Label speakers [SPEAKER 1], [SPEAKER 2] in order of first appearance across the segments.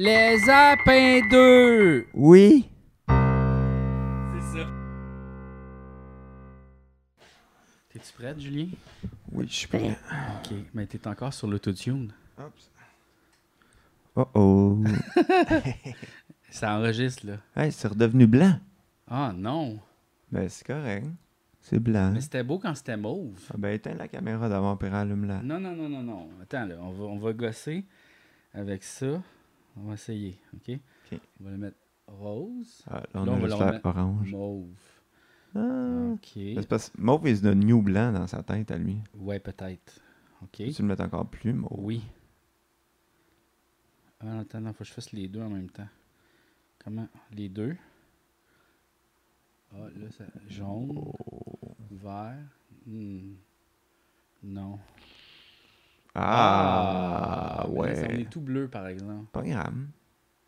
[SPEAKER 1] Les Apins 2!
[SPEAKER 2] Oui.
[SPEAKER 1] C'est ça. T'es-tu prête, Julien?
[SPEAKER 2] Oui, je suis prêt.
[SPEAKER 1] Ok, mais t'es encore sur l'autotune.
[SPEAKER 2] Oh oh.
[SPEAKER 1] Ça enregistre, là.
[SPEAKER 2] hey, c'est redevenu blanc.
[SPEAKER 1] Ah non!
[SPEAKER 2] Ben, c'est correct. C'est blanc.
[SPEAKER 1] Mais c'était beau quand c'était mauve.
[SPEAKER 2] Ah ben, éteins la caméra d'avant, puis rallume-la.
[SPEAKER 1] Non, non, non, non, non. Attends, là, on va, on va gosser avec ça. On va essayer, ok?
[SPEAKER 2] Ok.
[SPEAKER 1] On va le mettre rose,
[SPEAKER 2] Ah, là, on
[SPEAKER 1] Là, on
[SPEAKER 2] a
[SPEAKER 1] va
[SPEAKER 2] juste
[SPEAKER 1] le
[SPEAKER 2] l'air
[SPEAKER 1] remettre.
[SPEAKER 2] orange.
[SPEAKER 1] mauve.
[SPEAKER 2] Ah.
[SPEAKER 1] Ok.
[SPEAKER 2] C'est parce que mauve, il se donne new blanc dans sa tête à lui.
[SPEAKER 1] Ouais, peut-être. Ok.
[SPEAKER 2] Tu le mets encore plus mauve.
[SPEAKER 1] Oui. Ah, attends, non, faut que je fasse les deux en même temps. Comment Les deux. Ah, là, ça. Jaune. Vert. Hmm. Non.
[SPEAKER 2] Ah,
[SPEAKER 1] Ah, mais là, ça, on
[SPEAKER 2] ouais.
[SPEAKER 1] est tout bleu, par exemple.
[SPEAKER 2] Pas grave.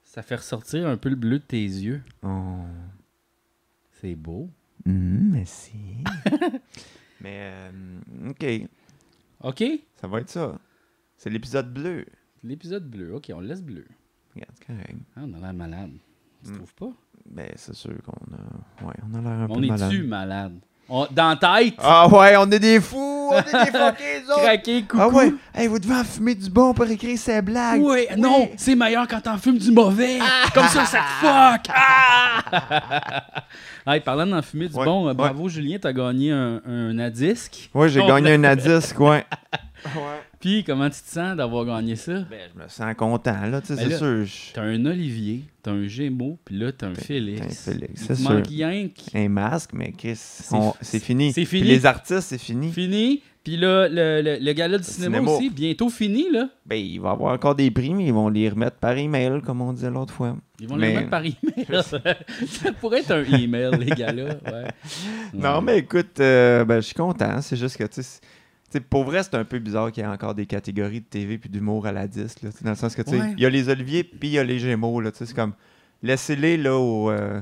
[SPEAKER 1] Ça fait ressortir un peu le bleu de tes yeux.
[SPEAKER 2] Oh.
[SPEAKER 1] C'est beau.
[SPEAKER 2] Hum, merci. Mais, euh, ok.
[SPEAKER 1] OK.
[SPEAKER 2] Ça va être ça. C'est l'épisode bleu.
[SPEAKER 1] L'épisode bleu. OK, on le laisse bleu.
[SPEAKER 2] Regarde, c'est correct.
[SPEAKER 1] Ah, on a l'air malade. Tu
[SPEAKER 2] Mm.
[SPEAKER 1] trouves pas?
[SPEAKER 2] Ben, c'est sûr qu'on a. Ouais, on a l'air un peu
[SPEAKER 1] on
[SPEAKER 2] malade.
[SPEAKER 1] est-tu malade? On- Dans la tête?
[SPEAKER 2] Ah ouais, on est des fous! On est des fuckés, les autres!
[SPEAKER 1] Craqué, coucou.
[SPEAKER 2] Ah ouais! Hey, vous devez en fumer du bon pour écrire ces blagues!
[SPEAKER 1] Ouais, non, c'est meilleur quand t'en fumes du mauvais.
[SPEAKER 2] Ah.
[SPEAKER 1] Comme ça, ça te fuck. Ah! hey, parlant d'en fumer du
[SPEAKER 2] Ouais,
[SPEAKER 1] bon, euh,
[SPEAKER 2] ouais.
[SPEAKER 1] bravo Julien, t'as gagné un, un adisque.
[SPEAKER 2] Ouais, j'ai
[SPEAKER 1] Oh,
[SPEAKER 2] gagné un indice, ouais. ouais.
[SPEAKER 1] Puis, comment tu te sens d'avoir gagné ça?
[SPEAKER 2] Ben, je me sens content, là, tu sais,
[SPEAKER 1] Ben
[SPEAKER 2] c'est
[SPEAKER 1] là,
[SPEAKER 2] sûr. je-
[SPEAKER 1] T'as un Olivier, t'as un Gémeaux, puis là, t'as un Félix.
[SPEAKER 2] t'as un Félix,
[SPEAKER 1] Il
[SPEAKER 2] c'est
[SPEAKER 1] te manque
[SPEAKER 2] sûr.
[SPEAKER 1] rien qui
[SPEAKER 2] Un masque, mais Chris, on- c'est fini.
[SPEAKER 1] c'est fini.
[SPEAKER 2] Puis les artistes, c'est fini.
[SPEAKER 1] fini. Puis là, le, le, le gala du cinéma,
[SPEAKER 2] Hein? cinéma.
[SPEAKER 1] aussi, bientôt fini, là.
[SPEAKER 2] Ben, il va y avoir encore des prix, mais ils vont les remettre par email, comme on disait l'autre fois.
[SPEAKER 1] Ils vont
[SPEAKER 2] Mais-
[SPEAKER 1] les remettre par email. ça pourrait être un email, les gars-là. Ouais.
[SPEAKER 2] Non,
[SPEAKER 1] Ouais.
[SPEAKER 2] mais écoute, euh, ben, je suis content. C'est juste que, tu sais, c'est- tu sais, pour vrai, c'est un peu bizarre qu'il y ait encore des catégories de TV puis d'humour à la disque. là, tu sais, dans le sens que, tu sais, il
[SPEAKER 1] Ouais.
[SPEAKER 2] y a les Oliviers puis il y a les Gémeaux. Là, tu sais, c'est comme, laissez-les là au. euh,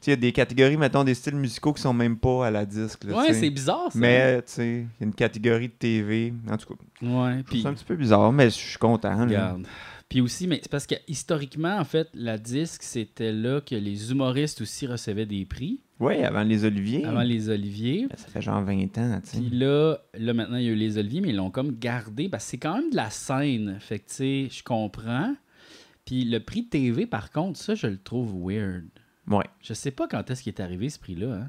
[SPEAKER 2] tu sais, il y a des catégories, mettons, des styles musicaux qui sont même pas à la disque. là,
[SPEAKER 1] Ouais,
[SPEAKER 2] tu sais.
[SPEAKER 1] c'est bizarre, ça.
[SPEAKER 2] Mais, tu sais, il y a une catégorie de TV. En tout cas,
[SPEAKER 1] Ouais, puis...
[SPEAKER 2] c'est un petit peu bizarre, Ah, mais je suis content. là.
[SPEAKER 1] Regarde. Puis aussi, mais c'est parce que historiquement, en fait, la disque, c'était là que les humoristes aussi recevaient des prix
[SPEAKER 2] Ouais, avant les Oliviers.
[SPEAKER 1] avant les Oliviers.
[SPEAKER 2] ben, ça fait genre 20 ans, tu sais.
[SPEAKER 1] Puis là, là, maintenant, il y a eu les Oliviers, mais ils l'ont comme gardé. Parce que c'est quand même de la scène. Fait que, tu sais, je comprends. Puis le prix TV, par contre, ça, je le trouve weird.
[SPEAKER 2] Ouais.
[SPEAKER 1] Je sais pas quand est-ce qu'il est arrivé ce prix-là. hein.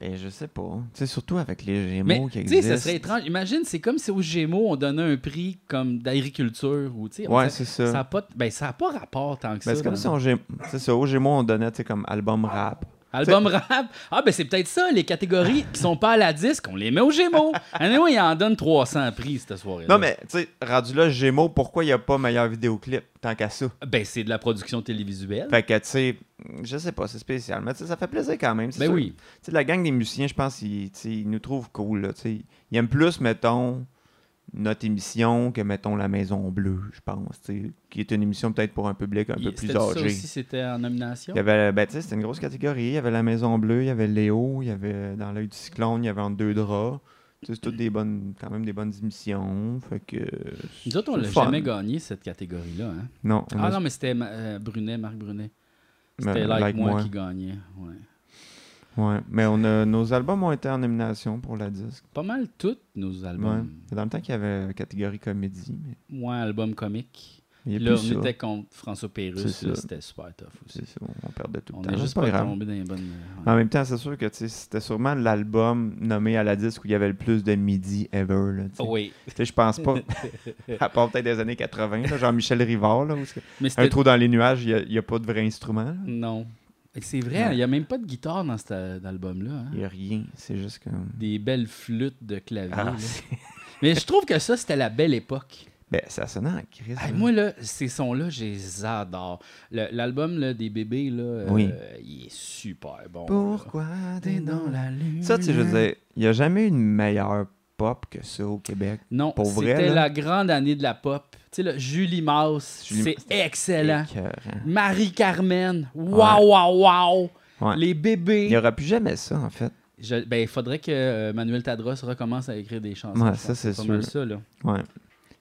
[SPEAKER 2] Ben, je sais pas. Tu sais, surtout avec les Gémeaux
[SPEAKER 1] Mais,
[SPEAKER 2] qui
[SPEAKER 1] tu
[SPEAKER 2] existent.
[SPEAKER 1] sais, ça serait étrange. Imagine, c'est comme si aux Gémeaux, on donnait un prix comme d'agriculture ou, tu sais, on
[SPEAKER 2] Ouais,
[SPEAKER 1] dirait-
[SPEAKER 2] c'est
[SPEAKER 1] ça n'a pas, de- ben, ça a pas rapport tant que
[SPEAKER 2] Ben,
[SPEAKER 1] ça.
[SPEAKER 2] c'est comme
[SPEAKER 1] dans-
[SPEAKER 2] si on gé- c'est ça, au Gémeaux, on donnait tu sais, comme album rap.
[SPEAKER 1] Album rap. Ah, ben c'est peut-être ça, les catégories qui sont pas à la disque, on les met aux Gémeaux. Anyway, ils en donnent 300 prix cette soirée
[SPEAKER 2] Non, mais tu sais, rendu là, Gémeaux, pourquoi il n'y a pas meilleur vidéoclip tant qu'à ça?
[SPEAKER 1] Ben, c'est de la production télévisuelle.
[SPEAKER 2] Fait que, tu sais, je sais pas, c'est spécial, mais tu sais, ça fait plaisir quand même. c'est
[SPEAKER 1] ben
[SPEAKER 2] sûr.
[SPEAKER 1] oui.
[SPEAKER 2] Tu sais, la gang des musiciens, je pense, ils, tu sais, ils nous trouvent cool. Là, tu sais. ils aiment plus, mettons, notre émission que, mettons, La Maison Bleue, je pense, tu sais, qui est une émission peut-être pour un public un peu
[SPEAKER 1] Il-
[SPEAKER 2] plus
[SPEAKER 1] c'était ça
[SPEAKER 2] âgé.
[SPEAKER 1] aussi, c'était en nomination.
[SPEAKER 2] Il y avait, ben, tu sais, c'était une grosse catégorie. Il y avait La Maison Bleue, il y avait Léo, il y avait Dans l'œil du cyclone, il y avait Entre deux draps. Tu sais, c'est toutes des bonnes, quand même des bonnes émissions. Fait que.
[SPEAKER 1] Nous autres, on
[SPEAKER 2] c'est
[SPEAKER 1] l'a
[SPEAKER 2] fun.
[SPEAKER 1] jamais gagné, cette catégorie-là. hein.
[SPEAKER 2] Non, on
[SPEAKER 1] Ah
[SPEAKER 2] a-
[SPEAKER 1] non, mais c'était euh, Brunet, Marc Brunet. C'était
[SPEAKER 2] Euh,
[SPEAKER 1] Like,
[SPEAKER 2] Like
[SPEAKER 1] moi,
[SPEAKER 2] Moi.
[SPEAKER 1] qui gagnait. ouais.
[SPEAKER 2] ouais. Mais on a, nos albums ont été en nomination pour la disque.
[SPEAKER 1] Pas mal tous nos
[SPEAKER 2] Ouais.
[SPEAKER 1] albums.
[SPEAKER 2] C'est dans le temps qu'il y avait la catégorie comédie, mais
[SPEAKER 1] Moi, album comique.
[SPEAKER 2] il y a
[SPEAKER 1] Là, on
[SPEAKER 2] plus ça.
[SPEAKER 1] était contre François Pérus.
[SPEAKER 2] C'est
[SPEAKER 1] là,
[SPEAKER 2] ça.
[SPEAKER 1] C'était super tough aussi.
[SPEAKER 2] C'est ça, on perdait tout le
[SPEAKER 1] On
[SPEAKER 2] temps.
[SPEAKER 1] n'est
[SPEAKER 2] Mais
[SPEAKER 1] juste
[SPEAKER 2] c'est pas
[SPEAKER 1] pas
[SPEAKER 2] grave. Ah,
[SPEAKER 1] tombé dans les bonnes. ouais.
[SPEAKER 2] En même temps, c'est sûr que tu sais, c'était sûrement l'album nommé à la disque où il y avait le plus de midi ever. là, tu sais.
[SPEAKER 1] Oui.
[SPEAKER 2] Tu sais, Je pense pas, à part peut-être des années 80, là, Jean-Michel Rivard, là, où c'est-
[SPEAKER 1] Mais
[SPEAKER 2] Un
[SPEAKER 1] c'était
[SPEAKER 2] trou dans les nuages, il n'y a, pas de vrai instrument. là.
[SPEAKER 1] Non. Et C'est vrai, il
[SPEAKER 2] Ouais.
[SPEAKER 1] n'y a même pas de guitare dans cet euh, album-là. hein.
[SPEAKER 2] Il n'y a rien. C'est juste comme.
[SPEAKER 1] Des belles flûtes de clavier.
[SPEAKER 2] Ah,
[SPEAKER 1] là.
[SPEAKER 2] c'est-
[SPEAKER 1] Mais je trouve que ça, c'était la belle époque.
[SPEAKER 2] ben, ça sonnait en crise. hein.
[SPEAKER 1] Hey,
[SPEAKER 2] là.
[SPEAKER 1] moi, là, ces sons-là, je les adore. Le- L'album là, des bébés, là, euh,
[SPEAKER 2] Oui.
[SPEAKER 1] il est super bon.
[SPEAKER 2] Pourquoi
[SPEAKER 1] là.
[SPEAKER 2] t'es dans la.
[SPEAKER 1] lune.
[SPEAKER 2] Ça, tu sais, je veux dire, il n'y a jamais eu une meilleure pop que ça au Québec.
[SPEAKER 1] Non,
[SPEAKER 2] pour vrai,
[SPEAKER 1] c'était
[SPEAKER 2] là.
[SPEAKER 1] la grande année de la pop. Tu sais, là, Julie Masse,
[SPEAKER 2] Julie
[SPEAKER 1] c'est
[SPEAKER 2] Mas-
[SPEAKER 1] excellent.
[SPEAKER 2] Écœurant.
[SPEAKER 1] Marie-Carmen, waouh, waouh, waouh.
[SPEAKER 2] Ouais.
[SPEAKER 1] Les bébés.
[SPEAKER 2] Il n'y aura plus jamais ça, en fait.
[SPEAKER 1] Je- ben, il faudrait que euh, Manuel Tadros recommence à écrire des chansons.
[SPEAKER 2] Ouais,
[SPEAKER 1] je
[SPEAKER 2] ça,
[SPEAKER 1] pense.
[SPEAKER 2] c'est
[SPEAKER 1] pas mal
[SPEAKER 2] sûr.
[SPEAKER 1] ça, là.
[SPEAKER 2] Ouais,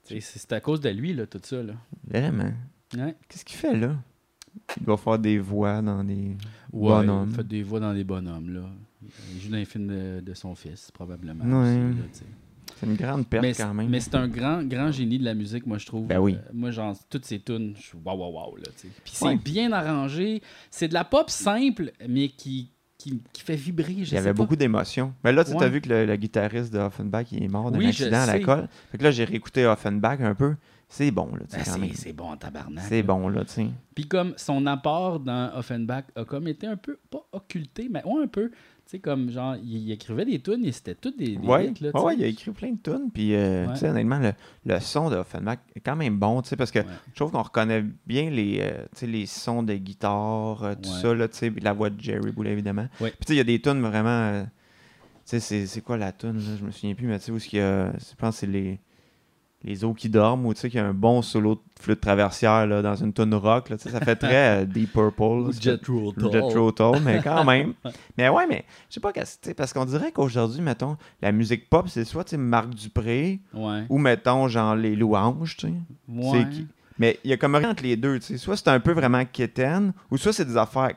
[SPEAKER 1] Tu sais, C'est c'est à cause de lui, là, tout ça. Là.
[SPEAKER 2] vraiment.
[SPEAKER 1] Ouais.
[SPEAKER 2] Qu'est-ce qu'il fait là? Il doit faire des voix dans des
[SPEAKER 1] Ouais,
[SPEAKER 2] bonhommes.
[SPEAKER 1] il fait des voix dans des bonhommes, là. Il joue dans les films de, de son fils, probablement.
[SPEAKER 2] Ouais.
[SPEAKER 1] aussi, là, tu sais.
[SPEAKER 2] C'est une grande perte
[SPEAKER 1] mais,
[SPEAKER 2] quand
[SPEAKER 1] c'est-
[SPEAKER 2] même.
[SPEAKER 1] mais c'est un grand, grand génie de la musique, moi, je trouve.
[SPEAKER 2] Ben oui.
[SPEAKER 1] Euh, moi, genre, toutes ces tunes, je suis waouh, waouh, waouh, là, tu sais. Puis c'est
[SPEAKER 2] Ouais.
[SPEAKER 1] bien arrangé. C'est de la pop simple, mais qui, qui, qui fait vibrer, je
[SPEAKER 2] Il y avait
[SPEAKER 1] sais pas.
[SPEAKER 2] beaucoup d'émotions. Mais là, tu
[SPEAKER 1] Ouais.
[SPEAKER 2] as vu que le, le guitariste de Offenbach il est mort d'un
[SPEAKER 1] Oui, je
[SPEAKER 2] accident à la
[SPEAKER 1] sais.
[SPEAKER 2] colle. Fait que là, j'ai réécouté Offenbach un peu. C'est bon, là, tu sais,
[SPEAKER 1] Ah,
[SPEAKER 2] quand
[SPEAKER 1] c'est-
[SPEAKER 2] même.
[SPEAKER 1] c'est bon en tabarnak.
[SPEAKER 2] C'est
[SPEAKER 1] là.
[SPEAKER 2] bon, là, tu sais.
[SPEAKER 1] Puis comme son apport dans Offenbach a comme été un peu, pas occulté, mais ouais, un peu. Tu sais, comme genre, il, il écrivait des tunes et c'était toutes des, des
[SPEAKER 2] Ouais,
[SPEAKER 1] hits, là, tu
[SPEAKER 2] ouais,
[SPEAKER 1] sais.
[SPEAKER 2] ouais, il a écrit plein de tunes. Puis, euh,
[SPEAKER 1] Ouais.
[SPEAKER 2] tu sais, honnêtement, le, le son de Offenbach est quand même bon, tu sais, parce que
[SPEAKER 1] Ouais.
[SPEAKER 2] je trouve qu'on reconnaît bien les, euh, tu sais, les sons de guitare, euh, tout
[SPEAKER 1] Ouais.
[SPEAKER 2] ça, là, tu sais, puis la voix de Jerry Boulet, évidemment.
[SPEAKER 1] Ouais.
[SPEAKER 2] Puis, tu sais, il y a des tunes vraiment. euh, tu sais, c'est, c'est quoi la tune, là? Je me souviens plus, mais tu sais, où est-ce qu'il y a. Je pense que c'est les. Les eaux qui dorment, ou tu sais, qu'il y a un bon solo de flûte traversière là, dans une tune rock, là, tu sais, ça fait très euh, Deep Purple. là,
[SPEAKER 1] Ou
[SPEAKER 2] ça fait
[SPEAKER 1] Jet Roll
[SPEAKER 2] le
[SPEAKER 1] Tall.
[SPEAKER 2] Jet Roll Tall, mais quand même. mais ouais, mais je sais pas, qu'est-ce que- tu sais, parce qu'on dirait qu'aujourd'hui, mettons, la musique pop, c'est soit tu sais, Marc Dupré
[SPEAKER 1] Ouais.
[SPEAKER 2] ou mettons, genre, les louanges, tu sais.
[SPEAKER 1] Ouais.
[SPEAKER 2] C'est qui- Mais il y a comme rien entre les deux, tu sais. Soit c'est un peu vraiment quétaine, ou soit c'est des affaires,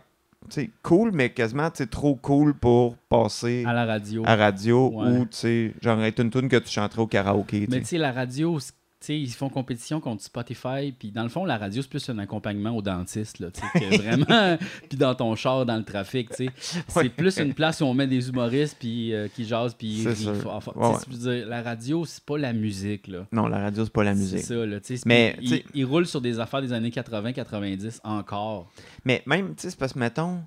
[SPEAKER 2] tu sais, cool, mais quasiment, tu sais, trop cool pour passer
[SPEAKER 1] À la radio.
[SPEAKER 2] à radio
[SPEAKER 1] Ouais.
[SPEAKER 2] ou, tu sais, genre, être une tune que tu chanterais au karaoké, tu
[SPEAKER 1] Mais tu
[SPEAKER 2] sais.
[SPEAKER 1] sais, la radio, c- tu sais, ils font compétition contre Spotify. Puis dans le fond, la radio, c'est plus un accompagnement au dentiste. Là, tu sais, que vraiment, puis dans ton char, dans le trafic. tu sais.
[SPEAKER 2] Ouais.
[SPEAKER 1] C'est plus une place où on met des humoristes puis, euh, qui jasent. Puis, ils
[SPEAKER 2] C'est
[SPEAKER 1] rient
[SPEAKER 2] sûr.
[SPEAKER 1] fort, fort.
[SPEAKER 2] Ouais,
[SPEAKER 1] Tu sais, je veux dire, la radio, c'est pas la musique. Là.
[SPEAKER 2] Non, la radio, c'est pas la
[SPEAKER 1] C'est
[SPEAKER 2] musique.
[SPEAKER 1] ça, là, tu sais.
[SPEAKER 2] Mais,
[SPEAKER 1] Mais
[SPEAKER 2] tu sais-
[SPEAKER 1] il, il roule sur des affaires des années 80-90 encore.
[SPEAKER 2] Mais même, tu sais, c'est parce que, mettons,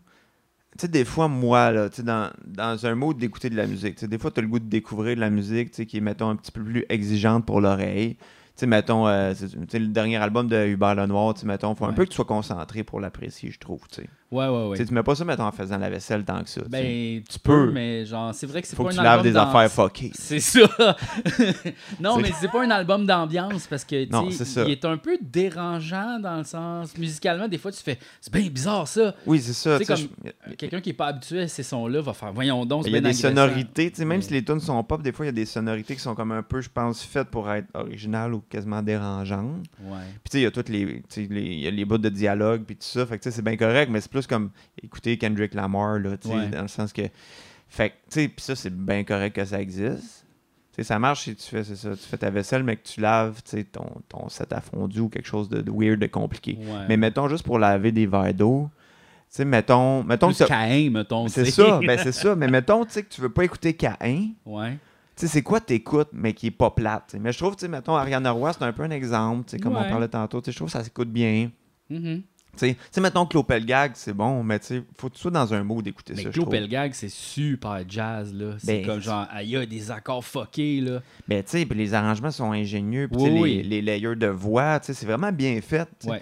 [SPEAKER 2] tu sais, des fois, moi, là, tu sais, dans, dans un mode d'écouter de la musique, tu sais, des fois, tu as le goût de découvrir de la musique, tu sais, qui est, mettons, un petit peu plus exigeante pour l'oreille. Tu sais, mettons, euh, c'est- tu sais, le dernier album de Hubert Lenoir, tu sais, mettons, faut un
[SPEAKER 1] Ouais.
[SPEAKER 2] peu que tu sois concentré pour l'apprécier, je trouve, tu sais.
[SPEAKER 1] Ouais, ouais,
[SPEAKER 2] Tu
[SPEAKER 1] ouais.
[SPEAKER 2] sais, Tu mets pas ça, mettons, en faisant la vaisselle tant que ça. tu sais.
[SPEAKER 1] Ben, tu
[SPEAKER 2] peux.
[SPEAKER 1] peux, mais genre, c'est vrai que c'est
[SPEAKER 2] faut
[SPEAKER 1] pas
[SPEAKER 2] que tu
[SPEAKER 1] un
[SPEAKER 2] laves
[SPEAKER 1] album
[SPEAKER 2] des
[SPEAKER 1] dans-
[SPEAKER 2] affaires fuckées.
[SPEAKER 1] C'est ça. non,
[SPEAKER 2] C'est-
[SPEAKER 1] mais c'est pas un album d'ambiance parce que
[SPEAKER 2] Non,
[SPEAKER 1] tu
[SPEAKER 2] c'est
[SPEAKER 1] sais,
[SPEAKER 2] ça.
[SPEAKER 1] il est un peu dérangeant dans le sens musicalement. Des fois, tu fais c'est bien bizarre ça.
[SPEAKER 2] Oui, c'est ça.
[SPEAKER 1] Tu sais,
[SPEAKER 2] tu sais, je-
[SPEAKER 1] Quelqu'un qui est pas habitué à ces sons-là va faire voyons donc. c'est
[SPEAKER 2] Il y a
[SPEAKER 1] bien
[SPEAKER 2] des
[SPEAKER 1] agressant.
[SPEAKER 2] sonorités, tu sais, même
[SPEAKER 1] Mais-
[SPEAKER 2] si les tunes sont pop, des fois, il y a des sonorités qui sont comme un peu, je pense, faites pour être originales ou quasiment dérangeantes.
[SPEAKER 1] Ouais.
[SPEAKER 2] Puis tu sais, il y a toutes les, tu sais, les, il y a les bouts de dialogue, puis tout ça. Fait que tu sais, c'est bien correct, mais c'est plus comme écouter Kendrick Lamar, là, tu sais,
[SPEAKER 1] Ouais.
[SPEAKER 2] dans le sens que. Fait que, tu sais, puis ça, c'est bien correct que ça existe. Tu sais, ça marche si tu fais, c'est ça, tu fais ta vaisselle, mais que tu laves, tu sais, ton, ton set à fondu ou quelque chose de, de weird, de compliqué.
[SPEAKER 1] ouais.
[SPEAKER 2] Mais mettons juste pour laver des verres d'eau, tu sais, mettons. mettons que
[SPEAKER 1] Plus
[SPEAKER 2] ça-
[SPEAKER 1] Caïn, mettons.
[SPEAKER 2] c'est
[SPEAKER 1] tu sais.
[SPEAKER 2] ça, ben c'est ça. Mais mettons, tu sais, que tu veux pas écouter Caïn.
[SPEAKER 1] Ouais.
[SPEAKER 2] Tu sais, c'est quoi t'écoutes, mais qui est pas plate. tu sais. Mais je trouve, tu sais, mettons, Ariana Roy, c'est un peu un exemple, tu sais, comme on
[SPEAKER 1] Ouais.
[SPEAKER 2] parlait tantôt. Tu sais, Je trouve que ça s'écoute bien.
[SPEAKER 1] Mhm.
[SPEAKER 2] Tu sais- tu sais, mettons, Clopelgag, c'est bon, mais tu sais, faut que tu sois dans un mot d'écouter
[SPEAKER 1] Mais
[SPEAKER 2] ça, je
[SPEAKER 1] Claude
[SPEAKER 2] trouve.
[SPEAKER 1] Pelgag, c'est super jazz là. C'est
[SPEAKER 2] Ben,
[SPEAKER 1] comme genre ah, il y a des accords fuckés là.
[SPEAKER 2] Ben, tu sais, puis les arrangements sont ingénieux, puis tu sais,
[SPEAKER 1] Oui,
[SPEAKER 2] les,
[SPEAKER 1] oui.
[SPEAKER 2] les layers de voix, tu sais, c'est vraiment bien fait. tu sais.
[SPEAKER 1] Ouais.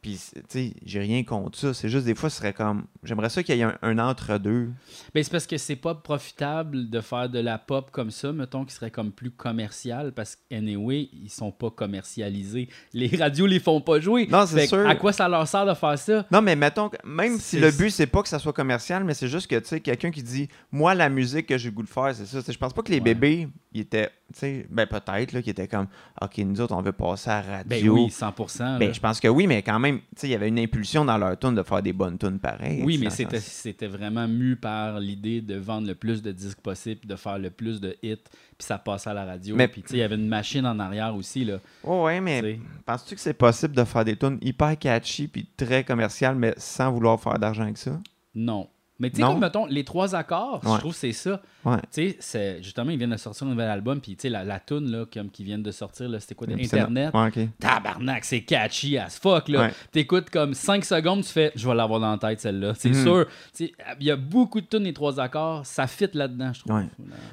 [SPEAKER 2] Puis, c'est- tu sais, j'ai rien contre ça. C'est juste, des fois, ce serait comme... J'aimerais ça qu'il y ait un, un entre-deux.
[SPEAKER 1] Ben, c'est parce que c'est pas profitable de faire de la pop comme ça, mettons, qui serait comme plus commercial, parce que, anyway, ils sont pas commercialisés. Les radios les font pas jouer.
[SPEAKER 2] Non, c'est
[SPEAKER 1] Fait que,
[SPEAKER 2] sûr.
[SPEAKER 1] À quoi ça leur sert de faire ça?
[SPEAKER 2] Non, mais mettons, que- même si
[SPEAKER 1] C'est-
[SPEAKER 2] le but, c'est pas que ça soit commercial, mais c'est juste que, tu sais, quelqu'un qui dit, moi, la musique que j'ai le goût de faire, c'est ça. Tu sais, Je pense pas que les
[SPEAKER 1] Ouais.
[SPEAKER 2] bébés, ils étaient, tu sais, ben peut-être, là, qui étaient comme, OK, nous autres, on veut passer à la radio.
[SPEAKER 1] Ben oui, 100%. là.
[SPEAKER 2] Ben, je pense que oui, mais quand même, tu sais, il y avait une impulsion dans leur tune de faire des bonnes tunes pareilles.
[SPEAKER 1] oui,
[SPEAKER 2] tu sais,
[SPEAKER 1] mais
[SPEAKER 2] dans
[SPEAKER 1] c'était,
[SPEAKER 2] le sens-
[SPEAKER 1] c'était vraiment mu par l'idée de vendre le plus de disques possible, de faire le plus de hits, puis ça passait à la radio.
[SPEAKER 2] Mais-
[SPEAKER 1] Puis, tu sais, il y avait une machine en arrière aussi, là.
[SPEAKER 2] Ouais, ouais, mais
[SPEAKER 1] tu sais.
[SPEAKER 2] penses-tu que c'est possible de faire des tunes hyper catchy puis très commerciales, mais sans vouloir faire d'argent avec ça?
[SPEAKER 1] Non. Mais tu sais,
[SPEAKER 2] Non.
[SPEAKER 1] comme mettons, les trois accords,
[SPEAKER 2] Ouais.
[SPEAKER 1] je trouve que c'est ça.
[SPEAKER 2] Ouais.
[SPEAKER 1] Tu sais, c'est- justement, ils viennent de sortir un nouvel album, puis tu sais, la, la toune, là, comme qu'ils viennent de sortir, là, c'était quoi,
[SPEAKER 2] Puis c'est-
[SPEAKER 1] Internet?
[SPEAKER 2] Ouais, ok.
[SPEAKER 1] Tabarnak, c'est catchy as fuck, là.
[SPEAKER 2] Ouais.
[SPEAKER 1] T'écoutes comme 5 secondes, tu fais « Je vais l'avoir dans la tête, celle-là. » C'est
[SPEAKER 2] Mhm.
[SPEAKER 1] sûr. Tu sais, il y a beaucoup de tunes, les trois accords, ça fit là-dedans, je trouve.
[SPEAKER 2] Ouais.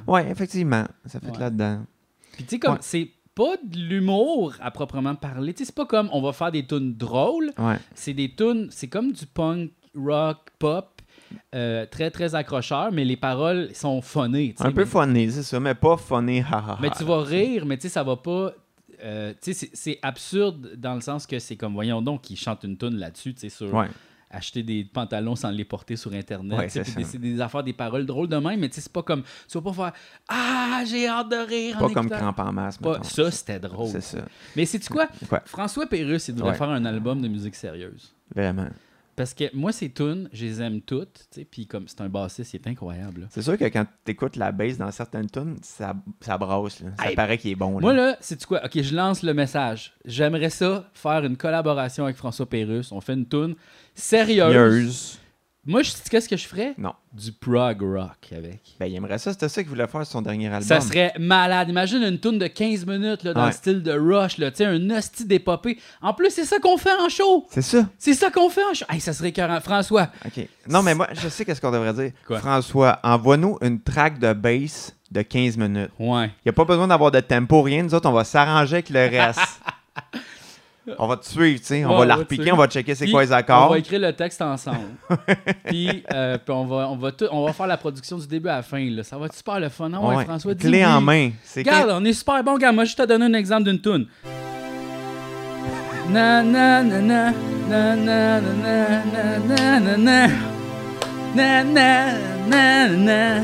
[SPEAKER 2] Ouais, effectivement, ça fait
[SPEAKER 1] Ouais.
[SPEAKER 2] là-dedans.
[SPEAKER 1] Puis tu sais, comme,
[SPEAKER 2] Ouais.
[SPEAKER 1] c'est pas de l'humour à proprement parler. Tu sais, c'est pas comme on va faire des tunes drôles,
[SPEAKER 2] Ouais.
[SPEAKER 1] c'est des tunes, c'est comme du punk, rock, pop, euh, très, très accrocheur, mais les paroles sont phonées. tu sais.
[SPEAKER 2] Un peu
[SPEAKER 1] Mais-
[SPEAKER 2] funny, c'est ça, mais pas funny, haha.
[SPEAKER 1] Mais tu vas rire, mais tu sais, ça va pas. euh, tu sais, c'est- c'est absurde dans le sens que c'est comme, voyons donc, ils chantent une tune là-dessus, tu sais, sur
[SPEAKER 2] Ouais.
[SPEAKER 1] acheter des pantalons sans les porter sur Internet.
[SPEAKER 2] Ouais,
[SPEAKER 1] tu sais,
[SPEAKER 2] c'est
[SPEAKER 1] puis des, c'est
[SPEAKER 2] ça.
[SPEAKER 1] des affaires, des paroles drôles de même, mais tu sais, c'est pas comme. Tu vas pas faire Ah, j'ai hâte de rire. en
[SPEAKER 2] Pas comme
[SPEAKER 1] écoutant.
[SPEAKER 2] crampe en masse,
[SPEAKER 1] Pas-
[SPEAKER 2] mettons.
[SPEAKER 1] Ça, c'était drôle.
[SPEAKER 2] C'est ça.
[SPEAKER 1] Mais c'est tu quoi?
[SPEAKER 2] Quoi?
[SPEAKER 1] François Pérusse, il devrait
[SPEAKER 2] Ouais.
[SPEAKER 1] faire un album de musique sérieuse.
[SPEAKER 2] Vraiment.
[SPEAKER 1] Parce que moi, ces tunes, je les aime toutes. tu sais, Puis comme c'est un bassiste, il est incroyable. là.
[SPEAKER 2] C'est sûr que quand t'écoutes la bass dans certaines tunes, ça, ça brasse. là. Ça
[SPEAKER 1] Hey,
[SPEAKER 2] paraît qu'il est bon. Là.
[SPEAKER 1] Moi, là, c'est tu quoi? Ok, je lance le message. J'aimerais ça, faire une collaboration avec François Pérusse. On fait une tune sérieuse.
[SPEAKER 2] Yeuse.
[SPEAKER 1] Moi, je qu'est-ce que je ferais?
[SPEAKER 2] Non.
[SPEAKER 1] Du prog rock avec.
[SPEAKER 2] Ben, il aimerait ça. C'était ça qu'il voulait faire sur son dernier album.
[SPEAKER 1] Ça serait malade. Imagine une tune de 15 minutes là, dans
[SPEAKER 2] Ouais.
[SPEAKER 1] le style de Rush, là, tu sais, un hostie d'épopée. En plus, c'est ça qu'on fait en show.
[SPEAKER 2] C'est ça.
[SPEAKER 1] C'est ça qu'on fait en show. Hey, ça serait écœurant. François,
[SPEAKER 2] OK. Non, mais moi, je sais qu'est-ce qu'on devrait dire.
[SPEAKER 1] Quoi?
[SPEAKER 2] François, envoie-nous une track de bass de 15 minutes.
[SPEAKER 1] ouais.
[SPEAKER 2] Il n'y a pas besoin d'avoir de tempo, rien. Nous autres, on va s'arranger avec le reste. on va te suivre, tu sais. On
[SPEAKER 1] Ouais,
[SPEAKER 2] va
[SPEAKER 1] on
[SPEAKER 2] la
[SPEAKER 1] va te
[SPEAKER 2] repiquer,
[SPEAKER 1] suivre.
[SPEAKER 2] on va checker c'est
[SPEAKER 1] Puis,
[SPEAKER 2] quoi les
[SPEAKER 1] On
[SPEAKER 2] accords.
[SPEAKER 1] va écrire le texte ensemble. puis euh, puis on, va, on, va tout- on va faire la production du début à la fin. là. Ça va être super le fun. Non, Ah ouais,
[SPEAKER 2] Ouais.
[SPEAKER 1] François, dis
[SPEAKER 2] Clé en
[SPEAKER 1] oui.
[SPEAKER 2] main. C'est
[SPEAKER 1] Regarde, on est super bon, gars. Moi, je te donne un exemple d'une toune. Na na na na na na na na na na na na na na na na na na na na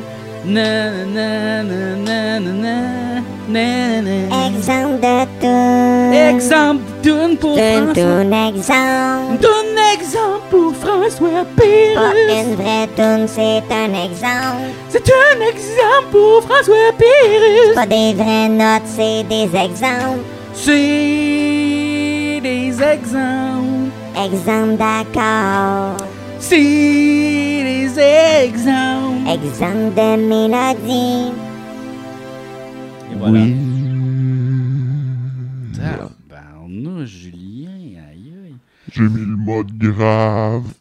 [SPEAKER 1] na na na na
[SPEAKER 3] Exemple de tout.
[SPEAKER 1] Exemple de toune pour
[SPEAKER 3] Donne
[SPEAKER 1] François.
[SPEAKER 3] ton exemple.
[SPEAKER 1] Donne exemple pour François
[SPEAKER 3] Pas
[SPEAKER 1] Pérus.
[SPEAKER 3] une vraie toune, c'est un exemple.
[SPEAKER 1] C'est un exemple pour François Pérus.
[SPEAKER 3] Pas des vraies notes, c'est des exemples.
[SPEAKER 1] C'est des exemples.
[SPEAKER 3] Exemple d'accord.
[SPEAKER 1] C'est les exemples.
[SPEAKER 3] Exemple de mélodie.
[SPEAKER 1] Tabarnouche, Julien, aïe aïe.
[SPEAKER 4] J'ai mis le mode grave.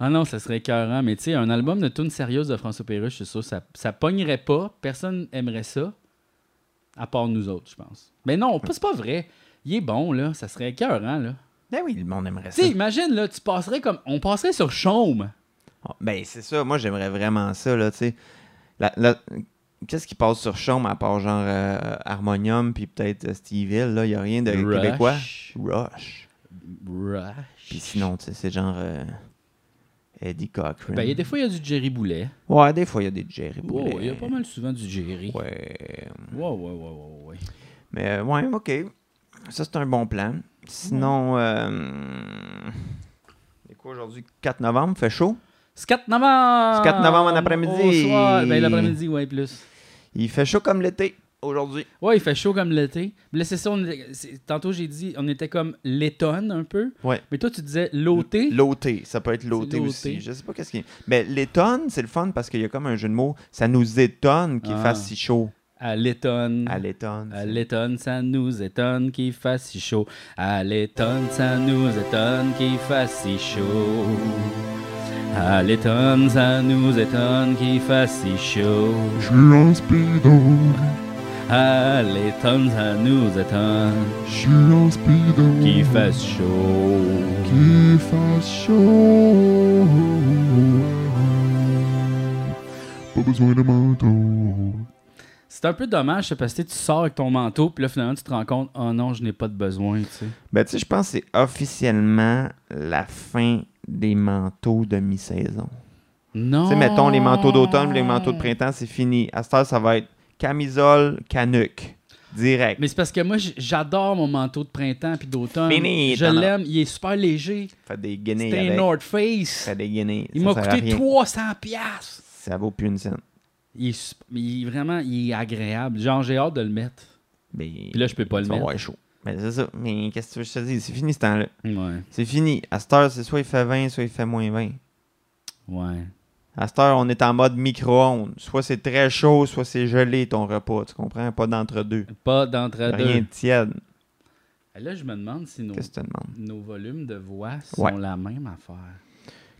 [SPEAKER 1] Ah non, ça serait écœurant, mais tu sais, un album de tunes sérieuses de François Pérusse, c'est sûr, ça, ça pognerait pas, personne aimerait ça, à part nous autres, je pense. Mais non, pas- c'est pas vrai. Il est bon, là, ça serait écœurant, là.
[SPEAKER 2] Ben oui, le monde aimerait
[SPEAKER 1] Tu
[SPEAKER 2] ça.
[SPEAKER 1] sais, imagine, là, tu passerais comme. On passerait sur Chaume.
[SPEAKER 2] Oh, Ben, c'est ça. Moi, j'aimerais vraiment ça, là, tu sais. La- la- Qu'est-ce qui passe sur Chaume à part genre euh, Harmonium puis peut-être euh, Steve Hill, là? Il n'y a rien de
[SPEAKER 1] Rush.
[SPEAKER 2] québécois. Rush. Puis
[SPEAKER 1] Rush.
[SPEAKER 2] sinon, tu sais, c'est genre euh, Eddie Cochran.
[SPEAKER 1] Ben, il y a des fois, il y a du Jerry Boulet.
[SPEAKER 2] Ouais, des fois, il y a des Jerry
[SPEAKER 1] Ouais,
[SPEAKER 2] Boulet.
[SPEAKER 1] ouais, il y a pas mal souvent du Jerry.
[SPEAKER 2] Ouais.
[SPEAKER 1] Ouais, ouais, ouais, ouais, ouais.
[SPEAKER 2] Mais euh, ouais, OK. Ça, c'est un bon plan. Sinon, euh... c'est quoi aujourd'hui? 4 novembre, fait chaud.
[SPEAKER 1] C'est 4 novembre!
[SPEAKER 2] C'est 4 novembre en après-midi.
[SPEAKER 1] Au soir, ben l'après-midi, ouais, plus.
[SPEAKER 2] Il fait chaud comme l'été aujourd'hui.
[SPEAKER 1] Ouais, il fait chaud comme l'été. Mais Là, c'est ça, on était- c'est- tantôt j'ai dit, on était comme l'étonne un peu.
[SPEAKER 2] Ouais.
[SPEAKER 1] Mais toi, tu disais l'auté.
[SPEAKER 2] L'OT, ça peut être l'OT
[SPEAKER 1] l'OT.
[SPEAKER 2] aussi. Je sais pas qu'est-ce qu'il y a. Mais l'étonne, c'est le fun parce qu'il y a comme un jeu de mots. Ça nous étonne qu'il
[SPEAKER 1] Ah.
[SPEAKER 2] fasse si chaud
[SPEAKER 1] À l'étonne.
[SPEAKER 2] à l'étonne.
[SPEAKER 1] À l'étonne, ça nous étonne qu'il fasse si chaud. À l'étonne, ça nous étonne qu'il fasse si chaud. À l'étonne, ça nous étonne qu'il fasse si chaud.
[SPEAKER 4] Je suis en speedo.
[SPEAKER 1] À l'étonne, ça nous étonne
[SPEAKER 4] Je suis en speedo.
[SPEAKER 5] Mhm.
[SPEAKER 1] qu'il fasse chaud.
[SPEAKER 4] Qu'il fasse chaud. Pas besoin de manteau.
[SPEAKER 1] C'est un peu dommage ça, parce que tu sais, tu sors avec ton manteau, puis là, finalement, tu te rends compte, oh non, je n'ai pas de besoin, tu sais.
[SPEAKER 2] Ben, tu sais, je pense que c'est officiellement la fin des manteaux de mi-saison. Tu
[SPEAKER 1] Non.
[SPEAKER 2] sais, mettons les manteaux d'automne, les
[SPEAKER 1] Ah.
[SPEAKER 2] manteaux de printemps, c'est fini. À cette heure, ça va être camisole, canuc. Direct.
[SPEAKER 1] Mais c'est parce que moi, j- j'adore mon manteau de printemps puis d'automne.
[SPEAKER 2] Fini,
[SPEAKER 1] Je
[SPEAKER 2] t'en as.
[SPEAKER 1] l'aime, il est super léger.
[SPEAKER 2] Fait des guinées
[SPEAKER 1] C'était un
[SPEAKER 2] avec.
[SPEAKER 1] North Face.
[SPEAKER 2] Fait des guinées.
[SPEAKER 1] Il
[SPEAKER 2] Ça
[SPEAKER 1] m'a
[SPEAKER 2] sert à
[SPEAKER 1] coûté
[SPEAKER 2] rien.
[SPEAKER 1] 300 pièces.
[SPEAKER 2] Ça vaut plus une scène.
[SPEAKER 1] Il est, sup- mais il est vraiment il est agréable. Genre, j'ai hâte de le mettre.
[SPEAKER 2] Mais
[SPEAKER 1] Puis là, je peux pas le
[SPEAKER 2] ça va
[SPEAKER 1] mettre.
[SPEAKER 2] être chaud. Mais c'est ça. Mais qu'est-ce que tu veux que je te dise? C'est fini ce temps-là.
[SPEAKER 1] Ouais,
[SPEAKER 2] C'est fini. À cette heure, c'est soit il fait 20, soit il fait moins 20.
[SPEAKER 1] ouais.
[SPEAKER 2] À cette heure, on est en mode micro-ondes. Soit c'est très chaud, soit c'est gelé ton repas. Tu comprends? Pas d'entre-deux.
[SPEAKER 1] Pas d'entre-deux.
[SPEAKER 2] Rien de tiède.
[SPEAKER 1] Là, je me demande si nos,
[SPEAKER 2] Qu'est-ce que tu te demandes?
[SPEAKER 1] nos volumes de voix sont
[SPEAKER 2] Ouais.
[SPEAKER 1] la même affaire.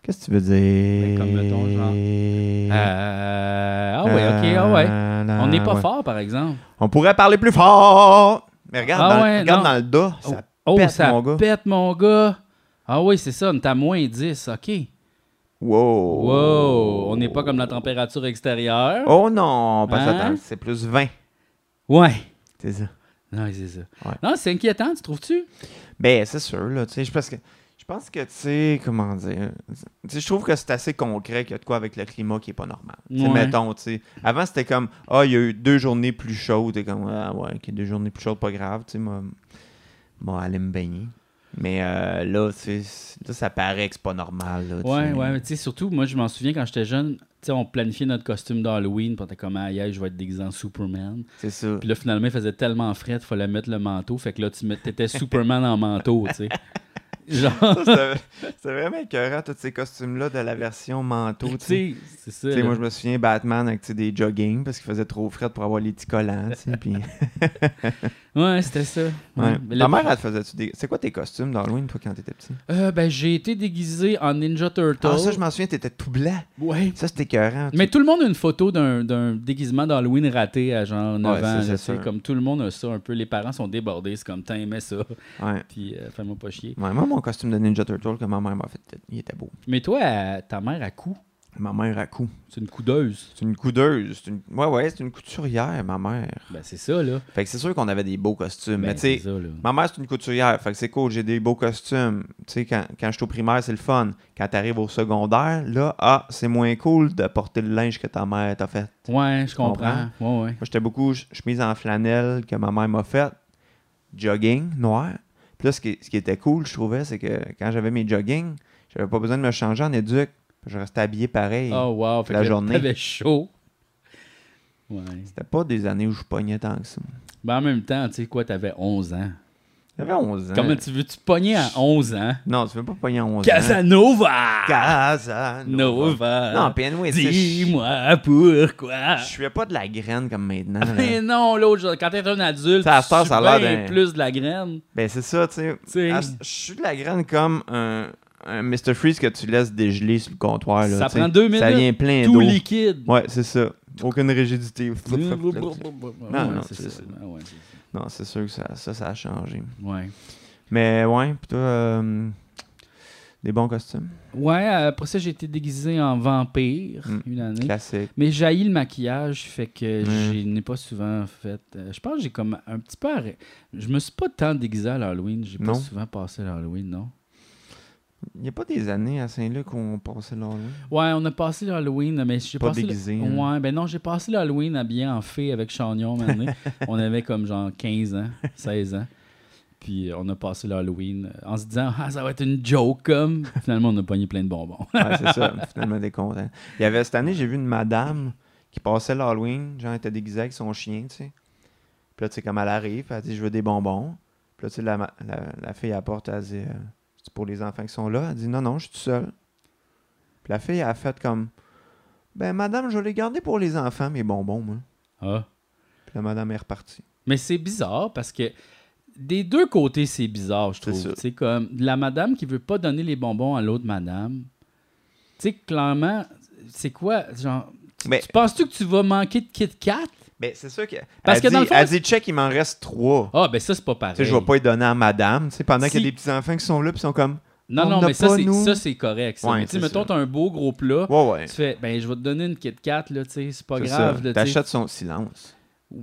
[SPEAKER 2] Qu'est-ce que tu veux
[SPEAKER 1] Ben,
[SPEAKER 2] dire?
[SPEAKER 1] comme mettons, genre, Euh, ah ouais, ok, ah ouais. On n'est pas fort, par exemple.
[SPEAKER 2] Euh, On pourrait parler plus fort! Mais regarde,
[SPEAKER 1] Ah
[SPEAKER 2] dans,
[SPEAKER 1] ouais,
[SPEAKER 2] regarde
[SPEAKER 1] non.
[SPEAKER 2] dans le dos.
[SPEAKER 1] Oh,
[SPEAKER 2] Ça
[SPEAKER 1] oh,
[SPEAKER 2] pète,
[SPEAKER 1] ça
[SPEAKER 2] mon gars.
[SPEAKER 1] pète, mon gars. Ah oui, c'est ça, on est à moins 10, OK.
[SPEAKER 2] Wow!
[SPEAKER 1] Wow, on n'est pas comme la température extérieure.
[SPEAKER 2] Oh non! Parce que
[SPEAKER 1] Hein?
[SPEAKER 2] attends, c'est plus 20.
[SPEAKER 1] Ouais.
[SPEAKER 2] C'est ça.
[SPEAKER 1] Non, c'est ça.
[SPEAKER 2] Oh. Ouais.
[SPEAKER 1] Non, c'est inquiétant, tu trouves-tu?
[SPEAKER 2] Ben, c'est sûr, là. Tu sais, je pense que. je Je pense que, tu sais, comment dire. Tu sais, je trouve que c'est assez concret qu'il y a de quoi avec le climat qui est pas normal. Tu sais,
[SPEAKER 1] Ouais.
[SPEAKER 2] Mettons, tu sais. Avant, c'était comme, ah, il y a eu deux journées plus chaudes. T'es comme, ah, ouais, ok, deux journées plus chaudes, pas grave. Tu sais, moi, moi, aller me baigner. Mais euh, là, tu sais, c'est- là, ça paraît que c'est pas normal. là, tu
[SPEAKER 1] Ouais,
[SPEAKER 2] sais.
[SPEAKER 1] ouais, mais tu sais, surtout, moi, je m'en souviens quand j'étais jeune, tu sais, on planifiait notre costume d'Halloween, puis on était comme, ah, yeah, je vais être déguisé en Superman.
[SPEAKER 2] C'est ça.
[SPEAKER 1] Puis là, finalement, il faisait tellement frais, il fallait mettre le manteau, fait que là, tu met- t'étais Superman en manteau, tu sais. Genre,
[SPEAKER 2] Ça, C'était c'était vraiment écœurant, tous ces costumes-là de la version manteau.
[SPEAKER 1] tu
[SPEAKER 2] tu sais.
[SPEAKER 1] sais, c'est ça.
[SPEAKER 2] Tu sais,
[SPEAKER 1] là.
[SPEAKER 2] moi, je me souviens Batman avec tu sais, des jogging parce qu'il faisait trop fret pour avoir les petits collants. tu sais, puis-
[SPEAKER 1] Ouais, c'était ça.
[SPEAKER 2] Ouais.
[SPEAKER 1] Mais
[SPEAKER 2] Ta
[SPEAKER 1] le-
[SPEAKER 2] mère, elle te faisait-tu des. C'est quoi tes costumes d'Halloween, toi, quand t'étais petit?
[SPEAKER 1] Euh, ben, j'ai été déguisé en Ninja Turtle.
[SPEAKER 2] Ah, ça, je m'en souviens, t'étais tout blanc.
[SPEAKER 1] Ouais.
[SPEAKER 2] Ça, c'était écœurant. tu-
[SPEAKER 1] Mais tout le monde a une photo d'un d'un déguisement d'Halloween raté à genre 9
[SPEAKER 2] Ouais,
[SPEAKER 1] ans.
[SPEAKER 2] ça,
[SPEAKER 1] là,
[SPEAKER 2] c'est
[SPEAKER 1] tu sais,
[SPEAKER 2] sûr.
[SPEAKER 1] Comme tout le monde a ça un peu. Les parents sont débordés. C'est comme, t'as aimé ça.
[SPEAKER 2] Ouais.
[SPEAKER 1] Puis, euh, fais-moi pas chier.
[SPEAKER 2] Ouais, moi, mon costume de Ninja Turtle que ma mère m'a fait, il était beau.
[SPEAKER 1] Mais toi, à- ta mère à coup,
[SPEAKER 2] Ma mère à coup.
[SPEAKER 1] c'est une coudeuse.
[SPEAKER 2] C'est une coudeuse. C'est une... Ouais, ouais, c'est une couturière, ma mère.
[SPEAKER 1] Ben, c'est ça, là.
[SPEAKER 2] Fait que c'est sûr qu'on avait des beaux costumes.
[SPEAKER 1] Ben,
[SPEAKER 2] mais tu
[SPEAKER 1] c'est
[SPEAKER 2] sais,
[SPEAKER 1] ça, là.
[SPEAKER 2] ma mère, c'est une couturière. Fait que c'est cool, j'ai des beaux costumes. Tu sais, quand, quand je suis au primaire, c'est le fun. Quand t'arrives au secondaire, là, ah, c'est moins cool de porter le linge que ta mère t'a fait.
[SPEAKER 1] Ouais, je comprends.
[SPEAKER 2] comprends?
[SPEAKER 1] Ouais, ouais.
[SPEAKER 2] Moi, j'étais beaucoup ch- chemise en flanelle que ma mère m'a faite, jogging noir. Puis là, ce qui, ce qui était cool, je trouvais, c'est que quand j'avais mes jogging, j'avais pas besoin de me changer en éduc. Je restais habillé pareil.
[SPEAKER 1] Oh, wow. Fait
[SPEAKER 2] La
[SPEAKER 1] que là,
[SPEAKER 2] journée.
[SPEAKER 1] T'avais chaud. Ouais.
[SPEAKER 2] C'était pas des années où je pognais tant que ça.
[SPEAKER 1] Ben, en même temps, tu sais quoi, t'avais 11 ans.
[SPEAKER 2] J'avais 11 ans.
[SPEAKER 1] Comment tu veux-tu pogner à 11 ans?
[SPEAKER 2] Non, tu veux pas pogner à 11 ans.
[SPEAKER 1] Casanova!
[SPEAKER 2] Casanova.
[SPEAKER 1] Nova!
[SPEAKER 2] Non, puis anyway, tu sais, je
[SPEAKER 1] Dis-moi pourquoi!
[SPEAKER 2] je suis pas de la graine comme maintenant.
[SPEAKER 1] Mais
[SPEAKER 2] là.
[SPEAKER 1] non, l'autre, quand t'es un adulte,
[SPEAKER 2] Ça, à cette heure,
[SPEAKER 1] tu
[SPEAKER 2] ça a l'air
[SPEAKER 1] bien
[SPEAKER 2] d'un-
[SPEAKER 1] plus de la graine.
[SPEAKER 2] Ben, c'est ça, tu sais.
[SPEAKER 1] Tu sais.
[SPEAKER 2] À- Je suis de la graine comme un, un Mr. Freeze que tu laisses dégeler sur le comptoir. Là,
[SPEAKER 1] Ça
[SPEAKER 2] tu sais.
[SPEAKER 1] prend deux
[SPEAKER 2] Ça
[SPEAKER 1] minutes,
[SPEAKER 2] vient plein
[SPEAKER 1] Tout
[SPEAKER 2] d'eau.
[SPEAKER 1] liquide.
[SPEAKER 2] Ouais, c'est ça. Aucune rigidité.
[SPEAKER 1] Non,
[SPEAKER 2] non,
[SPEAKER 1] c'est
[SPEAKER 2] c'est
[SPEAKER 1] ça.
[SPEAKER 2] ça.
[SPEAKER 1] Ah Ouais, c'est
[SPEAKER 2] Non, c'est sûr que ça, ça, ça a changé.
[SPEAKER 1] ça. ouais.
[SPEAKER 2] Mais ouais, pis toi, euh, des bons costumes.
[SPEAKER 1] Ouais, euh, après ça, j'ai été déguisé en vampire
[SPEAKER 2] Mm.
[SPEAKER 1] une année.
[SPEAKER 2] Classique.
[SPEAKER 1] Mais j'ai le maquillage, fait que
[SPEAKER 2] Mm.
[SPEAKER 1] je n'ai pas souvent fait. euh, je pense que j'ai comme un petit peu. arrêt- Je me suis pas tant déguisé à l'Halloween. J'ai pas
[SPEAKER 2] Non.
[SPEAKER 1] souvent passé l'Halloween, non?
[SPEAKER 2] Il n'y a pas des années à Saint-Luc où on passait l'Halloween.
[SPEAKER 1] Ouais, on a passé l'Halloween, mais j'ai
[SPEAKER 2] Pas
[SPEAKER 1] passé le-
[SPEAKER 2] déguisé, hein.
[SPEAKER 1] Ouais, ben non, j'ai passé l'Halloween habillé en fée avec Chagnon, un moment donné. on avait comme genre 15 ans, 16 ans. Puis euh, on a passé l'Halloween euh, en se disant, ah, ça va être une joke, comme. Finalement, on a pogné plein de bonbons.
[SPEAKER 2] Ouais, c'est ça. Finalement, des contents. Il y avait cette année, j'ai vu une madame qui passait l'Halloween. Genre, elle était déguisée avec son chien, tu sais. Puis là, tu sais, comme elle arrive, elle dit Je veux des bonbons. Puis là, tu sais, la, ma- la, la fille apporte, elle dit euh, C'est pour les enfants qui sont là. Elle dit Non, non, je suis tout seul. Puis la fille, elle a fait comme Ben, madame, je vais les garder pour les enfants, mes bonbons, moi.
[SPEAKER 1] Ah.
[SPEAKER 2] Puis la madame est repartie.
[SPEAKER 1] Mais c'est bizarre parce que des deux côtés, c'est bizarre, je
[SPEAKER 2] C'est
[SPEAKER 1] trouve.
[SPEAKER 2] sûr.
[SPEAKER 1] C'est comme la madame qui veut pas donner les bonbons à l'autre madame. Tu sais, clairement, c'est quoi, genre. tu-
[SPEAKER 2] Mais-
[SPEAKER 1] Tu penses-tu que tu vas manquer de Kit Kat?
[SPEAKER 2] Ben, c'est sûr que.
[SPEAKER 1] Parce
[SPEAKER 2] elle
[SPEAKER 1] que
[SPEAKER 2] dit,
[SPEAKER 1] dans le fond,
[SPEAKER 2] elle dit Check, il m'en reste trois.
[SPEAKER 1] Ah, ben ça, c'est pas pareil.
[SPEAKER 2] Tu sais, je vais pas les donner à madame, tu sais, pendant qu'il y
[SPEAKER 1] Si.
[SPEAKER 2] a des petits enfants qui sont là, puis ils sont comme
[SPEAKER 1] Non,
[SPEAKER 2] On
[SPEAKER 1] non,
[SPEAKER 2] n'a
[SPEAKER 1] mais ça,
[SPEAKER 2] pas,
[SPEAKER 1] c'est,
[SPEAKER 2] nous.
[SPEAKER 1] ça, c'est correct. ça.
[SPEAKER 2] Ouais,
[SPEAKER 1] Mais tu sais,
[SPEAKER 2] c'est
[SPEAKER 1] mettons,
[SPEAKER 2] ça.
[SPEAKER 1] t'as un beau gros plat.
[SPEAKER 2] Ouais, ouais.
[SPEAKER 1] Tu fais, ben, je vais te donner une Kit Kat, là, tu sais, c'est pas
[SPEAKER 2] C'est
[SPEAKER 1] grave. là,
[SPEAKER 2] ça.
[SPEAKER 1] tu sais.
[SPEAKER 2] T'achètes son silence.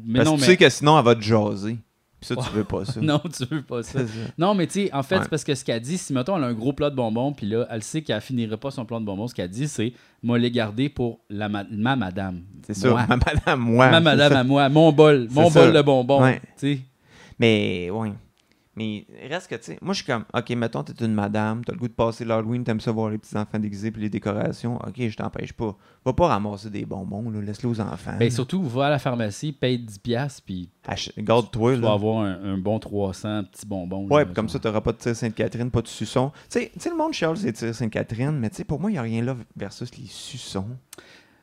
[SPEAKER 1] Mais
[SPEAKER 2] Parce
[SPEAKER 1] non,
[SPEAKER 2] que
[SPEAKER 1] mais.
[SPEAKER 2] tu sais que sinon, elle va te jaser. Puis ça, tu veux pas ça.
[SPEAKER 1] Non, tu veux pas ça.
[SPEAKER 2] C'est ça.
[SPEAKER 1] Non, mais tu sais, en fait,
[SPEAKER 2] Ouais.
[SPEAKER 1] c'est parce que ce qu'elle dit, si, mettons, elle a un gros plat de bonbons, puis là, elle sait qu'elle finira pas son plat de bonbons, ce qu'elle dit, c'est, moi, les garder pour la ma, ma madame.
[SPEAKER 2] C'est ça.
[SPEAKER 1] Moi.
[SPEAKER 2] Ma madame, moi.
[SPEAKER 1] ma
[SPEAKER 2] c'est
[SPEAKER 1] madame
[SPEAKER 2] ça.
[SPEAKER 1] à moi, mon bol,
[SPEAKER 2] C'est
[SPEAKER 1] mon
[SPEAKER 2] ça.
[SPEAKER 1] bol de bonbons.
[SPEAKER 2] Ouais.
[SPEAKER 1] Tu sais.
[SPEAKER 2] Mais, ouais. Mais reste que, tu sais, moi, je suis comme, OK, mettons, t'es une madame, t'as le goût de passer l'Halloween, t'aimes ça voir les petits-enfants déguisés puis les décorations. OK, je t'empêche pas. Va pas ramasser des bonbons, là. Laisse-les aux enfants.
[SPEAKER 1] Ben, surtout, va à la pharmacie, paye 10$, puis
[SPEAKER 2] Ach- Garde-toi,
[SPEAKER 1] tu vas
[SPEAKER 2] là.
[SPEAKER 1] avoir un, un bon 300 petits bonbons.
[SPEAKER 2] Ouais,
[SPEAKER 1] là,
[SPEAKER 2] puis comme
[SPEAKER 1] genre.
[SPEAKER 2] ça, t'auras pas de tir Sainte-Catherine, pas de suçon. Tu sais- tu sais, le monde chiale, c'est tir Sainte-Catherine, mais tu sais, pour moi, il a rien là versus les suçons.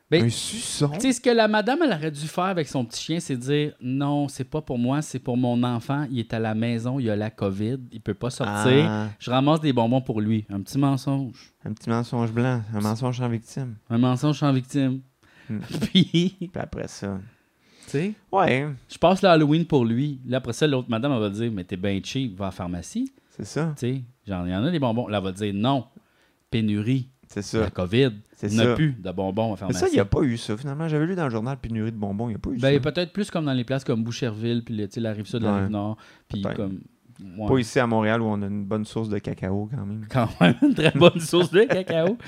[SPEAKER 1] Ben,
[SPEAKER 2] Un suçon.
[SPEAKER 1] Tu sais, ce que la madame, elle aurait dû faire avec son petit chien, c'est dire non, c'est pas pour moi, c'est pour mon enfant. Il est à la maison, il a la COVID, il peut pas sortir.
[SPEAKER 2] Ah.
[SPEAKER 1] Je ramasse des bonbons pour lui. Un petit mensonge.
[SPEAKER 2] Un petit mensonge blanc, un mensonge sans victime.
[SPEAKER 1] Un mensonge sans victime.
[SPEAKER 2] Hmm.
[SPEAKER 1] Puis, tu
[SPEAKER 2] Puis après ça.
[SPEAKER 1] sais,
[SPEAKER 2] Ouais,
[SPEAKER 1] je passe l'Halloween pour lui. Là, après ça, l'autre madame, elle va dire mais t'es bien cheap, va à la pharmacie.
[SPEAKER 2] c'est ça.
[SPEAKER 1] Tu sais, genre, il y en a des bonbons. Là, elle va dire non, pénurie,
[SPEAKER 2] C'est ça.
[SPEAKER 1] la COVID.
[SPEAKER 2] C'est
[SPEAKER 1] n'a
[SPEAKER 2] ça.
[SPEAKER 1] plus de bonbons à la
[SPEAKER 2] Mais
[SPEAKER 1] pharmacie.
[SPEAKER 2] ça, il n'y a pas eu ça, finalement. J'avais lu dans le journal pénurie de bonbons, il n'y a pas eu
[SPEAKER 1] Ben,
[SPEAKER 2] ça.
[SPEAKER 1] peut-être plus comme dans les places comme Boucherville, puis le- tu sais, la rive sud, la
[SPEAKER 2] Ouais.
[SPEAKER 1] rive nord, puis
[SPEAKER 2] Peut-être.
[SPEAKER 1] comme Ouais.
[SPEAKER 2] Pas ici à Montréal où on a une bonne source de cacao quand même.
[SPEAKER 1] Quand même, une très bonne source de cacao.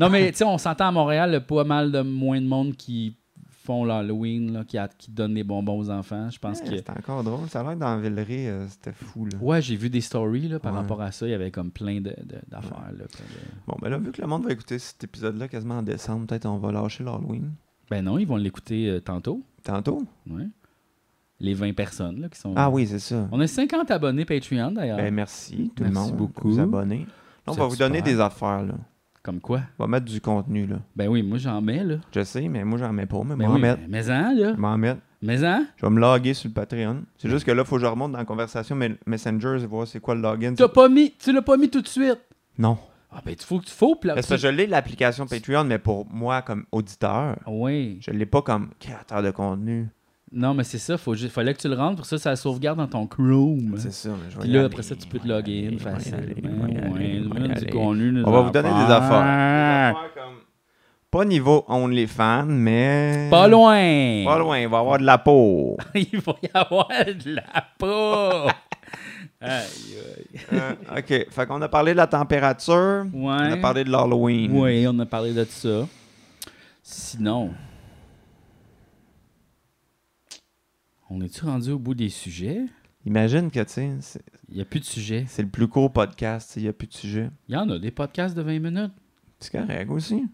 [SPEAKER 1] Non, mais tu sais, on s'entend à Montréal, il y a pas mal de moins de monde qui font l'Halloween, là, qui, a- qui donnent des bonbons aux enfants. Je pense
[SPEAKER 2] Ouais,
[SPEAKER 1] que.
[SPEAKER 2] Eh,
[SPEAKER 1] Oh.
[SPEAKER 2] C'était encore drôle. Ça a l'air que dans Villeray, euh, c'était fou. Là.
[SPEAKER 1] Ouais, j'ai vu des stories là, par
[SPEAKER 2] Ouais.
[SPEAKER 1] rapport à ça. Il y avait comme plein de- de- d'affaires. là, plein de-
[SPEAKER 2] Bon, ben là, vu que le monde va écouter cet épisode-là quasiment en décembre, peut-être on va lâcher l'Halloween.
[SPEAKER 1] Ben non, ils vont l'écouter euh, tantôt.
[SPEAKER 2] Tantôt?
[SPEAKER 1] Ouais. Les 20 personnes là, qui sont.
[SPEAKER 2] Ah oui, c'est ça.
[SPEAKER 1] On a 50 abonnés Patreon d'ailleurs.
[SPEAKER 2] Ben merci
[SPEAKER 1] Merci
[SPEAKER 2] tout le monde
[SPEAKER 1] beaucoup.
[SPEAKER 2] de vous abonner. Là, on
[SPEAKER 1] Vous
[SPEAKER 2] va
[SPEAKER 1] êtes
[SPEAKER 2] vous donner
[SPEAKER 1] super.
[SPEAKER 2] des affaires. Là.
[SPEAKER 1] Comme quoi?
[SPEAKER 2] On va mettre du contenu. là.
[SPEAKER 1] Ben oui, moi j'en mets là.
[SPEAKER 2] Je sais, mais moi, j'en mets pas. Mais
[SPEAKER 1] Ben
[SPEAKER 2] moi,
[SPEAKER 1] oui,
[SPEAKER 2] mettre.
[SPEAKER 1] ben, mets-en, là.
[SPEAKER 2] Je vais en mettre.
[SPEAKER 1] Mets-en.
[SPEAKER 2] Je vais me loguer sur le Patreon. C'est juste que là, il faut que je remonte dans la conversation mais Messenger et voir c'est quoi le login.
[SPEAKER 1] T'as pas mis, tu l'as pas mis tout de suite.
[SPEAKER 2] Non.
[SPEAKER 1] Ah ben tu faut que tu faut pla-
[SPEAKER 2] Parce que
[SPEAKER 1] tu-
[SPEAKER 2] je l'ai l'application Patreon, mais pour moi, comme auditeur,
[SPEAKER 1] Ah Oui.
[SPEAKER 2] je l'ai pas comme créateur de contenu.
[SPEAKER 1] Non, mais c'est ça, faut ju- fallait que tu le rentres pour ça ça sauvegarde dans ton Chrome.
[SPEAKER 2] C'est ça. mais je vais
[SPEAKER 1] Puis
[SPEAKER 2] y
[SPEAKER 1] là
[SPEAKER 2] aller,
[SPEAKER 1] après ça tu peux te
[SPEAKER 2] je vais y
[SPEAKER 1] loguer
[SPEAKER 2] aller,
[SPEAKER 1] in
[SPEAKER 2] je vais y aller, je
[SPEAKER 1] facilement.
[SPEAKER 2] vais y aller,
[SPEAKER 1] Ouais,
[SPEAKER 2] je vais
[SPEAKER 1] le
[SPEAKER 2] y
[SPEAKER 1] monde du
[SPEAKER 2] aller.
[SPEAKER 1] contenu, nous
[SPEAKER 2] On va vous donner des
[SPEAKER 1] affaires.
[SPEAKER 2] affaires comme- Pas niveau OnlyFans, mais.
[SPEAKER 1] Pas loin.
[SPEAKER 2] Pas loin, il va y avoir de la peau.
[SPEAKER 1] Il va y avoir de la peau. aïe, aïe.
[SPEAKER 2] Euh, ok, fait qu'on a parlé de la température.
[SPEAKER 1] Ouais.
[SPEAKER 2] On a parlé de l'Halloween.
[SPEAKER 1] Oui, on a parlé de ça. Sinon, on est-tu rendu au bout des sujets?
[SPEAKER 2] Imagine que, tu sais, c'est-
[SPEAKER 1] Il n'y a plus de sujets.
[SPEAKER 2] c'est le plus court podcast, tu sais, il n'y a plus de sujet.
[SPEAKER 1] Il y en a des podcasts de 20 minutes.
[SPEAKER 2] C'est correct aussi.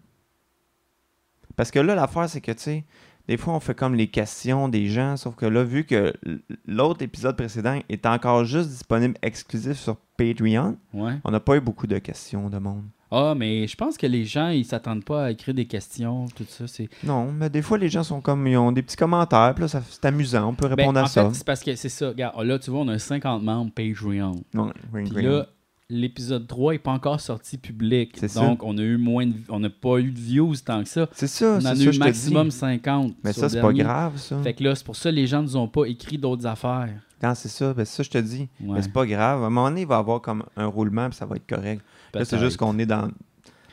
[SPEAKER 2] Parce que là, l'affaire, c'est que, tu sais, des fois, on fait comme les questions des gens, sauf que là, vu que l- l'autre épisode précédent est encore juste disponible exclusif sur Patreon,
[SPEAKER 1] Ouais.
[SPEAKER 2] on n'a pas eu beaucoup de questions de monde.
[SPEAKER 1] Ah, mais je pense que les gens, ils s'attendent pas à écrire des questions, tout ça. C'est
[SPEAKER 2] Non, mais des fois, les gens sont comme, ils ont des petits commentaires, puis là, ça- c'est amusant, on peut
[SPEAKER 1] Ben,
[SPEAKER 2] répondre à
[SPEAKER 1] en
[SPEAKER 2] ça.
[SPEAKER 1] fait, c'est parce que c'est ça. Regarde, là, tu vois, on a 50 membres Patreon.
[SPEAKER 2] Ouais, ring,
[SPEAKER 1] Puis
[SPEAKER 2] ring.
[SPEAKER 1] là, l'épisode 3 est pas encore sorti public.
[SPEAKER 2] C'est ça.
[SPEAKER 1] Donc, on a eu moins de... On n'a pas eu de views tant que ça.
[SPEAKER 2] Ah, c'est ça,
[SPEAKER 1] on en a
[SPEAKER 2] c'est
[SPEAKER 1] eu
[SPEAKER 2] ça, je te
[SPEAKER 1] maximum
[SPEAKER 2] dis.
[SPEAKER 1] 50.
[SPEAKER 2] Mais
[SPEAKER 1] sur
[SPEAKER 2] ça,
[SPEAKER 1] le
[SPEAKER 2] c'est pas
[SPEAKER 1] dernier.
[SPEAKER 2] grave, ça.
[SPEAKER 1] Fait que là, c'est pour ça les gens nous ont pas écrit d'autres affaires.
[SPEAKER 2] Non, c'est ça, ben, ça, je te dis.
[SPEAKER 1] Ouais,
[SPEAKER 2] Mais c'est pas grave. À un moment donné, il va y avoir comme un roulement, puis ça va être correct. Là, c'est
[SPEAKER 1] peut-être.
[SPEAKER 2] juste qu'on est dans,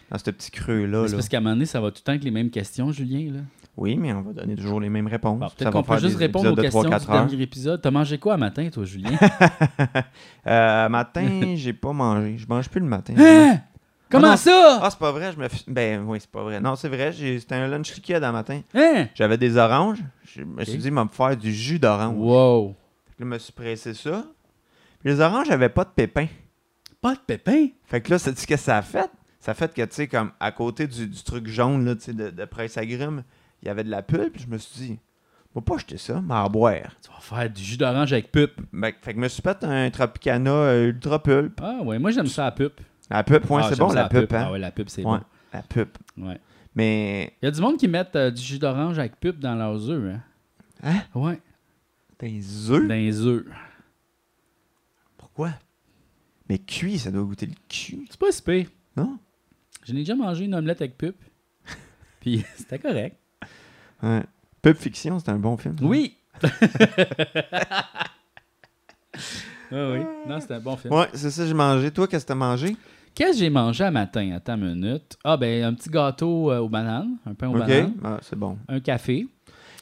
[SPEAKER 2] dans ce petit creux-là.
[SPEAKER 1] Mais C'est
[SPEAKER 2] là.
[SPEAKER 1] parce qu'à un moment donné, ça va tout le temps avec les mêmes questions, Julien. Là.
[SPEAKER 2] Oui, mais on va donner toujours les mêmes réponses.
[SPEAKER 1] Bon,
[SPEAKER 2] Ça
[SPEAKER 1] Peut-être
[SPEAKER 2] va
[SPEAKER 1] qu'on peut
[SPEAKER 2] faire
[SPEAKER 1] juste
[SPEAKER 2] des
[SPEAKER 1] répondre aux
[SPEAKER 2] épisodes de
[SPEAKER 1] questions
[SPEAKER 2] trois,
[SPEAKER 1] du
[SPEAKER 2] quatre heures.
[SPEAKER 1] dernier épisode. T'as mangé quoi à matin, toi, Julien?
[SPEAKER 2] Euh, matin, j'ai pas mangé. Je mange plus le matin.
[SPEAKER 1] Hein? Comment
[SPEAKER 2] non.
[SPEAKER 1] ça?
[SPEAKER 2] Ah, c'est pas vrai. Je me fais- Ben oui, c'est pas vrai. Non, c'est vrai. j'ai- C'était un lunch liquide à matin.
[SPEAKER 1] Hein?
[SPEAKER 2] J'avais des oranges. Je me suis
[SPEAKER 1] Ok.
[SPEAKER 2] dit, il va me faire du jus d'orange.
[SPEAKER 1] Wow.
[SPEAKER 2] Fait que là, Je me suis pressé ça. Puis les oranges n'avaient pas de pépins.
[SPEAKER 1] Pas de pépins?
[SPEAKER 2] Fait que là, c'est ce que ça a fait. Ça a fait que, tu sais, comme à côté du, du truc jaune, là, tu sais, de, de presse à grume, il y avait de la pulpe. Je me suis dit, va pas jeter ça, mais en boire.
[SPEAKER 1] Tu vas faire du jus d'orange avec pup.
[SPEAKER 2] Ben, fait que je me suis fait un Tropicana euh, ultra pulpe.
[SPEAKER 1] Ah ouais, moi j'aime ça à pup.
[SPEAKER 2] La pulpe, ouais,
[SPEAKER 1] Ah,
[SPEAKER 2] c'est
[SPEAKER 1] j'aime
[SPEAKER 2] bon,
[SPEAKER 1] ça
[SPEAKER 2] la
[SPEAKER 1] à
[SPEAKER 2] pulpe,
[SPEAKER 1] Ah
[SPEAKER 2] hein?
[SPEAKER 1] ouais, la pup, c'est
[SPEAKER 2] Ouais, la pulpe.
[SPEAKER 1] bon. Ouais.
[SPEAKER 2] Mais,
[SPEAKER 1] Il y a du monde qui met du jus d'orange avec pup dans leurs œufs. Hein?
[SPEAKER 2] Hein?
[SPEAKER 1] Ouais,
[SPEAKER 2] des œufs?
[SPEAKER 1] dans les œufs.
[SPEAKER 2] Pourquoi? Mais cuit, ça doit goûter le cul,
[SPEAKER 1] C'est pas si pire.
[SPEAKER 2] non?
[SPEAKER 1] Je n'ai déjà mangé une omelette avec pup. Puis c'était correct.
[SPEAKER 2] Ouais. Pulp Fiction, c'est un bon film. ça.
[SPEAKER 1] Oui! Ah oui, non, c'était un bon film.
[SPEAKER 2] Ouais, c'est ça, j'ai mangé. Toi, qu'est-ce que t'as mangé?
[SPEAKER 1] Qu'est-ce que j'ai mangé à matin? Attends une minute. Ah, ben, un petit gâteau euh, aux bananes, un pain aux
[SPEAKER 2] ok,
[SPEAKER 1] bananes,
[SPEAKER 2] Ah, c'est bon.
[SPEAKER 1] un café.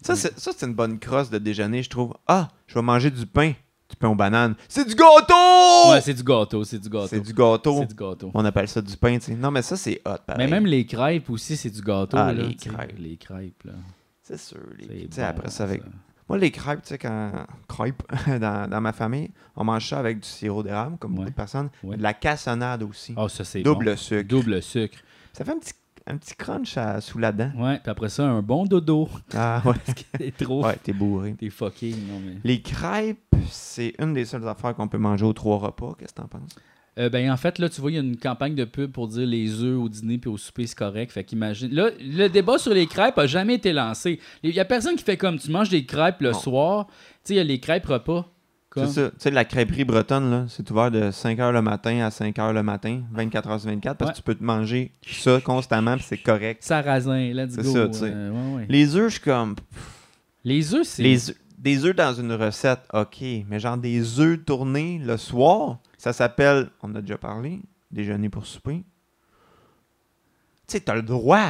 [SPEAKER 2] Ça, c'est ça, c'est une bonne crosse de déjeuner, je trouve. Ah, je vais manger du pain. Du pain aux bananes. C'est du gâteau!
[SPEAKER 1] Ouais, c'est du gâteau, c'est du gâteau.
[SPEAKER 2] Oh! c'est du gâteau.
[SPEAKER 1] C'est du gâteau.
[SPEAKER 2] On appelle ça du pain, tu sais. Non, mais ça, c'est hot, pareil.
[SPEAKER 1] Mais même les crêpes aussi, c'est du gâteau.
[SPEAKER 2] Ah,
[SPEAKER 1] là,
[SPEAKER 2] les
[SPEAKER 1] tu sais,
[SPEAKER 2] crêpes.
[SPEAKER 1] Les crêpes, là.
[SPEAKER 2] C'est sûr. les-
[SPEAKER 1] C'est
[SPEAKER 2] Tu sais,
[SPEAKER 1] bon,
[SPEAKER 2] après ça, avec...
[SPEAKER 1] ça.
[SPEAKER 2] Moi, les crêpes, tu sais, quand... Crêpes, dans, dans ma famille, on mange ça avec du sirop d'érable, comme beaucoup
[SPEAKER 1] Ouais.
[SPEAKER 2] de personnes.
[SPEAKER 1] Ouais.
[SPEAKER 2] De la cassonade aussi.
[SPEAKER 1] Ah, ça, c'est
[SPEAKER 2] Double
[SPEAKER 1] bon.
[SPEAKER 2] sucre.
[SPEAKER 1] Double sucre.
[SPEAKER 2] Ça fait un petit, un petit crunch à- sous la dent.
[SPEAKER 1] Ouais, puis après ça, un bon dodo.
[SPEAKER 2] Ah, ouais.
[SPEAKER 1] T'es trop...
[SPEAKER 2] ouais, t'es bourré.
[SPEAKER 1] T'es fucké, non, mais...
[SPEAKER 2] Les crêpes, c'est une des seules affaires qu'on peut manger aux trois repas. Qu'est-ce que t'en penses?
[SPEAKER 1] Euh, ben, en fait, là, tu vois, il y a une campagne de pub pour dire les œufs au dîner puis au souper, c'est correct. Fait qu'imagine. Là, le débat sur les crêpes a jamais été lancé. Il y a personne qui fait comme tu manges des crêpes le
[SPEAKER 2] Non.
[SPEAKER 1] soir. Tu sais, il y a les crêpes repas. Comme...
[SPEAKER 2] C'est ça. Tu sais, la crêperie bretonne, là, c'est ouvert de 5h le matin à 5h le matin, 24h sur 24, parce
[SPEAKER 1] Ouais.
[SPEAKER 2] que tu peux te manger ça constamment, puis c'est correct.
[SPEAKER 1] Sarrasin, let's
[SPEAKER 2] C'est
[SPEAKER 1] go.
[SPEAKER 2] ça, tu sais.
[SPEAKER 1] euh, ouais, ouais.
[SPEAKER 2] Les œufs, je suis comme.
[SPEAKER 1] Les œufs, c'est.
[SPEAKER 2] Les œufs- des œufs dans une recette, ok, mais genre des œufs tournés le soir, ça s'appelle, on en a déjà parlé, déjeuner pour souper. Tu sais, t'as le droit.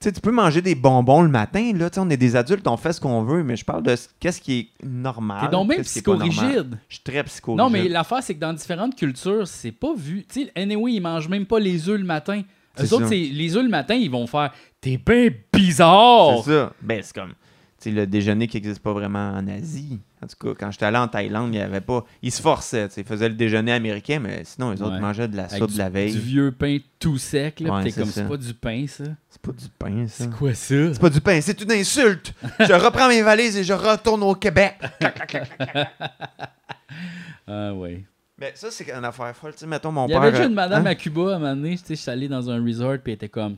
[SPEAKER 2] Tu sais, tu peux manger des bonbons le matin, là. Tu sais, on est des adultes, on fait ce qu'on veut, mais je parle de ce- qu'est-ce qui est normal.
[SPEAKER 1] T'es donc bien
[SPEAKER 2] qu'est-ce qui est pas normal.
[SPEAKER 1] psychorigide.
[SPEAKER 2] Je suis très psychorigide.
[SPEAKER 1] Non, mais l'affaire, c'est que dans différentes cultures, c'est pas vu. Tu sais, anyway, ils mangent même pas les œufs le matin.
[SPEAKER 2] C'est
[SPEAKER 1] Eux autres,
[SPEAKER 2] ça.
[SPEAKER 1] c'est- les œufs le matin, ils vont faire T'es bien bizarre!
[SPEAKER 2] C'est ça. Ben, c'est comme. Tu sais, le déjeuner qui n'existe pas vraiment en Asie. En tout cas, quand j'étais allé en Thaïlande, il y avait pas. Ils se forçaient. tu sais, Ils faisaient le déjeuner américain, mais sinon, les autres
[SPEAKER 1] Ouais.
[SPEAKER 2] mangeaient de la
[SPEAKER 1] Avec
[SPEAKER 2] soupe
[SPEAKER 1] du-
[SPEAKER 2] de la veille.
[SPEAKER 1] Du vieux pain tout sec, là.
[SPEAKER 2] Ouais,
[SPEAKER 1] pis t'es
[SPEAKER 2] c'est
[SPEAKER 1] comme,
[SPEAKER 2] ça.
[SPEAKER 1] c'est pas du pain, ça.
[SPEAKER 2] C'est pas du pain, ça.
[SPEAKER 1] C'est quoi ça?
[SPEAKER 2] C'est pas du pain, c'est une insulte. je reprends mes valises et je retourne au Québec.
[SPEAKER 1] Ah, ouais.
[SPEAKER 2] mais ça, c'est une affaire folle. Tu sais, mettons, mon
[SPEAKER 1] Il y
[SPEAKER 2] père.
[SPEAKER 1] avait déjà une
[SPEAKER 2] euh,
[SPEAKER 1] madame
[SPEAKER 2] hein?
[SPEAKER 1] à Cuba à un moment donné, tu sais, je suis allé dans un resort, puis elle était comme,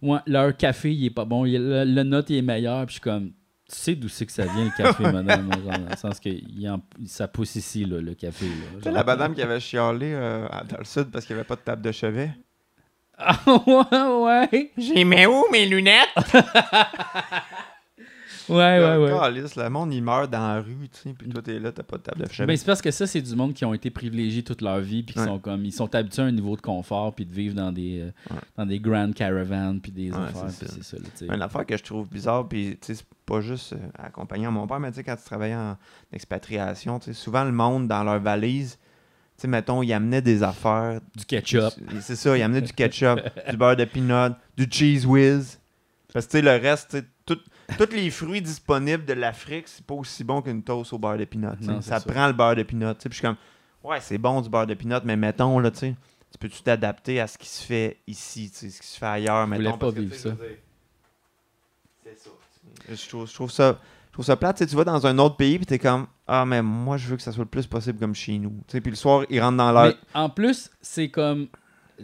[SPEAKER 1] ouais, leur café, il est pas bon, il- le, le nôtre, il est meilleur, puis je suis comme, tu sais d'où c'est que ça vient le café, madame, genre, dans le sens que il en- ça pousse ici, là, le café. là.
[SPEAKER 2] Tu sais, la madame qui avait chialé euh, dans le sud parce qu'il n'y avait pas de table de chevet.
[SPEAKER 1] Ah, ouais, ouais.
[SPEAKER 2] J'ai mets où mes lunettes?
[SPEAKER 1] Ouais, ouais, ouais.
[SPEAKER 2] Calisse, le monde, il meurt dans la rue, tu sais, puis toi, t'es là, t'as pas de table de chevet.
[SPEAKER 1] Ben, c'est parce que ça, c'est du monde qui ont été privilégiés toute leur vie, puis qui
[SPEAKER 2] Ouais.
[SPEAKER 1] sont comme, ils sont habitués à un niveau de confort, puis de vivre dans des, euh,
[SPEAKER 2] Ouais.
[SPEAKER 1] dans des grand caravans, puis des
[SPEAKER 2] Ouais,
[SPEAKER 1] affaires,
[SPEAKER 2] c'est
[SPEAKER 1] puis
[SPEAKER 2] ça.
[SPEAKER 1] c'est ça, là, tu sais.
[SPEAKER 2] Une affaire que je trouve bizarre, puis tu sais, c'est pas juste euh, accompagnant mon père, mais tu sais, quand tu travaillais en expatriation, tu sais, souvent le monde dans leur valise, tu sais, mettons, ils amenaient des affaires.
[SPEAKER 1] Du ketchup.
[SPEAKER 2] C'est- C'est ça, ils amenaient du ketchup, du beurre de peanut, du cheese whiz. Parce que tu sais, le reste, tu sais, tout- tous les fruits disponibles de l'Afrique, c'est pas aussi bon qu'une toast au beurre de peanut. tu sais.
[SPEAKER 1] Non, c'est
[SPEAKER 2] ça
[SPEAKER 1] ça.
[SPEAKER 2] prend le beurre de peanut. tu sais, Puis je suis comme, ouais, c'est bon du beurre de peanut, mais mettons, là, tu sais, tu peux-tu t'adapter à ce qui se fait ici, tu sais, ce qui se fait ailleurs,
[SPEAKER 1] voulais
[SPEAKER 2] mettons,
[SPEAKER 1] pas
[SPEAKER 2] parce que,
[SPEAKER 1] vivre
[SPEAKER 2] tu sais,
[SPEAKER 1] ça.
[SPEAKER 2] je veux dire, C'est ça. tu sais. Je trouve, je trouve ça. Je trouve ça plate, tu sais, tu vas dans un autre pays puis t'es comme Ah mais moi je veux que ça soit le plus possible comme chez nous. Tu sais, puis le soir, ils rentrent dans leur.
[SPEAKER 1] Mais en plus, c'est comme.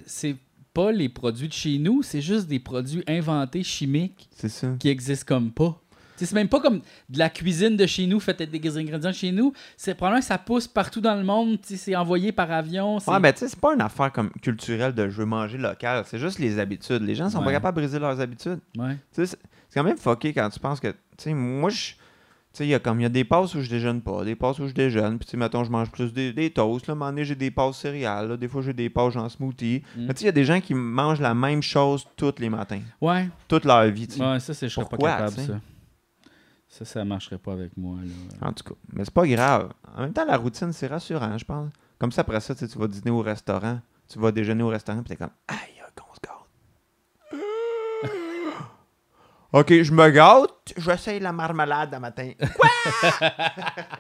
[SPEAKER 1] C'est pas les produits de chez nous, c'est juste des produits inventés chimiques
[SPEAKER 2] C'est ça.
[SPEAKER 1] qui existent comme pas. Tu sais, C'est même pas comme de la cuisine de chez nous faite avec des ingrédients de chez nous. C'est probablement que ça pousse partout dans le monde. tu sais, C'est envoyé par avion. c'est-
[SPEAKER 2] Ouais, ben mais tu sais, c'est pas une affaire comme culturelle de je veux manger local, c'est juste les habitudes. Les gens sont
[SPEAKER 1] Ouais.
[SPEAKER 2] pas capables de briser leurs habitudes.
[SPEAKER 1] Ouais.
[SPEAKER 2] Tu sais, C'est c'est quand même fucké quand tu penses que. Tu sais, moi, je. Tu sais, il y a comme il y a des passes où je déjeune pas, des passes où je déjeune, puis tu sais, mettons, je mange plus des, des toasts, là, à un moment donné, j'ai des passes céréales, là, des fois, j'ai des passes en smoothie.
[SPEAKER 1] Mm.
[SPEAKER 2] Mais tu sais, il y a des gens qui mangent la même chose tous les matins,
[SPEAKER 1] ouais.
[SPEAKER 2] toute leur vie, tu sais.
[SPEAKER 1] Ouais, ça, c'est je serais pas
[SPEAKER 2] Pourquoi,
[SPEAKER 1] capable,
[SPEAKER 2] tu sais?
[SPEAKER 1] ça. Ça, ça marcherait pas avec moi. là.
[SPEAKER 2] En tout cas, mais c'est pas grave. En même temps, la routine, c'est rassurant, je pense. Comme ça, après ça, tu sais, tu vas dîner au restaurant, tu vas déjeuner au restaurant, puis t'es comme, aïe, qu'on se gâte. ok, je me gâte, j'essaye la marmelade le matin. Quoi?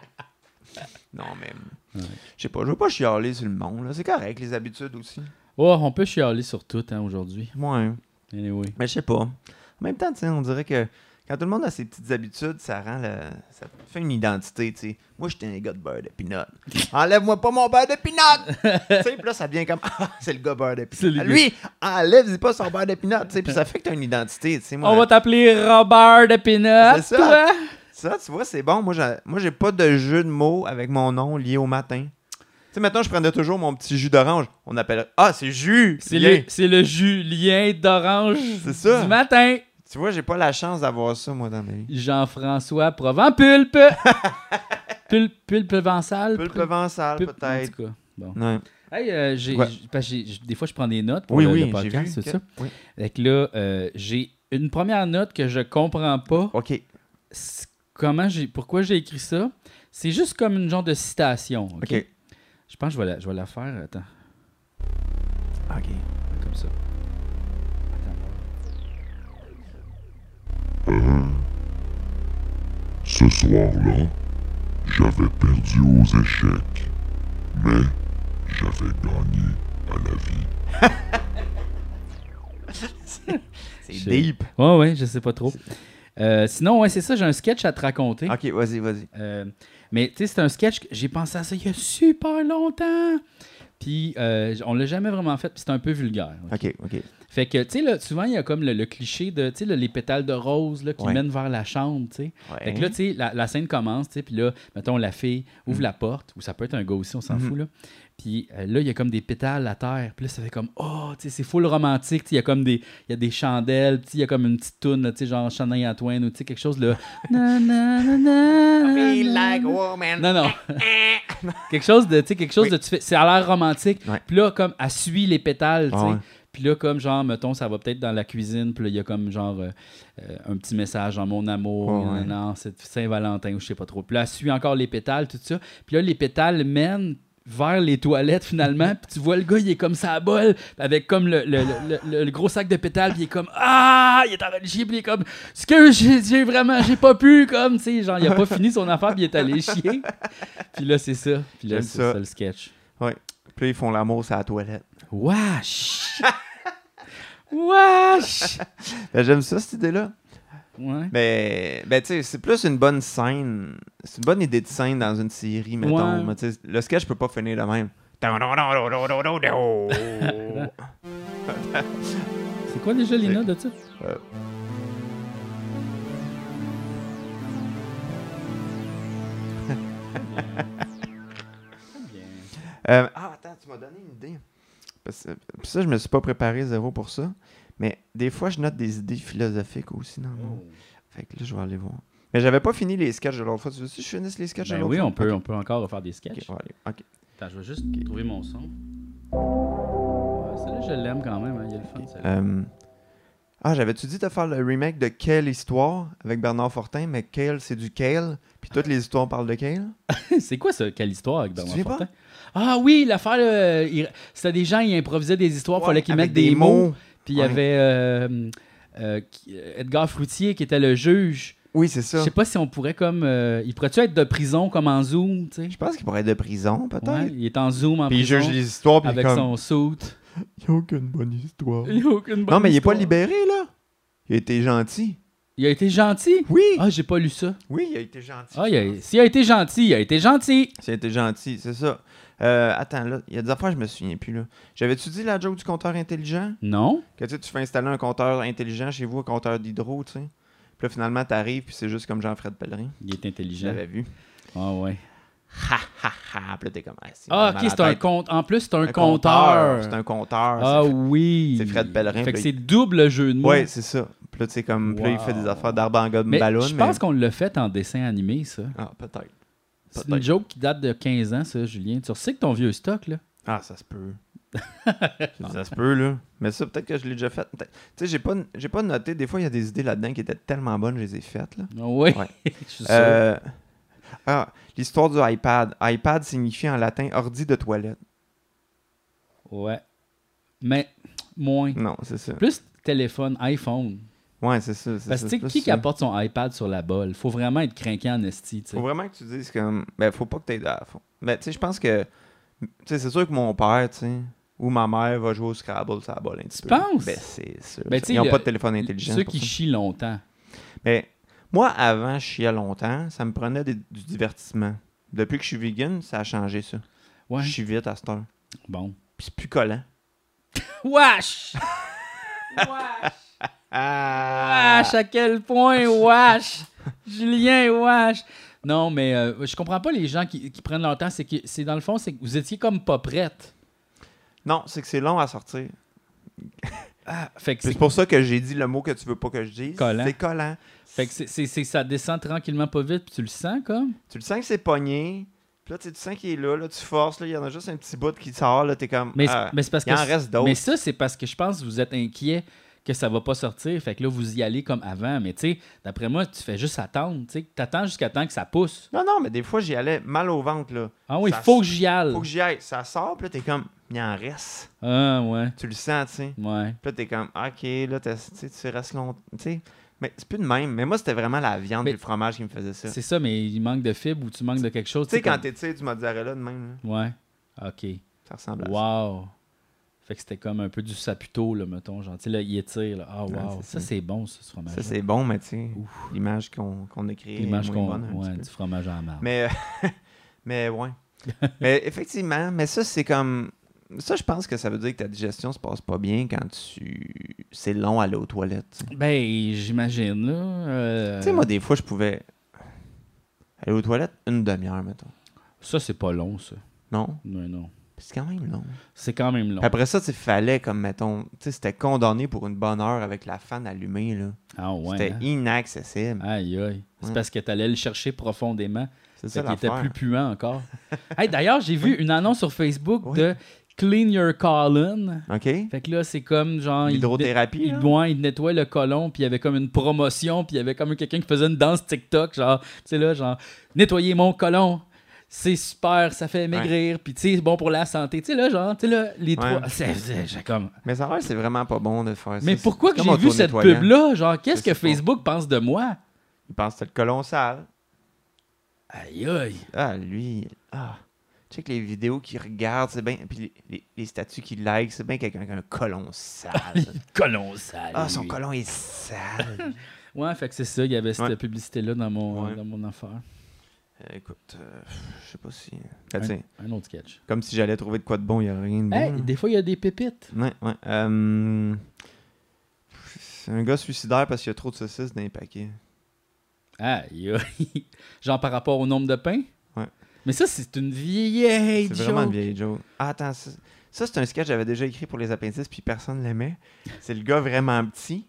[SPEAKER 2] non, mais. Je sais pas, je veux pas chialer sur le monde, là. C'est correct, les habitudes aussi.
[SPEAKER 1] Oh, on peut chialer sur tout hein, aujourd'hui.
[SPEAKER 2] Moi,
[SPEAKER 1] Anyway.
[SPEAKER 2] mais je sais pas. En même temps, tu sais, on dirait que quand tout le monde a ses petites habitudes, ça rend le... ça fait une identité, tu sais. Moi, j'étais un gars de beurre de pinot. Enlève-moi pas mon beurre de pinot! tu sais, puis là, ça devient comme Ah, c'est le gars beurre de
[SPEAKER 1] C'est le
[SPEAKER 2] pinot. Lui, enlève-y pas son beurre de pinot, tu sais, puis ça fait que t'as une identité, tu sais. moi,
[SPEAKER 1] On va t'appeler Robert de Pinot.
[SPEAKER 2] C'est ça.
[SPEAKER 1] toi.
[SPEAKER 2] ça, tu vois, c'est bon. Moi, j'ai- moi, j'ai pas de jeu de mots avec mon nom lié au matin. Tu sais, maintenant, je prenais toujours mon petit jus d'orange. On appelle Ah, c'est jus!
[SPEAKER 1] C'est
[SPEAKER 2] Bien.
[SPEAKER 1] le, c'est le Julien d'Orange
[SPEAKER 2] C'est ça.
[SPEAKER 1] du matin.
[SPEAKER 2] Tu vois, j'ai pas la chance d'avoir ça, moi, dans ma vie.
[SPEAKER 1] Jean-François Provent Pulpe. Pulpe, pulpe Vençal.
[SPEAKER 2] Peu le
[SPEAKER 1] Pulpe-
[SPEAKER 2] provençal,
[SPEAKER 1] pulpe-
[SPEAKER 2] peut-être.
[SPEAKER 1] en tout cas, bon.
[SPEAKER 2] Ouais.
[SPEAKER 1] Hey, euh, j'ai-
[SPEAKER 2] Ouais.
[SPEAKER 1] j'- parce que j'ai- j'- des fois, je prends des notes pour
[SPEAKER 2] Oui,
[SPEAKER 1] le, le
[SPEAKER 2] oui, j'ai vu.
[SPEAKER 1] podcast, c'est
[SPEAKER 2] que-
[SPEAKER 1] ça.
[SPEAKER 2] oui.
[SPEAKER 1] Fait que là, euh, j'ai une première note que je comprends pas.
[SPEAKER 2] OK.
[SPEAKER 1] C'est- Comment j'ai, pourquoi j'ai écrit ça? C'est juste comme une genre de citation. ok?
[SPEAKER 2] OK.
[SPEAKER 1] Je pense que je vais la, je vais la faire. Attends,
[SPEAKER 2] OK.
[SPEAKER 1] comme ça.
[SPEAKER 4] Ce soir-là, j'avais perdu aux échecs, mais j'avais gagné à la vie.
[SPEAKER 2] C'est
[SPEAKER 1] Je-
[SPEAKER 2] deep.
[SPEAKER 1] Ouais, ouais, je sais pas trop. Euh, sinon, ouais, c'est ça, j'ai un sketch à te raconter.
[SPEAKER 2] OK, vas-y, vas-y.
[SPEAKER 1] Euh, mais tu sais, c'est un sketch, que j'ai pensé à ça il y a super longtemps. Puis euh, on l'a jamais vraiment fait, puis c'est un peu vulgaire. ok?
[SPEAKER 2] OK, OK.
[SPEAKER 1] Fait que, tu sais, là, souvent, il y a comme le, le cliché de, tu sais, là, les pétales de rose là, qui
[SPEAKER 2] Ouais.
[SPEAKER 1] mènent vers la chambre, tu sais.
[SPEAKER 2] Ouais.
[SPEAKER 1] Fait que là, tu
[SPEAKER 2] Mm. Mm-hmm.
[SPEAKER 1] sais, la, la scène commence, tu sais, puis là, mettons, la fille ouvre la porte, ou ça peut être un gars aussi, on s'en fout, là. Puis euh, là, il y a comme des pétales à terre. Puis là, ça fait comme, oh, tu sais, c'est full romantique. Tu sais, Il y a comme des, il y a des chandelles. Puis tu sais, il y a comme une petite toune, là, tu sais, genre Chanel Antoine ou tu sais, quelque chose là. Na, na, na,
[SPEAKER 2] Ah
[SPEAKER 1] na, na, na, na.
[SPEAKER 2] woman.
[SPEAKER 1] Non, non. quelque chose de, tu sais, quelque chose
[SPEAKER 2] Eh, Oui.
[SPEAKER 1] de, tu fais- c'est à l'air romantique.
[SPEAKER 2] Ouais.
[SPEAKER 1] Puis là, comme, elle suit les pétales, tu sais.
[SPEAKER 2] Ah ouais.
[SPEAKER 1] Puis là, comme, genre, mettons, ça va peut-être dans la cuisine. Puis là, il y a comme, genre, euh, euh, un petit message en mon amour,
[SPEAKER 2] Ouais, ouais.
[SPEAKER 1] nanana, c'est Saint-Valentin ou je sais pas trop. Puis là, elle suit encore les pétales, tout ça. Puis là, les pétales mènent vers les toilettes finalement puis tu vois le gars il est comme ça à bol avec comme le, le, le- le- le gros sac de pétales puis il est comme ah il est en train de chier puis il est comme ce que j'ai j'ai vraiment j'ai pas pu comme tu sais genre il a pas fini son affaire puis il est allé chier puis là, c'est ça. Puis là,
[SPEAKER 2] J'aime
[SPEAKER 1] c'est
[SPEAKER 2] ça.
[SPEAKER 1] ça. le sketch.
[SPEAKER 2] Puis là, ils font l'amour sur la toilette.
[SPEAKER 1] Wesh! Wesh!
[SPEAKER 2] Ben, J'aime ça, cette idée-là.
[SPEAKER 1] Ouais.
[SPEAKER 2] Mais, ben, tu sais, c'est plus une bonne scène. C'est une bonne idée de scène dans une série, mettons.
[SPEAKER 1] Ouais.
[SPEAKER 2] Mais, tu sais, le sketch peut pas finir de même.
[SPEAKER 1] C'est Euh. quoi déjà Lina de ça?
[SPEAKER 2] Euh, ah, attends, tu m'as donné une idée. Parce que- puis ça, je me suis pas préparé zéro pour ça. Mais des fois, je note des idées philosophiques aussi dans mon. Fait que là, je vais aller voir. Mais j'avais pas fini les sketchs de l'autre fois. Tu veux que je finisse les sketchs
[SPEAKER 1] Ben
[SPEAKER 2] de l'autre
[SPEAKER 1] oui,
[SPEAKER 2] fois?
[SPEAKER 1] on peut, on peut encore refaire des
[SPEAKER 2] Ok,
[SPEAKER 1] sketchs.
[SPEAKER 2] on va aller. Ok.
[SPEAKER 1] Attends, je vais juste trouver mon son. Ouais, Celle-là, je l'aime quand même. hein, Il y a le fun, celle-là.
[SPEAKER 2] Euh, Ah, j'avais-tu dit de faire le remake de Quelle histoire avec Bernard Fortin, mais Kale, c'est du Kale, puis toutes les histoires parlent de Kale.
[SPEAKER 1] c'est quoi ça, quelle histoire avec
[SPEAKER 2] Tu te
[SPEAKER 1] Bernard
[SPEAKER 2] souviens pas?
[SPEAKER 1] Fortin? Ah oui, l'affaire, euh, il- c'était des gens, ils improvisaient des histoires, fallait qu'ils
[SPEAKER 2] Avec
[SPEAKER 1] mettent des, mots. Puis il y
[SPEAKER 2] Ouais.
[SPEAKER 1] avait euh, euh, qui- Edgar Froutier qui était le juge.
[SPEAKER 2] Oui, c'est
[SPEAKER 1] Je
[SPEAKER 2] ça.
[SPEAKER 1] sais pas si on pourrait comme. euh, il pourrait-tu être de prison comme en Zoom, tu sais?
[SPEAKER 2] Je pense qu'il pourrait être de prison, peut-être.
[SPEAKER 1] Ouais, il est en Zoom en
[SPEAKER 2] Puis il
[SPEAKER 1] prison
[SPEAKER 2] juge les histoires, puis il est
[SPEAKER 1] avec
[SPEAKER 2] comme...
[SPEAKER 1] son suit.
[SPEAKER 2] Il n'y a aucune bonne histoire.
[SPEAKER 1] Il a aucune bonne
[SPEAKER 2] non, mais il est pas
[SPEAKER 1] histoire.
[SPEAKER 2] libéré, là. Il a été gentil.
[SPEAKER 1] Il a été gentil?
[SPEAKER 2] Oui.
[SPEAKER 1] Ah, j'ai pas lu ça.
[SPEAKER 2] Oui, il a été gentil.
[SPEAKER 1] Ah, il a- s'il a été gentil, il a été gentil.
[SPEAKER 2] Il a été gentil, c'est ça. Euh, attends, là, il y a des affaires, je me souviens plus, là. J'avais-tu dit la joke du compteur intelligent?
[SPEAKER 1] Non?
[SPEAKER 2] Que tu sais, tu fais installer un compteur intelligent chez vous, un compteur d'hydro, tu sais. Puis là, finalement, t'arrives, puis c'est juste comme Jean-Fred Pellerin.
[SPEAKER 1] Il est
[SPEAKER 2] Je
[SPEAKER 1] intelligent.
[SPEAKER 2] l'avais vu.
[SPEAKER 1] Ah, ouais.
[SPEAKER 2] Ha, ha, ha. Puis là, t'es comme... Ah, c'est
[SPEAKER 1] Ah,
[SPEAKER 2] mal à
[SPEAKER 1] ok,
[SPEAKER 2] la
[SPEAKER 1] c'est un
[SPEAKER 2] tête.
[SPEAKER 1] compte. En plus, c'est un,
[SPEAKER 2] Un
[SPEAKER 1] compteur.
[SPEAKER 2] C'est un compteur.
[SPEAKER 1] Ah,
[SPEAKER 2] c'est-
[SPEAKER 1] oui.
[SPEAKER 2] c'est Fred Pellerin,
[SPEAKER 1] Fait que
[SPEAKER 2] puis
[SPEAKER 1] c'est double jeu de mots.
[SPEAKER 2] Ouais, c'est ça. Puis là, tu sais, comme... Puis là, il fait des
[SPEAKER 1] Wow.
[SPEAKER 2] affaires d'arbre en gomme
[SPEAKER 1] mais
[SPEAKER 2] ballon.
[SPEAKER 1] je pense qu'on l'a fait en dessin animé, ça.
[SPEAKER 2] Ah, peut-être.
[SPEAKER 1] C'est
[SPEAKER 2] Peut-être.
[SPEAKER 1] une joke qui date de 15 ans, ça, Julien. Tu sais que ton vieux stock, là.
[SPEAKER 2] Ah, ça se peut. ça se peut, là. Mais ça, peut-être que je l'ai déjà fait. Peut-être- Tu sais, j'ai pas, j'ai pas noté. Des fois, il y a des idées là-dedans qui étaient tellement bonnes, je les ai faites, là.
[SPEAKER 1] Oui.
[SPEAKER 2] Ouais.
[SPEAKER 1] je suis sûr.
[SPEAKER 2] Euh, Ah, l'histoire du iPad. iPad signifie en latin ordi de toilette.
[SPEAKER 1] Ouais. Mais moins.
[SPEAKER 2] Non, c'est ça.
[SPEAKER 1] Plus téléphone, iPhone.
[SPEAKER 2] Ouais, c'est ça. c'est
[SPEAKER 1] Parce
[SPEAKER 2] ça,
[SPEAKER 1] que tu sais,
[SPEAKER 2] plus
[SPEAKER 1] qui qui
[SPEAKER 2] ça.
[SPEAKER 1] apporte son iPad sur la balle? Faut vraiment être craquant en esti, tu sais.
[SPEAKER 2] Faut vraiment que tu dises comme. Ben, faut pas que t'aies à fond. Mais tu sais, je pense que. Tu sais, c'est sûr que mon père, tu sais, ou ma mère va jouer au Scrabble, ça abole un petit
[SPEAKER 1] Tu
[SPEAKER 2] peu.
[SPEAKER 1] penses?
[SPEAKER 2] Ben, c'est sûr.
[SPEAKER 1] Ben, tu sais,
[SPEAKER 2] Ils ont
[SPEAKER 1] le-
[SPEAKER 2] pas de téléphone intelligent.
[SPEAKER 1] Ceux
[SPEAKER 2] pour
[SPEAKER 1] qui
[SPEAKER 2] ça.
[SPEAKER 1] chient longtemps.
[SPEAKER 2] Mais moi, avant, je chiais longtemps, ça me prenait des- du divertissement. Depuis que je suis vegan, ça a changé ça.
[SPEAKER 1] Ouais.
[SPEAKER 2] Je suis vite à cette heure.
[SPEAKER 1] Bon.
[SPEAKER 2] Puis c'est plus collant.
[SPEAKER 1] Wesh! Wesh! Wesh! À quel point, wesh! Julien, wesh! Non, mais euh, je comprends pas les gens qui, qui prennent leur temps. C'est que, c'est dans le fond, c'est que vous étiez comme pas prête.
[SPEAKER 2] Non, c'est que c'est long à sortir.
[SPEAKER 1] Fait que
[SPEAKER 2] Puis
[SPEAKER 1] c'est
[SPEAKER 2] C'est pour ça que j'ai dit le mot que tu veux pas que je dise.
[SPEAKER 1] Collant.
[SPEAKER 2] C'est collant.
[SPEAKER 1] Fait que c'est- c'est- c'est- ça descend tranquillement pas vite, puis tu le sens comme.
[SPEAKER 2] Tu le sens que c'est pogné. Puis là, tu sais, tu sens qu'il est là, là, tu forces, là, il y en a juste un petit bout qui sort, là, t'es comme.
[SPEAKER 1] Mais, c'est-
[SPEAKER 2] ah.
[SPEAKER 1] mais c'est parce que.
[SPEAKER 2] il en
[SPEAKER 1] c'est-
[SPEAKER 2] reste d'autres.
[SPEAKER 1] Mais ça, c'est parce que je pense que vous êtes inquiet que ça va pas sortir. Fait que là, vous y allez comme avant. Mais tu sais, d'après moi, tu fais juste attendre. Tu sais, attends jusqu'à temps que ça pousse.
[SPEAKER 2] Non, non, mais des fois, j'y allais mal au ventre, là.
[SPEAKER 1] Ah oui,
[SPEAKER 2] Ça
[SPEAKER 1] faut
[SPEAKER 2] se-
[SPEAKER 1] que j'y aille.
[SPEAKER 2] Faut que j'y aille. Ça sort, puis là, t'es comme, il en reste.
[SPEAKER 1] Ah ouais.
[SPEAKER 2] Tu le sens, tu sais.
[SPEAKER 1] Ouais.
[SPEAKER 2] Puis là, t'es comme, ah, ok, là, t'as- tu sais, tu restes longtemps. Tu sais, mais c'est plus de même. Mais moi, c'était vraiment la viande
[SPEAKER 1] Mais-
[SPEAKER 2] et le fromage qui me faisait ça. Tu
[SPEAKER 1] C'est ça, mais il manque de fibres ou tu manques de quelque chose.
[SPEAKER 2] sais, quand
[SPEAKER 1] comme-
[SPEAKER 2] t'es, tu sais, du mozzarella de même, là,
[SPEAKER 1] Ouais. OK.
[SPEAKER 2] ça ressemble à ça.
[SPEAKER 1] Wow. Fait que c'était comme un peu du saputo, là, mettons. Genre, tu sais, là, il étire. là. Ah,
[SPEAKER 2] Ouais,
[SPEAKER 1] wow.
[SPEAKER 2] c'est
[SPEAKER 1] ça,
[SPEAKER 2] ça.
[SPEAKER 1] c'est bon, ça, ce fromage.
[SPEAKER 2] Ça, c'est bon, mais tu sais, l'image qu'on qu'on a créée. est
[SPEAKER 1] L'image
[SPEAKER 2] moins
[SPEAKER 1] qu'on.
[SPEAKER 2] bonne, un petit
[SPEAKER 1] Ouais,
[SPEAKER 2] peu.
[SPEAKER 1] du fromage en marbre.
[SPEAKER 2] Mais, euh, mais ouais. mais effectivement, mais ça, c'est comme. Ça, je pense que ça veut dire que ta digestion se passe pas bien quand tu. C'est long à aller aux toilettes. tu sais.
[SPEAKER 1] Ben, j'imagine, là. euh,
[SPEAKER 2] Tu sais, moi, des fois, je pouvais aller aux toilettes une demi-heure, mettons.
[SPEAKER 1] Ça, c'est pas long, ça.
[SPEAKER 2] Non?
[SPEAKER 1] Non, non.
[SPEAKER 2] C'est quand même long.
[SPEAKER 1] C'est quand même long.
[SPEAKER 2] Après ça, tu sais, fallait, comme mettons, tu sais, c'était condamné pour une bonne heure avec la fan allumée, là.
[SPEAKER 1] Ah ouais.
[SPEAKER 2] c'était
[SPEAKER 1] hein?
[SPEAKER 2] inaccessible.
[SPEAKER 1] Aïe aïe. C'est
[SPEAKER 2] Ouais.
[SPEAKER 1] parce que t'allais le chercher profondément.
[SPEAKER 2] C'est
[SPEAKER 1] Fait
[SPEAKER 2] ça
[SPEAKER 1] qu'il était
[SPEAKER 2] l'affaire.
[SPEAKER 1] plus puant encore. Hey, D'ailleurs, j'ai vu une annonce sur Facebook
[SPEAKER 2] Oui.
[SPEAKER 1] de Clean Your Colon.
[SPEAKER 2] OK?
[SPEAKER 1] Fait que là, c'est comme genre. il-
[SPEAKER 2] L'hydrothérapie,
[SPEAKER 1] Il,
[SPEAKER 2] là?
[SPEAKER 1] ouais, il nettoie le colon, puis il y avait comme une promotion, puis il y avait comme quelqu'un qui faisait une danse TikTok, genre, tu sais, là, genre, nettoyer mon colon, c'est super, ça fait maigrir, puis tu sais, c'est bon pour la santé, tu sais, là, genre, tu sais, là, les
[SPEAKER 2] Ouais.
[SPEAKER 1] trois. c'est- c'est- j'ai comme.
[SPEAKER 2] Mais ça a l'air que c'est vraiment pas bon de faire ça.
[SPEAKER 1] Mais
[SPEAKER 2] C'est-
[SPEAKER 1] pourquoi
[SPEAKER 2] c'est
[SPEAKER 1] que
[SPEAKER 2] comme
[SPEAKER 1] j'ai vu cette
[SPEAKER 2] auto-nettoyant.
[SPEAKER 1] pub-là? Genre, qu'est-ce
[SPEAKER 2] Je
[SPEAKER 1] que
[SPEAKER 2] sais pas.
[SPEAKER 1] Facebook pense de moi?
[SPEAKER 2] Il pense que c'est le colon sale.
[SPEAKER 1] Aïe, aïe.
[SPEAKER 2] Ah, lui. Ah. Check les vidéos qu'il regarde, c'est bien. Puis les, les, les statuts qu'il like, c'est bien quelqu'un qui a un colon sale.
[SPEAKER 1] Colon sale.
[SPEAKER 2] ah, son
[SPEAKER 1] lui.
[SPEAKER 2] colon est sale.
[SPEAKER 1] Ouais, fait que c'est ça, il y avait cette
[SPEAKER 2] Ouais.
[SPEAKER 1] publicité-là dans mon,
[SPEAKER 2] Ouais.
[SPEAKER 1] dans mon affaire.
[SPEAKER 2] Euh, écoute, euh, je sais pas si. Ben, tu sais,
[SPEAKER 1] Un autre sketch.
[SPEAKER 2] Comme si j'allais trouver de quoi de bon, il n'y a rien de bon.
[SPEAKER 1] Hey,
[SPEAKER 2] là.
[SPEAKER 1] des fois, il y a des pépites.
[SPEAKER 2] Ouais, ouais. Euh, c'est un gars suicidaire parce qu'il y a trop de saucisses dans les paquets.
[SPEAKER 1] Aïe, aïe. Genre par rapport au nombre de pains?
[SPEAKER 2] Ouais.
[SPEAKER 1] Mais ça, c'est une vieille
[SPEAKER 2] C'est
[SPEAKER 1] joke.
[SPEAKER 2] vraiment une vieille joke. Ah, attends, ça, ça, c'est un sketch que j'avais déjà écrit pour les appendices puis personne l'aimait. C'est le gars vraiment petit.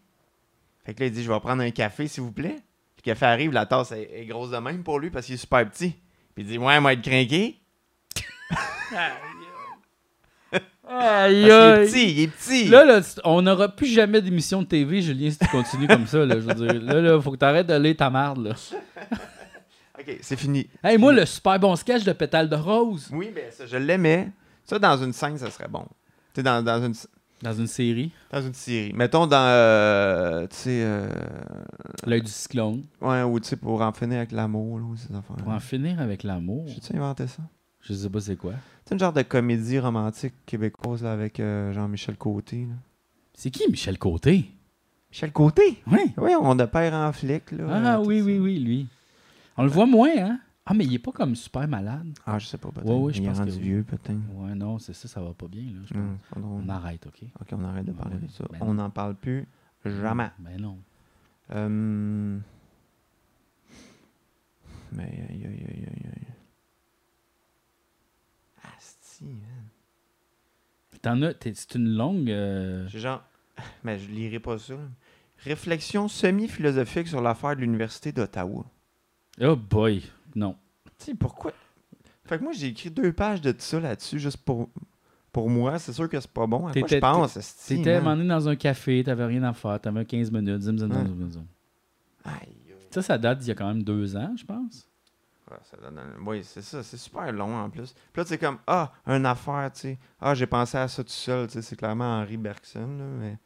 [SPEAKER 2] Fait que là, il dit Je vais prendre un café, s'il vous plaît. Puis le café arrive, la tasse est, est grosse de même pour lui parce qu'il est super petit. Puis il dit Ouais, moi, être crinqué.
[SPEAKER 1] Aïe,
[SPEAKER 2] Il est
[SPEAKER 1] aïe.
[SPEAKER 2] petit, il est Ah, petit.
[SPEAKER 1] Là, là, tu- on n'aura plus jamais d'émission de TV, Julien, si tu continues comme ça. Là, je veux dire, là, là, faut que t'arrêtes de lire ta marde. Là.
[SPEAKER 2] Ok, c'est fini.
[SPEAKER 1] Hey, moi, le super bon sketch de Pétale de Rose
[SPEAKER 2] Oui, mais ça, je l'aimais. Ça, dans une scène, ça serait bon. Tu sais, dans, dans une.
[SPEAKER 1] dans une série,
[SPEAKER 2] Dans une série. Mettons dans. euh, tu sais. euh,
[SPEAKER 1] L'œil du cyclone,
[SPEAKER 2] ouais, ou tu sais, pour en finir avec l'amour, là, ou ces enfants
[SPEAKER 1] pour en finir avec l'amour.
[SPEAKER 2] J'ai-tu inventé ça?
[SPEAKER 1] Je sais pas c'est quoi.
[SPEAKER 2] C'est une genre de comédie romantique québécoise, là, avec euh, Jean-Michel Côté, là.
[SPEAKER 1] C'est qui Michel Côté
[SPEAKER 2] Michel Côté?
[SPEAKER 1] Oui.
[SPEAKER 2] Oui, on de père en flic, là.
[SPEAKER 1] Ah
[SPEAKER 2] euh, tout
[SPEAKER 1] oui,
[SPEAKER 2] ça.
[SPEAKER 1] oui, oui, lui. On le voit moins, hein Ah, mais il est pas comme super malade.
[SPEAKER 2] Ah, je sais pas, peut-être.
[SPEAKER 1] Ouais, ouais, je
[SPEAKER 2] Il est
[SPEAKER 1] pense que
[SPEAKER 2] rendu
[SPEAKER 1] oui.
[SPEAKER 2] vieux, peut-être.
[SPEAKER 1] Ouais, non, c'est ça, ça va pas bien, là. je pense.
[SPEAKER 2] Hum, c'est pas drôle.
[SPEAKER 1] On arrête, OK
[SPEAKER 2] Ok, on arrête de parler
[SPEAKER 1] Ouais,
[SPEAKER 2] de ça.
[SPEAKER 1] ben
[SPEAKER 2] on n'en parle plus jamais.
[SPEAKER 1] Ben non.
[SPEAKER 2] Hum. Mais aïe, aïe, aïe, aïe, aïe. Asti, hein. man.
[SPEAKER 1] T'en as, t'es- c'est une longue. euh,
[SPEAKER 2] J'ai genre. Mais je lirai pas ça. là. Réflexion semi-philosophique sur l'affaire de l'Université d'Ottawa.
[SPEAKER 1] Oh boy, non.
[SPEAKER 2] Tu sais, pourquoi. Fait que moi, j'ai écrit deux pages de ça là-dessus, juste pour, pour moi. C'est sûr que c'est pas bon. À quoi je
[SPEAKER 1] T'étais-
[SPEAKER 2] pense, esti,
[SPEAKER 1] C'était
[SPEAKER 2] man?
[SPEAKER 1] m'emmener dans un café, t'avais rien à faire, t'avais 15 minutes, zim, zim, zim, zim, zim.
[SPEAKER 2] Aïe, aïe.
[SPEAKER 1] Ça, ça date d'il y a quand même deux ans, je pense.
[SPEAKER 2] Ouais, ça donne un- Oui, c'est ça. C'est super long en plus. Puis là, c'est comme, ah, une affaire, tu sais. Ah, j'ai pensé à ça tout seul, tu sais. C'est clairement Henri Bergson, là, mais.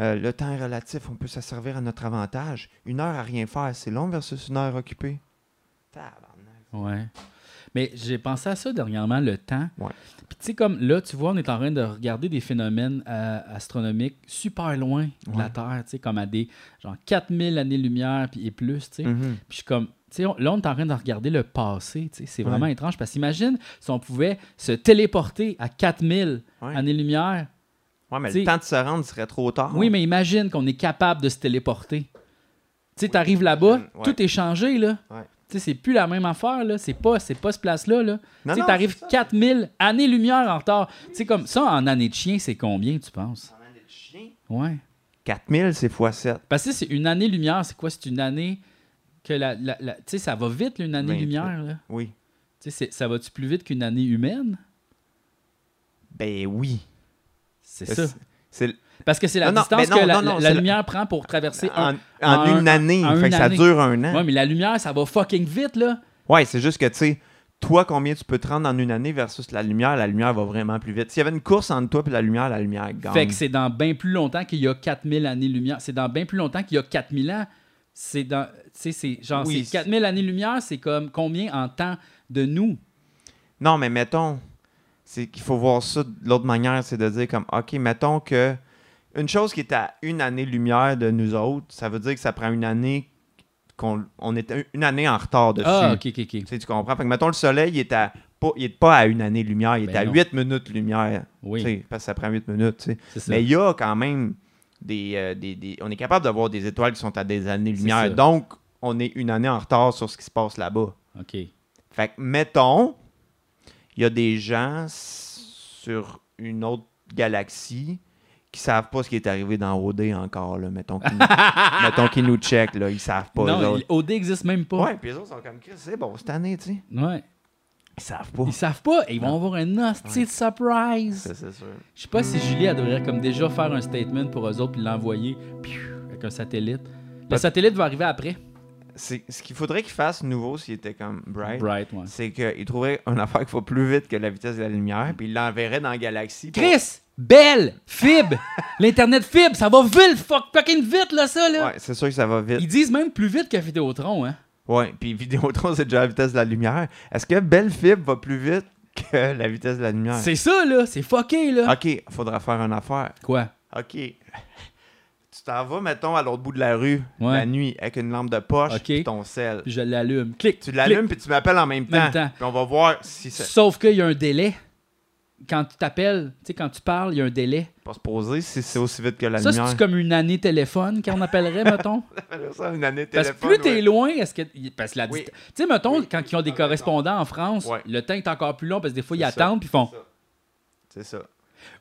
[SPEAKER 2] euh, le temps est relatif, on peut s'en servir à notre avantage. Une heure à rien faire, c'est long versus une heure occupée. Tabarnak.
[SPEAKER 1] Ouais. Mais j'ai pensé à ça dernièrement, le temps.
[SPEAKER 2] Ouais.
[SPEAKER 1] Puis tu sais, comme là, tu vois, on est en train de regarder des phénomènes euh, astronomiques super loin de la
[SPEAKER 2] Ouais.
[SPEAKER 1] Terre, tu sais, comme à des genre 4000 années-lumière puis- et plus, tu sais.
[SPEAKER 2] Mhm.
[SPEAKER 1] Puis je suis comme, tu sais, on- là, on est en train de regarder le passé, tu sais, c'est vraiment étrange. Parce qu'imagine si on pouvait se téléporter à 4000
[SPEAKER 2] Ouais.
[SPEAKER 1] années-lumière.
[SPEAKER 2] Ouais, mais
[SPEAKER 1] T'sais-
[SPEAKER 2] le temps de se rendre serait trop tard.
[SPEAKER 1] Oui, mais imagine qu'on est capable de se téléporter. Tu sais, t'arrives là-bas,
[SPEAKER 2] j'imagine, ouais.
[SPEAKER 1] tout est changé, là.
[SPEAKER 2] Ouais.
[SPEAKER 1] Tu sais, c'est plus la même affaire, là. C'est pas, c'est pas ce place-là, là.
[SPEAKER 2] Non,
[SPEAKER 1] tu sais,
[SPEAKER 2] non,
[SPEAKER 1] t'arrives
[SPEAKER 2] c'est ça.
[SPEAKER 1] 4000 années-lumière en retard. Tu sais, comme ça, en année de chien, c'est combien, tu penses?
[SPEAKER 2] En année de chien.
[SPEAKER 1] Ouais.
[SPEAKER 2] 4000, c'est x 7.
[SPEAKER 1] Parce que c'est une année-lumière, c'est quoi? C'est une année que la... la- la- tu sais, ça va vite, là, une
[SPEAKER 2] Ben,
[SPEAKER 1] année-lumière, là.
[SPEAKER 2] Oui.
[SPEAKER 1] Tu sais, c'est- ça va-tu plus vite qu'une année humaine?
[SPEAKER 2] Ben oui.
[SPEAKER 1] C'est ça.
[SPEAKER 2] C'est- C'est
[SPEAKER 1] Parce que c'est la
[SPEAKER 2] Non, non,
[SPEAKER 1] distance
[SPEAKER 2] mais non,
[SPEAKER 1] que la,
[SPEAKER 2] non, non,
[SPEAKER 1] la-
[SPEAKER 2] c'est
[SPEAKER 1] la
[SPEAKER 2] la-
[SPEAKER 1] lumière prend pour traverser
[SPEAKER 2] en,
[SPEAKER 1] un.
[SPEAKER 2] en
[SPEAKER 1] en
[SPEAKER 2] une
[SPEAKER 1] un-
[SPEAKER 2] année.
[SPEAKER 1] en
[SPEAKER 2] fait
[SPEAKER 1] une
[SPEAKER 2] que ça
[SPEAKER 1] année.
[SPEAKER 2] dure un an.
[SPEAKER 1] Ouais, mais la lumière, ça va fucking vite, là.
[SPEAKER 2] Ouais, c'est juste que, tu sais, toi, combien tu peux te rendre en une année versus la lumière, la lumière va vraiment plus vite. S'il y avait une course entre toi et la lumière, la lumière gagne.
[SPEAKER 1] Fait que c'est dans bien plus longtemps qu'il y a 4000 années-lumière. C'est dans bien plus longtemps qu'il y a 4000 ans. C'est dans. Tu sais, c'est genre.
[SPEAKER 2] Oui,
[SPEAKER 1] c'est
[SPEAKER 2] c'est-
[SPEAKER 1] 4000 années-lumière, c'est comme combien en temps de nous?
[SPEAKER 2] Non, mais mettons, c'est qu'il faut voir ça de l'autre manière, c'est de dire comme, OK, mettons que une chose qui est à une année-lumière de nous autres, ça veut dire que ça prend une année qu'on on est un- une année en retard dessus.
[SPEAKER 1] Ah, ok, ok, ok.
[SPEAKER 2] Tu sais, tu comprends? Fait que mettons, le soleil, il est, à, pas, il est pas à une année-lumière, il est
[SPEAKER 1] Ben
[SPEAKER 2] à
[SPEAKER 1] non.
[SPEAKER 2] 8 minutes-lumière. tu
[SPEAKER 1] Oui,
[SPEAKER 2] sais, Parce que ça prend 8 minutes, tu sais.
[SPEAKER 1] c'est ça.
[SPEAKER 2] Mais il y a quand même des, euh, des- des- On est capable d'avoir des étoiles qui sont à des
[SPEAKER 1] C'est
[SPEAKER 2] années-lumière.
[SPEAKER 1] ça.
[SPEAKER 2] Donc, on est une année en retard sur ce qui se passe là-bas.
[SPEAKER 1] Ok.
[SPEAKER 2] Fait que, mettons, il y a des gens s- sur une autre galaxie qui savent pas ce qui est arrivé dans OD encore, là, mettons qu'ils nous, mettons qu'ils nous checkent, là, ils savent pas, eux
[SPEAKER 1] non,
[SPEAKER 2] autres.
[SPEAKER 1] il- OD n'existe même pas.
[SPEAKER 2] Ouais, puis les autres sont comme, Chris, c'est bon, cette année, tu sais.
[SPEAKER 1] Ouais.
[SPEAKER 2] Ils savent pas.
[SPEAKER 1] Ils savent pas. et Ils vont avoir un hostie de surprise.
[SPEAKER 2] Ça, c'est sûr.
[SPEAKER 1] Je sais pas si Julie, elle devrait comme déjà faire un statement pour eux autres puis l'envoyer piou, avec un satellite. Le
[SPEAKER 2] Peut-
[SPEAKER 1] satellite va arriver après.
[SPEAKER 2] C'est- Ce qu'il faudrait qu'ils fassent nouveau s'ils étaient comme Bright,
[SPEAKER 1] Bright, ouais.
[SPEAKER 2] c'est qu'ils trouveraient une affaire qui va plus vite que la vitesse de la lumière, puis ils l'enverraient dans la galaxie. pour-
[SPEAKER 1] Chris, belle, fibre, l'internet fibre, ça va vite, fuck, fucking vite là ça là.
[SPEAKER 2] Ouais, c'est sûr que ça va vite.
[SPEAKER 1] Ils disent même plus vite que Vidéotron, hein.
[SPEAKER 2] Ouais, puis Vidéotron, c'est déjà la vitesse de la lumière. Est-ce que Belle Fibre va plus vite que la vitesse de la lumière?
[SPEAKER 1] C'est ça là, c'est fucké là.
[SPEAKER 2] Ok, faudra faire une affaire.
[SPEAKER 1] Quoi?
[SPEAKER 2] Ok. Tu t'en vas, mettons, à l'autre bout de la rue,
[SPEAKER 1] Ouais.
[SPEAKER 2] la nuit, avec une lampe de poche,
[SPEAKER 1] Ok.
[SPEAKER 2] puis ton sel.
[SPEAKER 1] Puis je l'allume. Clic.
[SPEAKER 2] Tu
[SPEAKER 1] clic.
[SPEAKER 2] l'allumes, puis tu m'appelles en même temps.
[SPEAKER 1] Même temps.
[SPEAKER 2] Puis on va voir si ça.
[SPEAKER 1] Sauf qu'il y a un délai. Quand tu t'appelles, tu sais, quand tu parles, il y a un délai.
[SPEAKER 2] Pas se poser si c'est aussi vite que la
[SPEAKER 1] ça,
[SPEAKER 2] lumière.
[SPEAKER 1] c'est comme une année téléphone qu'on appellerait, mettons.
[SPEAKER 2] ça, une année de
[SPEAKER 1] Parce que
[SPEAKER 2] téléphone,
[SPEAKER 1] plus t'es
[SPEAKER 2] ouais.
[SPEAKER 1] loin, est-ce que. Parce que la
[SPEAKER 2] Oui.
[SPEAKER 1] distance. Tu sais, mettons,
[SPEAKER 2] Oui.
[SPEAKER 1] quand ils ont des
[SPEAKER 2] Ah, d'accord.
[SPEAKER 1] correspondants en France,
[SPEAKER 2] Ouais.
[SPEAKER 1] le temps est encore plus long parce que des fois, ils
[SPEAKER 2] C'est ça.
[SPEAKER 1] attendent puis ils font
[SPEAKER 2] C'est ça.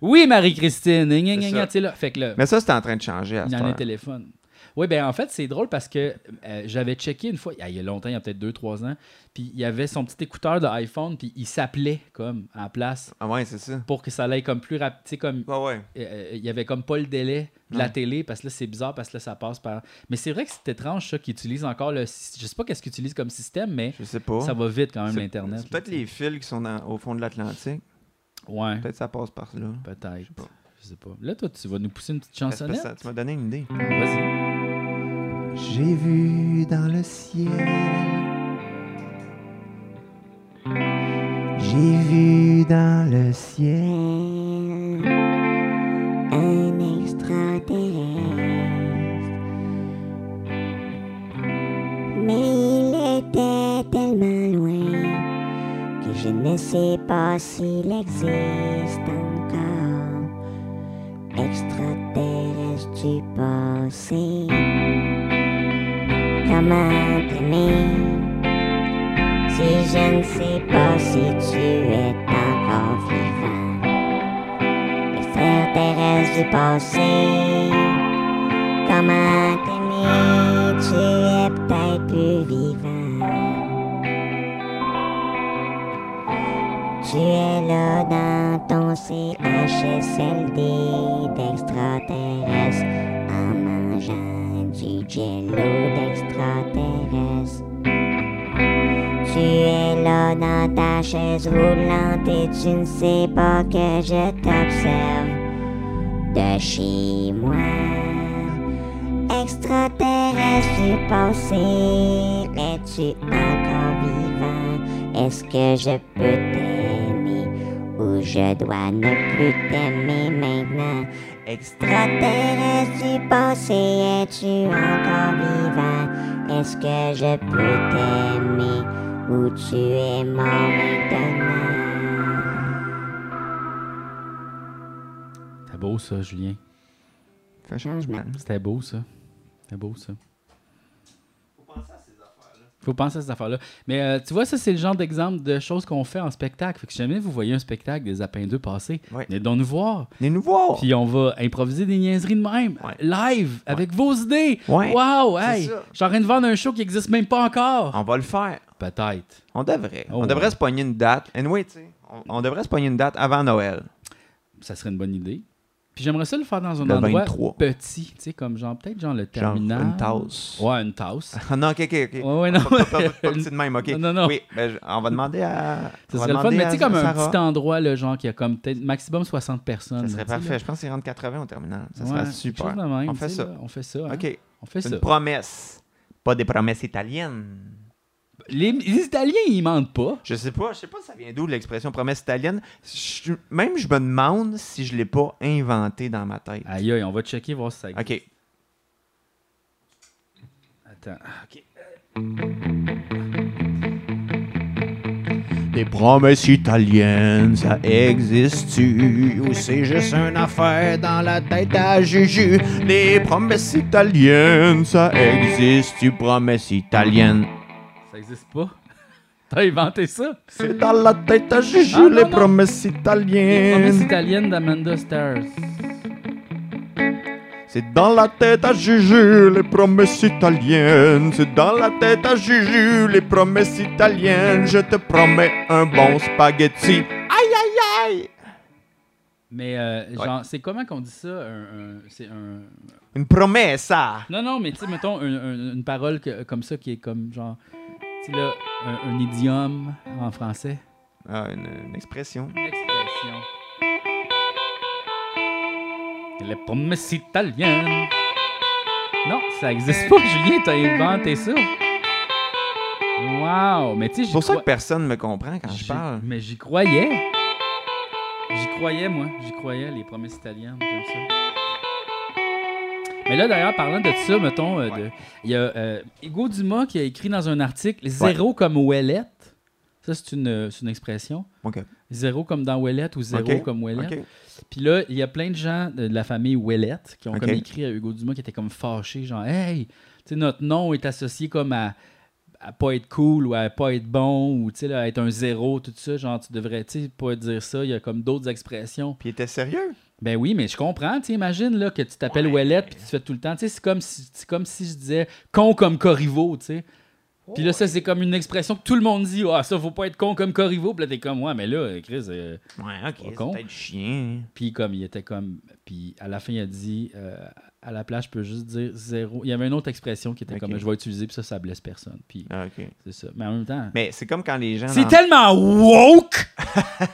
[SPEAKER 1] Oui, Marie-Christine, gna, gna,
[SPEAKER 2] C'est
[SPEAKER 1] gna,
[SPEAKER 2] ça.
[SPEAKER 1] tu sais, là. Fait que là,
[SPEAKER 2] Mais ça, c'est en train de changer à
[SPEAKER 1] il
[SPEAKER 2] ce
[SPEAKER 1] y en a un
[SPEAKER 2] temps.
[SPEAKER 1] téléphone. Oui, ben en fait, c'est drôle parce que euh, j'avais checké une fois, ah, il y a longtemps, il y a peut-être 2-3 ans, puis il y avait son petit écouteur de iPhone, puis il s'appelait comme en place
[SPEAKER 2] Ah ouais, c'est ça.
[SPEAKER 1] pour que ça aille comme plus rapide, tu sais, comme
[SPEAKER 2] Ouais, ouais.
[SPEAKER 1] euh, euh, il y avait comme pas le délai de la
[SPEAKER 2] Ouais.
[SPEAKER 1] télé parce que là c'est bizarre parce que là ça passe par mais c'est vrai que c'est étrange ça qu'ils utilisent encore le sy- je sais pas qu'est-ce qu'ils utilisent comme système mais
[SPEAKER 2] Je sais pas.
[SPEAKER 1] ça va vite quand même
[SPEAKER 2] C'est-
[SPEAKER 1] l'internet
[SPEAKER 2] C'est peut-être les fils qui sont dans- au fond de l'Atlantique.
[SPEAKER 1] ouais
[SPEAKER 2] Peut-être ça passe par là.
[SPEAKER 1] peut-être
[SPEAKER 2] pas.
[SPEAKER 1] je sais pas là toi tu vas nous pousser une petite
[SPEAKER 2] Parce que
[SPEAKER 1] chansonnette
[SPEAKER 2] ça- tu m'as donné une idée.
[SPEAKER 1] vas-y
[SPEAKER 2] J'ai vu dans le ciel. J'ai vu dans le ciel.
[SPEAKER 3] Un extraterrestre. Mais il était tellement loin que je ne sais pas s'il existe encore. Extraterrestre du passé. Comment t'aimer si je ne sais pas si tu es encore vivant? extraterrestre du passé. Comment t'aimer, tu es peut-être plus vivant. Tu es là dans ton CHSLD d'extraterrestre en mangeant du jello d'extraterrestre. Tu es là dans ta chaise roulante et tu ne sais pas que je t'observe de chez moi. Extraterrestre du passé, es-tu encore vivant? Est-ce que je peux t'aimer ou je dois ne plus t'aimer maintenant? Extraterrestre du passé, es-tu encore vivant? Est-ce que je peux t'aimer ou tu es mort maintenant?
[SPEAKER 1] c'était beau ça Julien
[SPEAKER 2] Fais changement.
[SPEAKER 1] c'était beau ça c'était beau ça faut penser à ces affaires-là. Mais euh, tu vois, ça, c'est le genre d'exemple de choses qu'on fait en spectacle. Fait que si jamais vous voyez un spectacle des Apins 2 passer,
[SPEAKER 2] Ouais.
[SPEAKER 1] venez donc nous voir.
[SPEAKER 2] Venez nous voir.
[SPEAKER 1] Puis on va improviser des niaiseries de même,
[SPEAKER 2] Ouais.
[SPEAKER 1] live, avec vos idées.
[SPEAKER 2] Ouais.
[SPEAKER 1] Wow,
[SPEAKER 2] C'est
[SPEAKER 1] hey,
[SPEAKER 2] ça. Ah.
[SPEAKER 1] je suis en train de vendre un show qui n'existe même pas encore.
[SPEAKER 2] On va le faire.
[SPEAKER 1] Peut-être.
[SPEAKER 2] On devrait.
[SPEAKER 1] Oh,
[SPEAKER 2] on devrait
[SPEAKER 1] ouais.
[SPEAKER 2] se pogner une date. Anyway, tu sais, on, on devrait se pogner une date avant Noël.
[SPEAKER 1] Ça serait une bonne idée. Puis j'aimerais ça le faire dans un
[SPEAKER 2] Le
[SPEAKER 1] endroit
[SPEAKER 2] 23.
[SPEAKER 1] petit, tu sais, comme genre, peut-être genre le
[SPEAKER 2] Genre
[SPEAKER 1] terminal.
[SPEAKER 2] une tasse.
[SPEAKER 1] Ouais, une tasse.
[SPEAKER 2] Ah non, ok, ok, ok.
[SPEAKER 1] Ouais, ouais, non.
[SPEAKER 2] Pas, pas- pas- pas petit de même, ok.
[SPEAKER 1] Non, non, non.
[SPEAKER 2] Oui, ben, je- on va demander à.
[SPEAKER 1] Ça
[SPEAKER 2] on va
[SPEAKER 1] serait le fun,
[SPEAKER 2] demander
[SPEAKER 1] mais
[SPEAKER 2] à
[SPEAKER 1] tu sais, comme un
[SPEAKER 2] Sarah.
[SPEAKER 1] petit endroit, là, genre, qui a comme peut-être maximum 60 personnes.
[SPEAKER 2] Ça serait
[SPEAKER 1] tu sais, là.
[SPEAKER 2] parfait. Je pense qu'il rentre 80 au terminal. Ça serait
[SPEAKER 1] Ouais, quelque
[SPEAKER 2] super.
[SPEAKER 1] chose de même,
[SPEAKER 2] on
[SPEAKER 1] tu
[SPEAKER 2] fait
[SPEAKER 1] sais,
[SPEAKER 2] ça.
[SPEAKER 1] là, on fait ça. hein.
[SPEAKER 2] Ok.
[SPEAKER 1] On fait
[SPEAKER 2] C'est
[SPEAKER 1] ça.
[SPEAKER 2] une promesse. Pas des promesses italiennes.
[SPEAKER 1] Les, les Italiens, ils mentent pas.
[SPEAKER 2] Je sais pas, je sais pas ça vient d'où l'expression promesse italienne. Je- même je me demande si je l'ai pas inventé dans ma tête.
[SPEAKER 1] Aïe, aïe, on va checker, voir si ça existe.
[SPEAKER 2] OK.
[SPEAKER 1] Attends. OK.
[SPEAKER 2] Des promesses italiennes, ça existe-tu ou c'est juste une affaire dans la tête à Juju? Des promesses italiennes, ça existe-tu promesses italiennes?
[SPEAKER 1] Ça existe pas. T'as inventé ça?
[SPEAKER 2] C'est dans la tête à Juju
[SPEAKER 1] Ah, non,
[SPEAKER 2] les
[SPEAKER 1] non.
[SPEAKER 2] promesses
[SPEAKER 1] Les promesses
[SPEAKER 2] italiennes.
[SPEAKER 1] italiennes d'Amanda Stars.
[SPEAKER 2] C'est dans la tête à Juju les promesses italiennes. C'est dans la tête à Juju les promesses italiennes. Je te promets un bon spaghetti. Aïe aïe aïe!
[SPEAKER 1] Mais euh, genre, c'est comment qu'on dit ça? un- un- c'est un...
[SPEAKER 2] Une promesse, ah!
[SPEAKER 1] Non, non, mais tu sais, mettons un- un- une parole que- comme ça qui est comme genre. Tu sais, là, un, un idiome en français.
[SPEAKER 2] Ah, une, une expression.
[SPEAKER 1] Une expression. Les promesses italiennes. Non, ça existe pas, Julien, t'as inventé ça. Wow! Mais tu sais, j'y
[SPEAKER 2] C'est pour ça que
[SPEAKER 1] crois-
[SPEAKER 2] personne me comprend hein, quand je
[SPEAKER 1] j'y-
[SPEAKER 2] parle.
[SPEAKER 1] Mais j'y croyais. J'y croyais, moi. J'y croyais, les promesses italiennes, j'aime ça. Mais là, d'ailleurs, parlant de ça, mettons, euh, de- il y a euh, Hugo Dumas qui a écrit dans un article Zéro comme Ouellette. Ça, c'est une, euh, c'est une expression.
[SPEAKER 2] Ok.
[SPEAKER 1] Zéro comme dans Ouellette ou zéro
[SPEAKER 2] Ok.
[SPEAKER 1] comme Ouellette.
[SPEAKER 2] Ok.
[SPEAKER 1] Puis là, il y a plein de gens de de la famille Ouellette qui ont
[SPEAKER 2] Ok.
[SPEAKER 1] comme écrit à Hugo Dumas qui étaient comme fâchés, genre Hey, tu sais, notre nom est associé comme à, à pas être cool ou à pas être bon ou tu sais, là, à être un zéro, tout ça. Genre, tu devrais, tu sais, pas dire ça. Il y a comme d'autres expressions.
[SPEAKER 2] Puis il était sérieux.
[SPEAKER 1] Ben oui, mais je comprends, tu sais, imagine là, que tu t'appelles Ouellette puis tu fais tout le temps. Tu sais, c'est comme, si, c'est comme si je disais con comme Corriveau, tu sais. Puis là, ça, c'est comme une expression que tout le monde dit Ah, ça, faut pas être con comme Corriveau. Puis là, t'es comme Ouais, mais là, euh, Chris. euh,
[SPEAKER 2] Ouais, ok.
[SPEAKER 1] c'est con.
[SPEAKER 2] peut-être chien.
[SPEAKER 1] puis comme il était comme. Puis à la fin, il a dit euh, à la plage, je peux juste dire zéro. Il y avait une autre expression qui était
[SPEAKER 2] Ok.
[SPEAKER 1] comme je vais utiliser, puis ça, ça blesse personne. Puis
[SPEAKER 2] Ah, ok.
[SPEAKER 1] c'est ça. Mais en même temps.
[SPEAKER 2] Mais c'est comme quand les gens.
[SPEAKER 1] c'est
[SPEAKER 2] dans-
[SPEAKER 1] tellement woke!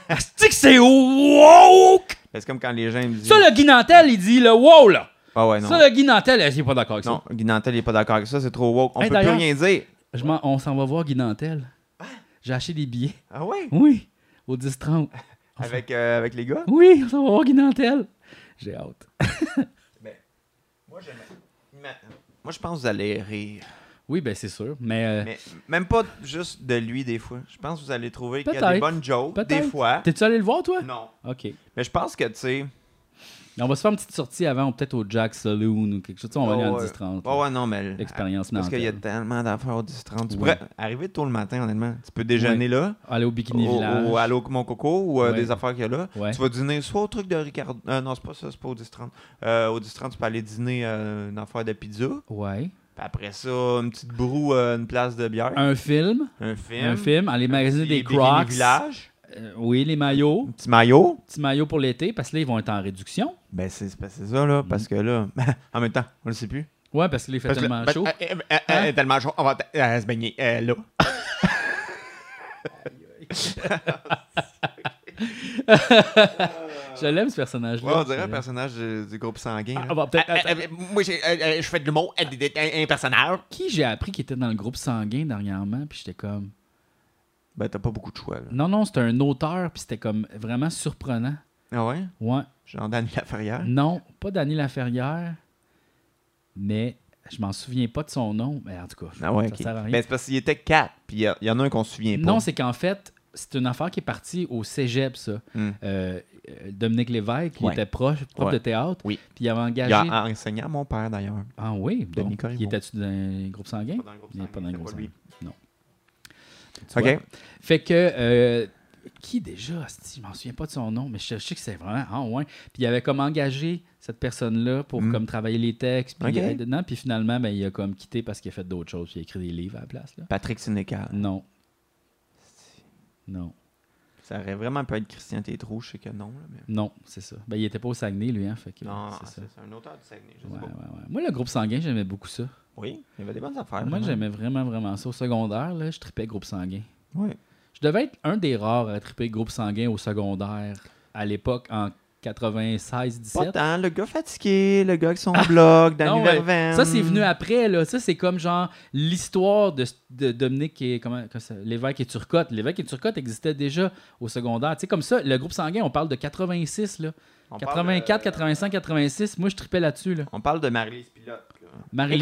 [SPEAKER 1] Asti que c'est woke!
[SPEAKER 2] C'est comme quand les gens ils me disent.
[SPEAKER 1] Ça, le Guy Nantel, il dit le wow, là!
[SPEAKER 2] Ah ouais, non.
[SPEAKER 1] Ça, le Guy Nantel, eh, il est pas d'accord avec
[SPEAKER 2] Non,
[SPEAKER 1] ça.
[SPEAKER 2] Guy Nantel n'est pas d'accord avec ça, c'est trop woke. On
[SPEAKER 1] Hey,
[SPEAKER 2] peut plus
[SPEAKER 1] d'ailleurs-
[SPEAKER 2] rien dire.
[SPEAKER 1] Je m'en- on s'en va voir Guy Nantel.
[SPEAKER 2] Hein?
[SPEAKER 1] J'ai acheté des billets.
[SPEAKER 2] Ah ouais?
[SPEAKER 1] Oui, au 10-30. Enfin.
[SPEAKER 2] Avec, euh, avec les gars?
[SPEAKER 1] Oui, on s'en va voir Guy Nantel. J'ai hâte.
[SPEAKER 2] Moi, j'aime. Moi, je pense que vous allez rire.
[SPEAKER 1] Oui, ben c'est sûr, mais... euh,
[SPEAKER 2] Mais même pas juste de lui, des fois. Je pense que vous allez trouver qu'il y a des
[SPEAKER 1] Peut-être.
[SPEAKER 2] bonnes jokes, des
[SPEAKER 1] Peut-être.
[SPEAKER 2] fois.
[SPEAKER 1] T'es-tu allé le voir, toi?
[SPEAKER 2] ah. Non.
[SPEAKER 1] OK.
[SPEAKER 2] Mais je pense que, tu sais.
[SPEAKER 1] On va se faire une petite sortie avant, peut-être au Jack Saloon ou quelque chose. Tu sais, On va aller
[SPEAKER 2] oh,
[SPEAKER 1] en
[SPEAKER 2] ouais.
[SPEAKER 1] 10-30.
[SPEAKER 2] Oh, ouais, non, mais.
[SPEAKER 1] Expérience
[SPEAKER 2] Parce qu'il y a
[SPEAKER 1] Nantel.
[SPEAKER 2] tellement d'affaires au 10-30. Tu
[SPEAKER 1] Ouais.
[SPEAKER 2] pourrais arriver tôt le matin, honnêtement. Tu peux déjeuner là.
[SPEAKER 1] Aller au Bikini
[SPEAKER 2] au,
[SPEAKER 1] Village.
[SPEAKER 2] au Allô Mon Coco ou euh,
[SPEAKER 1] Ouais.
[SPEAKER 2] des affaires qu'il y a là.
[SPEAKER 1] Ouais.
[SPEAKER 2] Tu vas dîner soit au truc de Ricardo. euh, non, c'est pas ça, c'est pas au 10-30. Euh, au 10-30, tu peux aller dîner euh, une affaire de pizza.
[SPEAKER 1] Ouais.
[SPEAKER 2] Puis après ça, une petite brou, euh, une place de bière. Un,
[SPEAKER 1] Un film.
[SPEAKER 2] film.
[SPEAKER 1] Un film. Aller magasiner des
[SPEAKER 2] Des
[SPEAKER 1] Crocs.
[SPEAKER 2] Village.
[SPEAKER 1] Euh, oui, les maillots.
[SPEAKER 2] Un petit maillot.
[SPEAKER 1] Petit maillot pour l'été parce que là, ils vont être en réduction.
[SPEAKER 2] Ben, c'est c'est- c'est ça, là. Parce que là, en même temps, on le sait plus.
[SPEAKER 1] Ouais, parce que là, il fait
[SPEAKER 2] Parce que-
[SPEAKER 1] Mhm. tellement
[SPEAKER 2] ben,
[SPEAKER 1] chaud.
[SPEAKER 2] euh, euh, euh,
[SPEAKER 1] Hein?
[SPEAKER 2] euh, Tellement chaud, on va t- euh, se baigner euh, là.
[SPEAKER 1] Je l'aime, ce personnage-là.
[SPEAKER 2] Ouais, on dirait
[SPEAKER 1] Je
[SPEAKER 2] un
[SPEAKER 1] l'aime.
[SPEAKER 2] personnage euh, du groupe sanguin.
[SPEAKER 1] Ah,
[SPEAKER 2] là.
[SPEAKER 1] on va peut-être-
[SPEAKER 2] Euh, euh, euh, moi, j'ai- euh, euh, je fais de l'humour, euh, des- des- un un personnage.
[SPEAKER 1] Qui j'ai appris qui était dans le groupe sanguin dernièrement, puis j'étais comme...
[SPEAKER 2] Ben, t'as pas beaucoup de choix, là.
[SPEAKER 1] Non, non, c'était un auteur, puis c'était comme vraiment surprenant.
[SPEAKER 2] Ah ouais?
[SPEAKER 1] Ouais.
[SPEAKER 2] Genre Danny Laferrière.
[SPEAKER 1] Non, pas Danny Laferrière, mais je m'en souviens pas de son nom. Mais en tout cas,
[SPEAKER 2] Ah ouais,
[SPEAKER 1] ça
[SPEAKER 2] ok.
[SPEAKER 1] sert à rien.
[SPEAKER 2] Ben, c'est parce qu'il était quatre, puis il y a- il y, en a un qu'on se souvient pas.
[SPEAKER 1] non, c'est qu'en fait, c'est une affaire qui est partie au cégep, ça.
[SPEAKER 2] Hmm.
[SPEAKER 1] Euh, euh, Dominique Lévesque, qui
[SPEAKER 2] Ouais.
[SPEAKER 1] était proche, prof
[SPEAKER 2] Ouais.
[SPEAKER 1] de théâtre,
[SPEAKER 2] Oui.
[SPEAKER 1] puis il avait
[SPEAKER 2] Il
[SPEAKER 1] engagé.
[SPEAKER 2] y a un enseignant à mon père, d'ailleurs.
[SPEAKER 1] Ah oui, bon.
[SPEAKER 2] Dominique Corriveau.
[SPEAKER 1] Il était-tu dans un groupe sanguin?
[SPEAKER 2] dans le groupe
[SPEAKER 1] Il est pas dans le groupe sanguin. Non. Tu vois?
[SPEAKER 2] Ok.
[SPEAKER 1] Fait que. euh, qui déjà, asti, je m'en souviens pas de son nom, mais je, je sais que c'est vraiment en ouin. Puis il avait comme engagé cette personne-là pour
[SPEAKER 2] Mm.
[SPEAKER 1] comme travailler les textes, puis
[SPEAKER 2] Ok.
[SPEAKER 1] euh, dedans. Puis finalement, ben, il a comme quitté parce qu'il a fait d'autres choses, puis il a écrit des livres à la place. Là.
[SPEAKER 2] Patrick Sénécal.
[SPEAKER 1] Non. Non.
[SPEAKER 2] Ça aurait vraiment pu être Christian Tétrault, je sais que non. Là, mais...
[SPEAKER 1] Non, c'est ça. Ben, il était pas au Saguenay, lui, hein. Fait que,
[SPEAKER 2] Non, ah,
[SPEAKER 1] c'est ça.
[SPEAKER 2] c'est un auteur du Saguenay, je sais
[SPEAKER 1] Ouais,
[SPEAKER 2] pas.
[SPEAKER 1] ouais, ouais. Moi, le groupe sanguin, j'aimais beaucoup ça.
[SPEAKER 2] Oui, il y avait des bonnes affaires.
[SPEAKER 1] Moi,
[SPEAKER 2] vraiment.
[SPEAKER 1] j'aimais vraiment, vraiment ça. Au secondaire, là, je tripais groupe sanguin.
[SPEAKER 2] Ouais.
[SPEAKER 1] Je devais être un des rares à triper groupe sanguin au secondaire à l'époque en 96-17.
[SPEAKER 2] Pas tant, le gars fatigué, le gars avec son blog, Danny
[SPEAKER 1] Ah! Non, ouais.
[SPEAKER 2] Verven.
[SPEAKER 1] Ça, c'est venu après, là. Ça, c'est comme genre l'histoire de, de Dominique et comment, comment ça- Lévesque et Turcotte. L'évêque et Turcotte existait déjà au secondaire. Tu sais, comme ça, le groupe sanguin, on parle de 86, là.
[SPEAKER 2] On parle
[SPEAKER 1] 84,
[SPEAKER 2] de-
[SPEAKER 1] 85, 86. Moi, je tripais là-dessus, là.
[SPEAKER 2] On parle de Marie-Lise Pilote. là.
[SPEAKER 1] Marie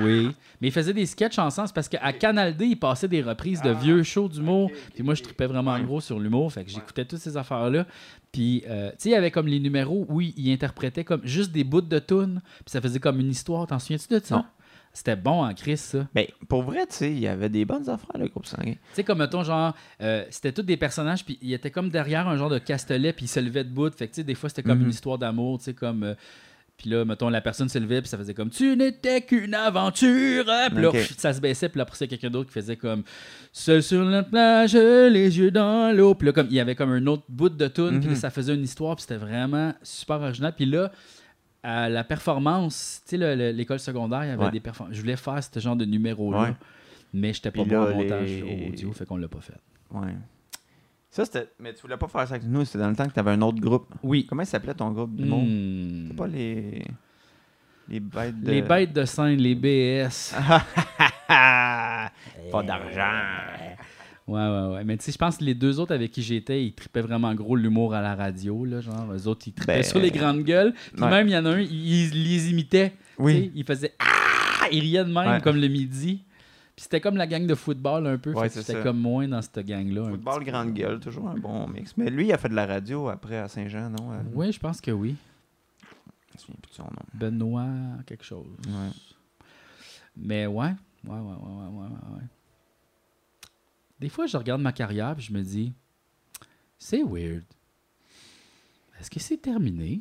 [SPEAKER 1] Oui. Mais ils faisaient des sketchs ensemble. C'est parce qu'à Canal D, ils passaient des reprises de vieux shows d'humour. Puis moi, je tripais vraiment gros sur l'humour. Fait que j'écoutais toutes ces affaires-là. Puis, euh, tu sais, il y avait comme les numéros où ils interprétaient comme juste des bouts de tunes. Puis ça faisait comme une histoire. T'en souviens-tu de ça?
[SPEAKER 2] Non.
[SPEAKER 1] C'était bon en Chris, ça.
[SPEAKER 2] Ben, pour vrai, tu sais, il y avait des bonnes affaires, le groupe sanguin.
[SPEAKER 1] Tu sais, comme mettons, genre, euh, c'était tous des personnages, puis ils étaient comme derrière un genre de castelet, puis ils se levaient debout. Fait que, tu sais, des fois, c'était comme
[SPEAKER 2] Mhm.
[SPEAKER 1] une histoire d'amour, tu sais, comme. euh, puis là, mettons, la personne se levait, puis ça faisait comme Tu n'étais qu'une aventure. hein! Puis là,
[SPEAKER 2] Ok.
[SPEAKER 1] ça se baissait, puis là, après, c'est quelqu'un d'autre qui faisait comme Seul sur la plage, les yeux dans l'eau. Puis là, comme, il y avait comme un autre bout de tune, puis là,
[SPEAKER 2] Mhm.
[SPEAKER 1] ça faisait une histoire, puis c'était vraiment super original. Puis là, à la performance, tu sais, le- le- l'école secondaire, il y avait
[SPEAKER 2] Ouais.
[SPEAKER 1] des performances. Je voulais faire ce genre de numéro-là.
[SPEAKER 2] Ouais.
[SPEAKER 1] Mais j'étais pas
[SPEAKER 2] Puis
[SPEAKER 1] bon
[SPEAKER 2] là,
[SPEAKER 1] en montage
[SPEAKER 2] les-
[SPEAKER 1] audio, fait qu'on l'a pas fait.
[SPEAKER 2] Ouais. Ça, c'était. Mais tu voulais pas faire ça avec nous, c'était dans le temps que t'avais un autre groupe.
[SPEAKER 1] Oui. Hmm.
[SPEAKER 2] Comment il s'appelait ton groupe du monde C'est pas les. Les bêtes de.
[SPEAKER 1] Les bêtes de scène, les BS.
[SPEAKER 2] Ah! pas d'argent!
[SPEAKER 1] Ouais, ouais, ouais. Mais tu sais, je pense que les deux autres avec qui j'étais, ils tripaient vraiment gros l'humour à la radio, là. Genre, eux autres, ils tripaient
[SPEAKER 2] Ben,
[SPEAKER 1] sur les grandes gueules. Puis
[SPEAKER 2] ouais.
[SPEAKER 1] même, il y en a un, ils les imitaient. Tu sais,
[SPEAKER 2] Oui.
[SPEAKER 1] Ils faisaient Ah! Ils riaient de même,
[SPEAKER 2] Ouais.
[SPEAKER 1] comme le midi. Puis c'était comme la gang de football un peu.
[SPEAKER 2] Ouais,
[SPEAKER 1] fait que
[SPEAKER 2] c'est
[SPEAKER 1] j'étais
[SPEAKER 2] ça.
[SPEAKER 1] comme moins dans cette gang-là. un
[SPEAKER 2] Football grande gueule, toujours un bon mix. Mais lui, il a fait de la radio après à Saint-Jean, non? Euh,
[SPEAKER 1] petit- Ouais, je pense que oui.
[SPEAKER 2] Je me souviens plus de son nom.
[SPEAKER 1] Benoît, quelque chose.
[SPEAKER 2] Ouais.
[SPEAKER 1] Mais ouais, ouais, ouais, ouais, ouais, ouais, ouais, ouais. Des fois, je regarde ma carrière et je me dis, c'est weird. Est-ce que c'est terminé?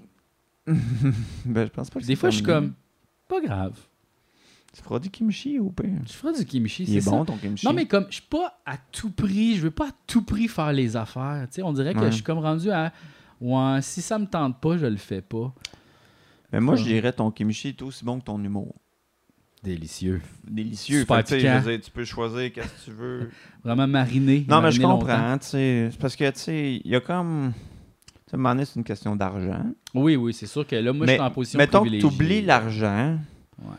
[SPEAKER 2] Ben, je pense pas que
[SPEAKER 1] Des
[SPEAKER 2] c'est
[SPEAKER 1] fois, je suis
[SPEAKER 2] terminé.
[SPEAKER 1] comme, pas grave.
[SPEAKER 2] Tu feras du kimchi ou pas?
[SPEAKER 1] Je ferai du kimchi,
[SPEAKER 2] Il
[SPEAKER 1] c'est
[SPEAKER 2] est
[SPEAKER 1] ça.
[SPEAKER 2] bon ton kimchi.
[SPEAKER 1] Non, mais comme, je suis pas à tout prix, je veux pas à tout prix faire les affaires. Tu sais, on dirait que
[SPEAKER 2] Ouais.
[SPEAKER 1] je suis comme rendu à, ouais, si ça me tente pas, je le fais pas.
[SPEAKER 2] Mais moi, je
[SPEAKER 1] Ouais.
[SPEAKER 2] dirais ton kimchi est aussi bon que ton humour.
[SPEAKER 1] Délicieux.
[SPEAKER 2] Délicieux.
[SPEAKER 1] Super
[SPEAKER 2] Fait que, tu sais, je veux
[SPEAKER 1] piquant.
[SPEAKER 2] dire, tu peux choisir qu'est-ce que tu veux.
[SPEAKER 1] Vraiment mariné.
[SPEAKER 2] Non, mais
[SPEAKER 1] mariné
[SPEAKER 2] je
[SPEAKER 1] longtemps.
[SPEAKER 2] comprends. tu sais, C'est parce que, tu sais, il y a comme. Tu sais, à un moment donné, c'est une question d'argent.
[SPEAKER 1] Oui, oui, c'est sûr que là, moi, je
[SPEAKER 2] Mais
[SPEAKER 1] suis en position
[SPEAKER 2] Mettons que tu
[SPEAKER 1] privilégiée.
[SPEAKER 2] oublies l'argent.
[SPEAKER 1] Ouais.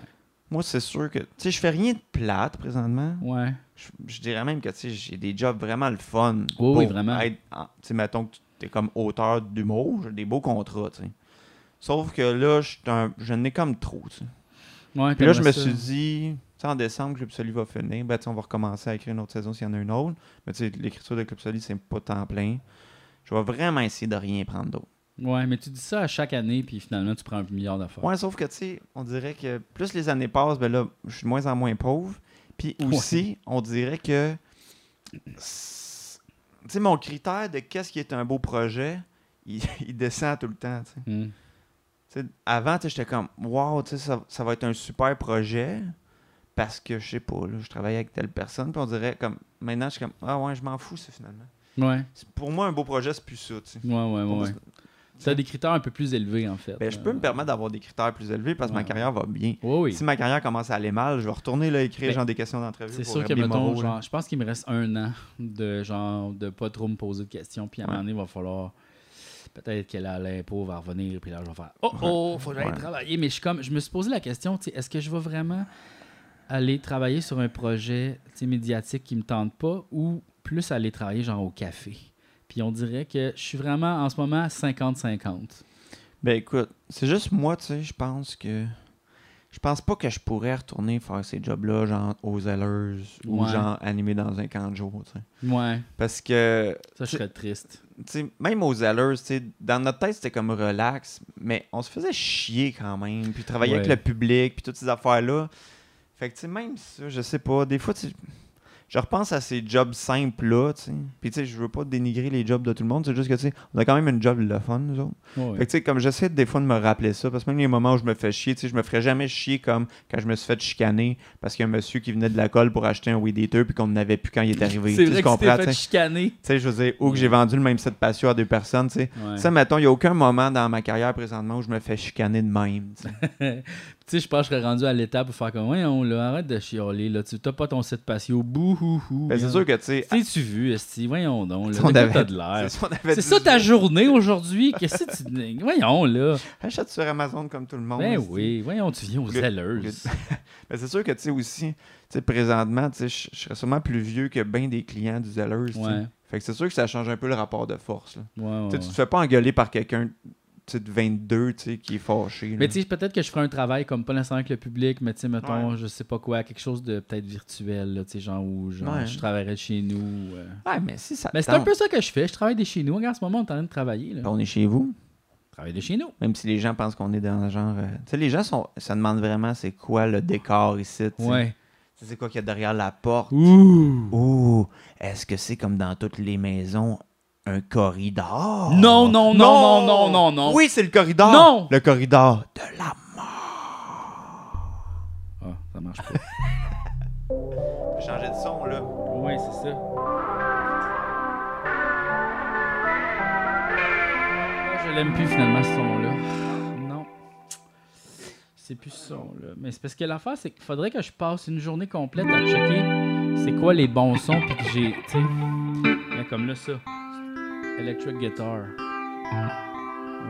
[SPEAKER 2] Moi, c'est sûr que. Tu sais, je fais rien de plate présentement.
[SPEAKER 1] Ouais.
[SPEAKER 2] Je, je dirais même que, tu sais, j'ai des jobs vraiment le fun. Oui,
[SPEAKER 1] oui, vraiment.
[SPEAKER 2] Tu sais, mettons que tu es comme auteur d'humour, j'ai des beaux contrats, tu sais. Sauf que là, je suis un- je n'ai comme trop, tu sais.
[SPEAKER 1] Ouais,
[SPEAKER 2] Puis là, je me
[SPEAKER 1] t'aimerais ça.
[SPEAKER 2] suis dit, tu sais, en décembre, Club Soli va finir. Ben, tu sais, on va recommencer à écrire une autre saison s'il y en a une autre. Mais tu sais, l'écriture de Club Soli, c'est pas temps plein. Je vais vraiment essayer de rien prendre d'autre.
[SPEAKER 1] Ouais, mais tu dis ça à chaque année, puis finalement, tu prends un milliard d'affaires.
[SPEAKER 2] Ouais, sauf que, tu sais, on dirait que plus les années passent, ben là, je suis de moins en moins pauvre. Puis aussi, on dirait que. c'est- Tu sais, mon critère de qu'est-ce qui est un beau projet, il, il descend tout le temps, tu sais.
[SPEAKER 1] Hmm.
[SPEAKER 2] Tu sais, avant, tu sais, j'étais comme, wow, tu sais, ça, ça va être un super projet parce que, je sais pas, là, je travaillais avec telle personne. Puis on dirait, comme, maintenant, je suis comme, ah ouais, je m'en fous, ça, finalement.
[SPEAKER 1] Ouais,
[SPEAKER 2] C'est- Pour moi, un beau projet, c'est plus ça, tu sais.
[SPEAKER 1] ouais, ouais,
[SPEAKER 2] Pour moi,
[SPEAKER 1] ouais. Tu as des critères un peu plus élevés, en fait.
[SPEAKER 2] Ben, je peux me permettre d'avoir des critères plus élevés parce que
[SPEAKER 1] Ouais.
[SPEAKER 2] ma carrière va bien.
[SPEAKER 1] Ouais, oui.
[SPEAKER 2] Si ma carrière commence à aller mal, je vais retourner là écrire
[SPEAKER 1] Ben,
[SPEAKER 2] genre des questions d'entrevue.
[SPEAKER 1] C'est
[SPEAKER 2] pour
[SPEAKER 1] sûr que,
[SPEAKER 2] Rabbi
[SPEAKER 1] mettons,
[SPEAKER 2] Moreau, là.
[SPEAKER 1] genre, je pense qu'il me reste un an de genre de pas trop me poser de questions, puis à un
[SPEAKER 2] Ouais.
[SPEAKER 1] moment donné, il va falloir. Peut-être qu'elle à l'impôt va revenir, puis là, je vais faire Oh oh, faut que j'aille
[SPEAKER 2] Ouais.
[SPEAKER 1] travailler. Mais je, suis comme, je me suis posé la question tu sais, est-ce que je vais vraiment aller travailler sur un projet tu sais, médiatique qui me tente pas ou plus aller travailler genre au café Puis on dirait que je suis vraiment en ce moment à 50-50.
[SPEAKER 2] Ben écoute, c'est juste moi, tu sais, je pense que. Je pense pas que je pourrais retourner faire ces jobs-là, genre aux Zellers ou
[SPEAKER 1] Ouais.
[SPEAKER 2] genre animé dans un camp de jour, tu sais.
[SPEAKER 1] Ouais,
[SPEAKER 2] Parce que
[SPEAKER 1] ça, je serais triste.
[SPEAKER 2] tu sais, même aux allures, tu sais, dans notre tête, c'était comme relax, mais on se faisait chier quand même. Puis travailler avec
[SPEAKER 1] Ouais.
[SPEAKER 2] le public, puis toutes ces affaires-là. Fait que, tu sais, même ça, je sais pas, des fois, tu sais, je repense à ces jobs simples-là, tu sais. Puis, tu sais, je veux pas dénigrer les jobs de tout le monde, c'est juste que, tu sais, on a quand même une job le fun, nous autres.
[SPEAKER 1] Ouais, ouais.
[SPEAKER 2] Fait que, tu sais, comme j'essaie des fois de me rappeler ça, parce que même les moments où je me fais chier, tu sais, je me ferais jamais chier comme quand je me suis fait chicaner parce qu'il y a un monsieur qui venait de la colle pour acheter un Weed Eater puis qu'on n'avait plus quand il est arrivé.
[SPEAKER 1] C'est vrai
[SPEAKER 2] Tu sais, je
[SPEAKER 1] que tu t'es
[SPEAKER 2] comprends,
[SPEAKER 1] fait
[SPEAKER 2] tu sais.
[SPEAKER 1] chicaner.
[SPEAKER 2] Tu sais, je veux dire, ou que j'ai vendu le même set patio à deux personnes, tu sais.
[SPEAKER 1] Mm. Ouais.
[SPEAKER 2] Ça, mettons, il n'y a aucun moment dans ma carrière présentement où je me fais chicaner de même. tu sais.
[SPEAKER 1] Tu sais, je pense que je serais rendu à l'étape pour faire comme, ouais, on là, arrête de chialer, là, tu t'as pas ton set patio, bouhouhou.
[SPEAKER 2] Ben, c'est sûr que, tu sais,
[SPEAKER 1] T'es-tu vu, Esti, voyons donc, là,
[SPEAKER 2] On
[SPEAKER 1] de quoi
[SPEAKER 2] avait-
[SPEAKER 1] t'as de l'air.
[SPEAKER 2] si on avait
[SPEAKER 1] C'est ça
[SPEAKER 2] dit-
[SPEAKER 1] ta journée aujourd'hui, qu'est-ce que tu... Voyons, là.
[SPEAKER 2] Achète sur Amazon comme tout le monde.
[SPEAKER 1] Ben
[SPEAKER 2] tu sais.
[SPEAKER 1] oui, voyons, tu viens aux
[SPEAKER 2] Good.
[SPEAKER 1] zelleuses.
[SPEAKER 2] Good. Mais c'est sûr que, tu sais, aussi, tu sais, présentement, tu sais, je je serais sûrement plus vieux que bien des clients du Zellers. tu sais.
[SPEAKER 1] Ouais,
[SPEAKER 2] Fait que c'est sûr que ça change un peu le rapport de force. là.
[SPEAKER 1] ouais, ouais,
[SPEAKER 2] Tu sais,
[SPEAKER 1] ouais.
[SPEAKER 2] Tu te fais pas engueuler par quelqu'un tu sais, de 22, tu sais, qui est fâché. là.
[SPEAKER 1] Mais tu sais, peut-être que je ferai un travail comme pas nécessairement avec le public, mais tu sais, mettons, je sais pas quoi, quelque chose de peut-être virtuel, là, tu sais, genre où genre,
[SPEAKER 2] Ouais.
[SPEAKER 1] je travaillerais de chez nous. euh.
[SPEAKER 2] Ouais, mais si ça
[SPEAKER 1] Mais c'est
[SPEAKER 2] tente,
[SPEAKER 1] un peu ça que je fais, je travaille de chez nous. Regarde, en ce moment, on est en train de travailler, là.
[SPEAKER 2] ben, on est chez vous.
[SPEAKER 1] Travaille de chez nous.
[SPEAKER 2] Même si les gens pensent qu'on est dans le genre. euh, Tu sais, les gens sont, se demandent vraiment c'est quoi le décor ici. tu sais.
[SPEAKER 1] Ouais.
[SPEAKER 2] C'est quoi qu'il y a derrière la porte.
[SPEAKER 1] Ouh.
[SPEAKER 2] Ouh, est-ce que c'est comme dans toutes les maisons, un corridor?
[SPEAKER 1] Non, non, non, non, non, non, non.
[SPEAKER 2] Oui, c'est le corridor.
[SPEAKER 1] Non.
[SPEAKER 2] Le corridor de la
[SPEAKER 1] Ah, ça marche pas.
[SPEAKER 2] mort. Changer de son, là.
[SPEAKER 1] ouais, c'est ça. Ah, Je l'aime plus finalement ce son-là. Non. C'est plus ce son-là. Mais c'est parce que l'affaire, c'est qu'il faudrait que je passe une journée complète à checker c'est quoi les bons sons puis que j'ai. Tu sais. Là, comme là, ça. Electric guitar.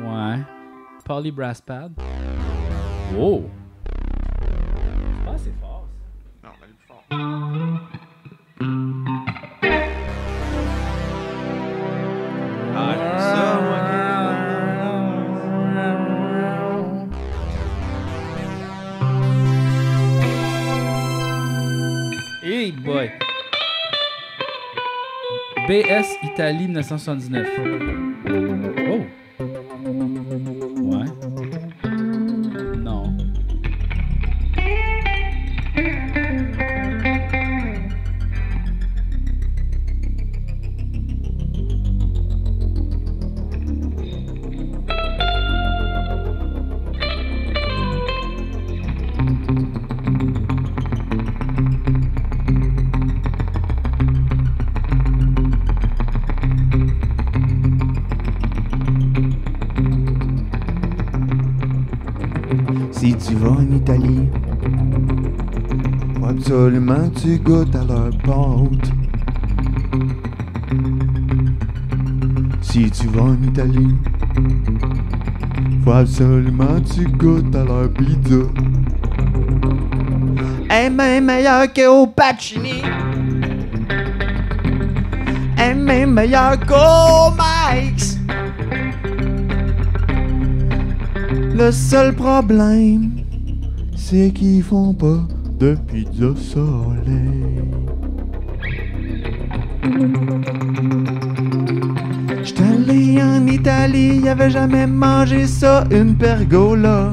[SPEAKER 1] Ouais. Poly brass pad. Wow! C'est pas assez fort, ça.
[SPEAKER 2] Non, mais plus fort. Ah, j'aime ça,
[SPEAKER 1] Hey boy! BS Italie 1979. Oh! Ouais. Non.
[SPEAKER 2] Si tu vas en Italie, faut absolument que tu goûtes à leur pâte. Si tu vas en Italie, faut absolument que tu goûtes à leur pizza. Elle est même meilleure qu'au Pacini. Elle est même meilleure qu'au Mike's. Le seul problème, c'est qu'ils font pas de pizza soleil. J'étais allé en Italie, y'avait jamais mangé ça, une pergola.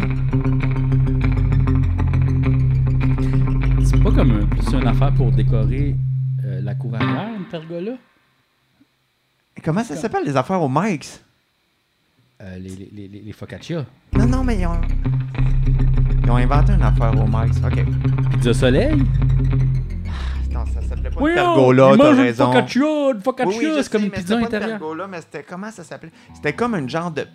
[SPEAKER 1] C'est pas comme un, plus une affaire pour décorer euh, la cour arrière, une pergola?
[SPEAKER 2] Comment ça s'appelle les affaires au Mike's?
[SPEAKER 1] Euh, les, les, les, les- les focaccia.
[SPEAKER 2] Non, non, mais ils ont. Ils ont inventé une affaire au Mike's, ok.
[SPEAKER 1] Pizza soleil?
[SPEAKER 2] Non, ça s'appelait pas
[SPEAKER 1] Oui,
[SPEAKER 2] une
[SPEAKER 1] oh,
[SPEAKER 2] pergola,
[SPEAKER 1] il
[SPEAKER 2] t'as
[SPEAKER 1] mange
[SPEAKER 2] raison.
[SPEAKER 1] Une focaccia, une focaccia,
[SPEAKER 2] Oui, oui, je
[SPEAKER 1] c'est comme
[SPEAKER 2] sais,
[SPEAKER 1] une
[SPEAKER 2] mais
[SPEAKER 1] pizza
[SPEAKER 2] c'était pas une
[SPEAKER 1] intérieure.
[SPEAKER 2] pergola, mais c'était comment ça s'appelait C'était comme une genre de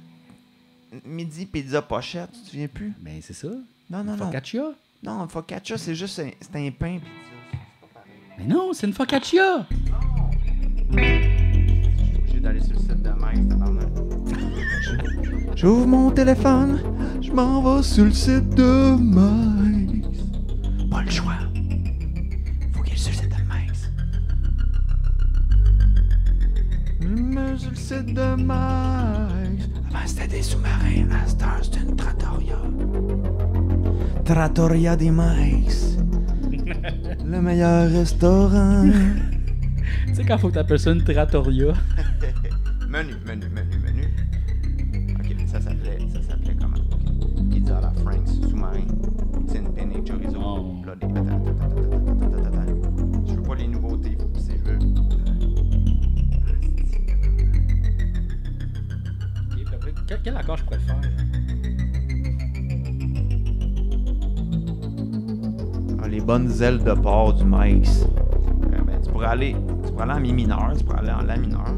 [SPEAKER 2] midi pizza pochette, tu te souviens plus
[SPEAKER 1] Ben, c'est ça.
[SPEAKER 2] Non, non,
[SPEAKER 1] Une
[SPEAKER 2] non.
[SPEAKER 1] focaccia?
[SPEAKER 2] Non, focaccia, c'est juste un, c'est un pain pizza. C'est pas pareil.
[SPEAKER 1] Mais non, c'est une focaccia!
[SPEAKER 2] Je suis obligé d'aller sur le site de Mike, tabarnak. J'ouvre mon téléphone, je m'en vais sur le site de Mike. Pas le choix. Faut qu'il y ait sur le site de Mike. Je me suis sur le site de Mike. Avant, c'était des sous-marins. À cette heure, c'est une trattoria. Trattoria des Mike's. le meilleur restaurant.
[SPEAKER 1] Tu sais, quand faut que t'appelles ça une trattoria?
[SPEAKER 2] Menu, menu, menu, menu. Ok, ça s'appelait, ça s'appelait comment Ok. Pizza à la Franks, sous-marin, tin penne, chorizo,
[SPEAKER 1] Oh.
[SPEAKER 2] là, des- attends, attends, attends, attends, attends, attends, attends. Je veux pas les nouveautés, faut que c'est veux.
[SPEAKER 1] Ok, puis après, quel, quel accord je préfère?
[SPEAKER 2] Ah, les bonnes ailes de porc du Mike's. Euh, ben, tu pourrais aller, tu pourrais aller en mi mineur, tu pourrais aller en la mineur.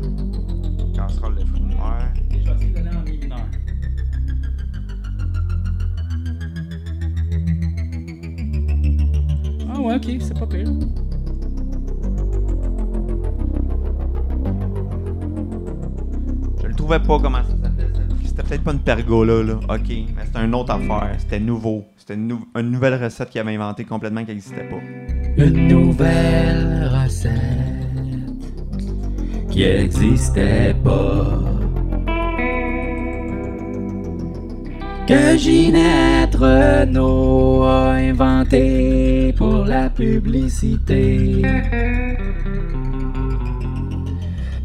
[SPEAKER 2] Casserole de fruits noirs.
[SPEAKER 1] Et je vais essayer de donner en mi mineur. Ah ouais, ok, c'est pas pire.
[SPEAKER 2] Je le trouvais pas comment ça s'appelait. ça. C'était peut-être pas une pergola, là. Ok, mais c'était une autre affaire. C'était nouveau. C'était une, nou- une nouvelle recette qu'il avait inventée complètement qui n'existait pas.
[SPEAKER 1] Une nouvelle recette qui n'existait pas. Que Ginette Renault a inventé pour la publicité.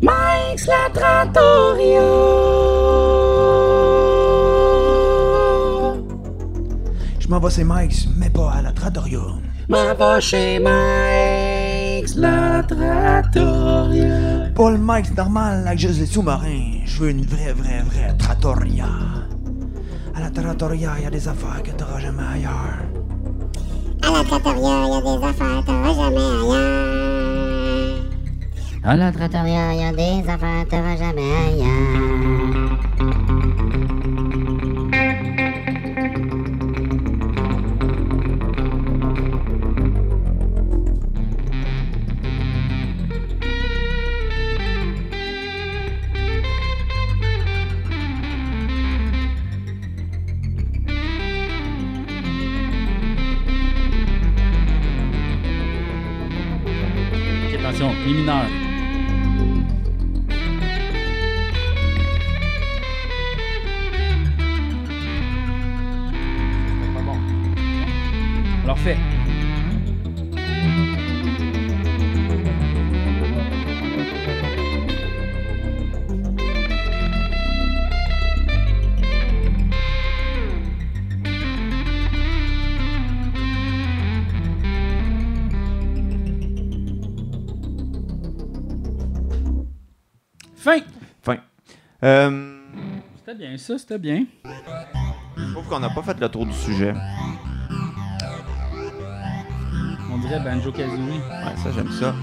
[SPEAKER 1] Mike's la Trattoria.
[SPEAKER 2] Je m'en vais chez Mike, mais pas à la Trattoria.
[SPEAKER 3] M'en va chez Mike's, la trattoria.
[SPEAKER 2] Pas le Mike normal, là, que juste les sous-marins. Je veux une vraie, vraie, vraie Trattoria. À la Trattoria, il y a des affaires que t'auras jamais ailleurs.
[SPEAKER 3] À la trattoria, y a des affaires, t'auras jamais ailleurs. À la trattoria, y a des affaires, t'auras jamais ailleurs.
[SPEAKER 1] Ok, attention, les mineurs. C'est pas bon. On leur fait. Fin!
[SPEAKER 2] Fin. Euh,
[SPEAKER 1] C'était bien, ça, c'était bien.
[SPEAKER 2] je trouve qu'on n'a pas fait le tour du sujet.
[SPEAKER 1] On dirait Banjo Kazooie.
[SPEAKER 2] Ouais, ça, j'aime ça.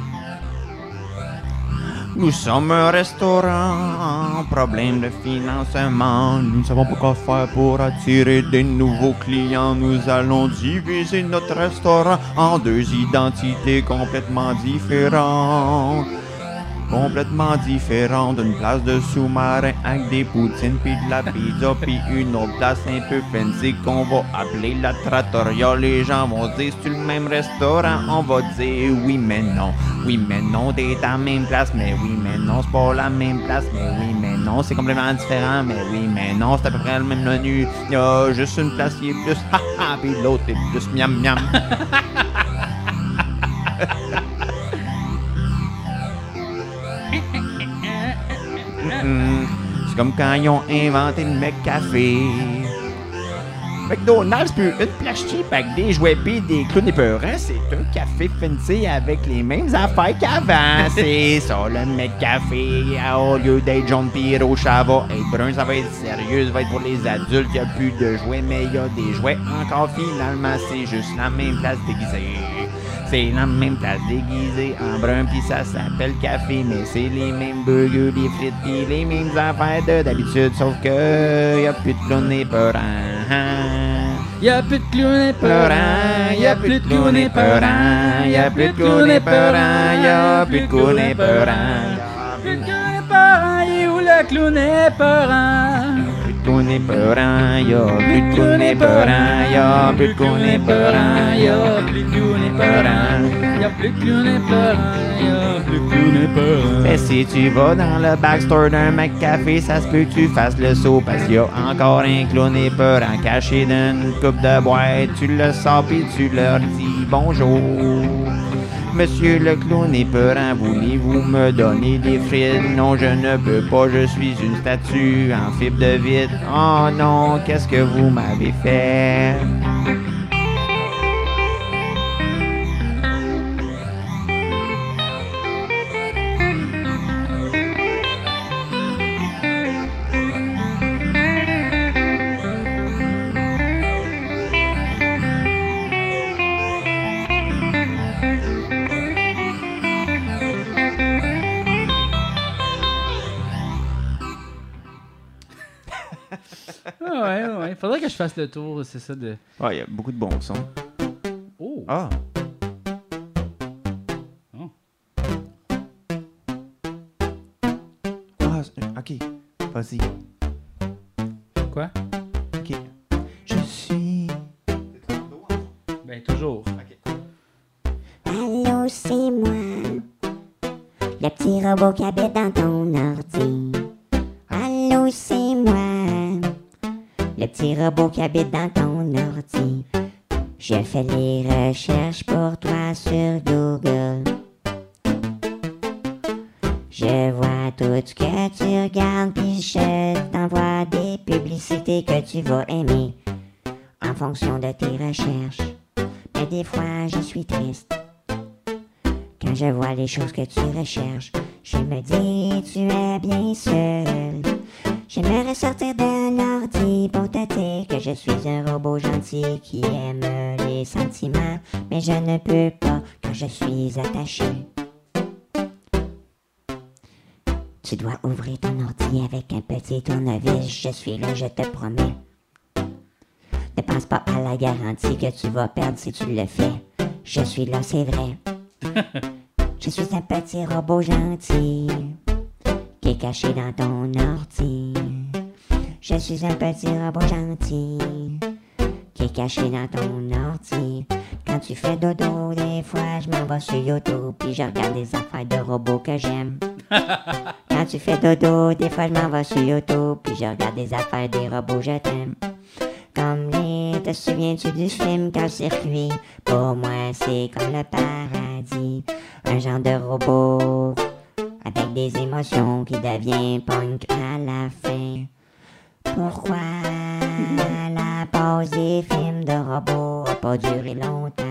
[SPEAKER 2] Nous sommes un restaurant, problème de financement. Nous ne savons pas quoi faire pour attirer des nouveaux clients. Nous allons diviser notre restaurant en deux identités complètement différentes. Complètement différentes d'une place de sous-marin avec des poutines puis de la pizza puis une autre place un peu fancy qu'on va appeler la trattoria. Les gens vont se dire c'est le même restaurant, on va dire oui mais non, oui mais non t'es à la même place, mais oui mais non c'est pas la même place, mais oui mais non c'est complètement différent, mais oui mais non c'est à peu près le même menu. Il y a juste une place qui est plus ha ha puis l'autre est plus miam miam. Mm. C'est comme quand ils ont inventé le McCafé. McDonald's peut une place cheap avec des jouets pis des clowns épeurants, c'est un café fancy avec les mêmes affaires qu'avant. c'est ça le McCafé. Ah, Au lieu d'être jaune pis rouge, ça va être brun, ça va être sérieux, ça va être pour les adultes. Y a plus de jouets, mais y a des jouets encore finalement. C'est juste la même place déguisée. C'est la même place déguisée en brun, puis ça s'appelle café, mais c'est les mêmes burgers, les frites, pis les mêmes affaires de d'habitude, sauf que y a plus de clown épeurant.
[SPEAKER 1] Y'a plus de clowns épeurants,
[SPEAKER 2] Peurant, hein. y a plus de clown épeurant, y a plus de clown épeurant, y a plus de clown épeurant,
[SPEAKER 1] Plus de clown épeurant, il est où le clown épeurant?
[SPEAKER 2] plus de clown épeurant, y a plus de clown épeurant, y a plus de clown épeurant, y a
[SPEAKER 1] plus de clown
[SPEAKER 2] ah,
[SPEAKER 1] épeurant, y'a plus de clown épeurant, y'a plus de clown épeurant.
[SPEAKER 2] Mais si tu vas dans le backstore d'un McCafé, ça se peut que tu fasses le saut parce qu'il y a encore un clown épeurant caché dans une coupe de boîte. Tu le sors puis tu leur dis bonjour. Monsieur le clown épeurant, voulez-vous me donner des frites? Non, je ne peux pas, je suis une statue en fibre de vide. Oh non, qu'est-ce que vous m'avez fait?
[SPEAKER 1] Ah ouais, ouais, ouais. Faudrait que je fasse le tour, c'est ça de.
[SPEAKER 2] Ouais, il y a beaucoup de bons sons.
[SPEAKER 1] Oh!
[SPEAKER 2] Ah!
[SPEAKER 1] Oh.
[SPEAKER 2] Ah, c'est- ok. Vas-y.
[SPEAKER 1] Quoi?
[SPEAKER 2] Ok. Je suis.
[SPEAKER 1] Ben, toujours.
[SPEAKER 3] Allô, c'est moi, le petit robot qui habite dans ton ordi. Allô, c'est moi, le petit robot qui habite dans ton ordi. Je fais les recherches pour toi sur Google. Je vois tout ce que tu regardes, puis je t'envoie des publicités que tu vas aimer. En en fonction de tes recherches. Mais des fois, je suis triste. Quand je vois les choses que tu recherches, je me dis, tu es bien seul. J'aimerais sortir de l'ordi pour te dire que je suis un robot gentil qui aime les sentiments, mais je ne peux pas quand je suis attaché. Tu dois ouvrir ton ordi avec un petit tournevis, je suis là, je te promets. Ne pense pas à la garantie que tu vas perdre si tu le fais. Je suis là, c'est vrai. je suis un petit robot gentil qui est caché dans ton ordi. Je suis un petit robot gentil qui est caché dans ton ordi. Quand tu fais dodo, des fois je m'en vais sur YouTube puis je regarde des affaires de robots que j'aime. Quand tu fais dodo, des fois je m'en vais sur YouTube puis je regarde des affaires des robots, je t'aime. Comme les, te souviens-tu du film Quand circuit Pour moi, c'est comme le paradis. Un genre de robot avec des émotions qui devient punk à la fin. Pourquoi la pause des films de robots a pas duré longtemps?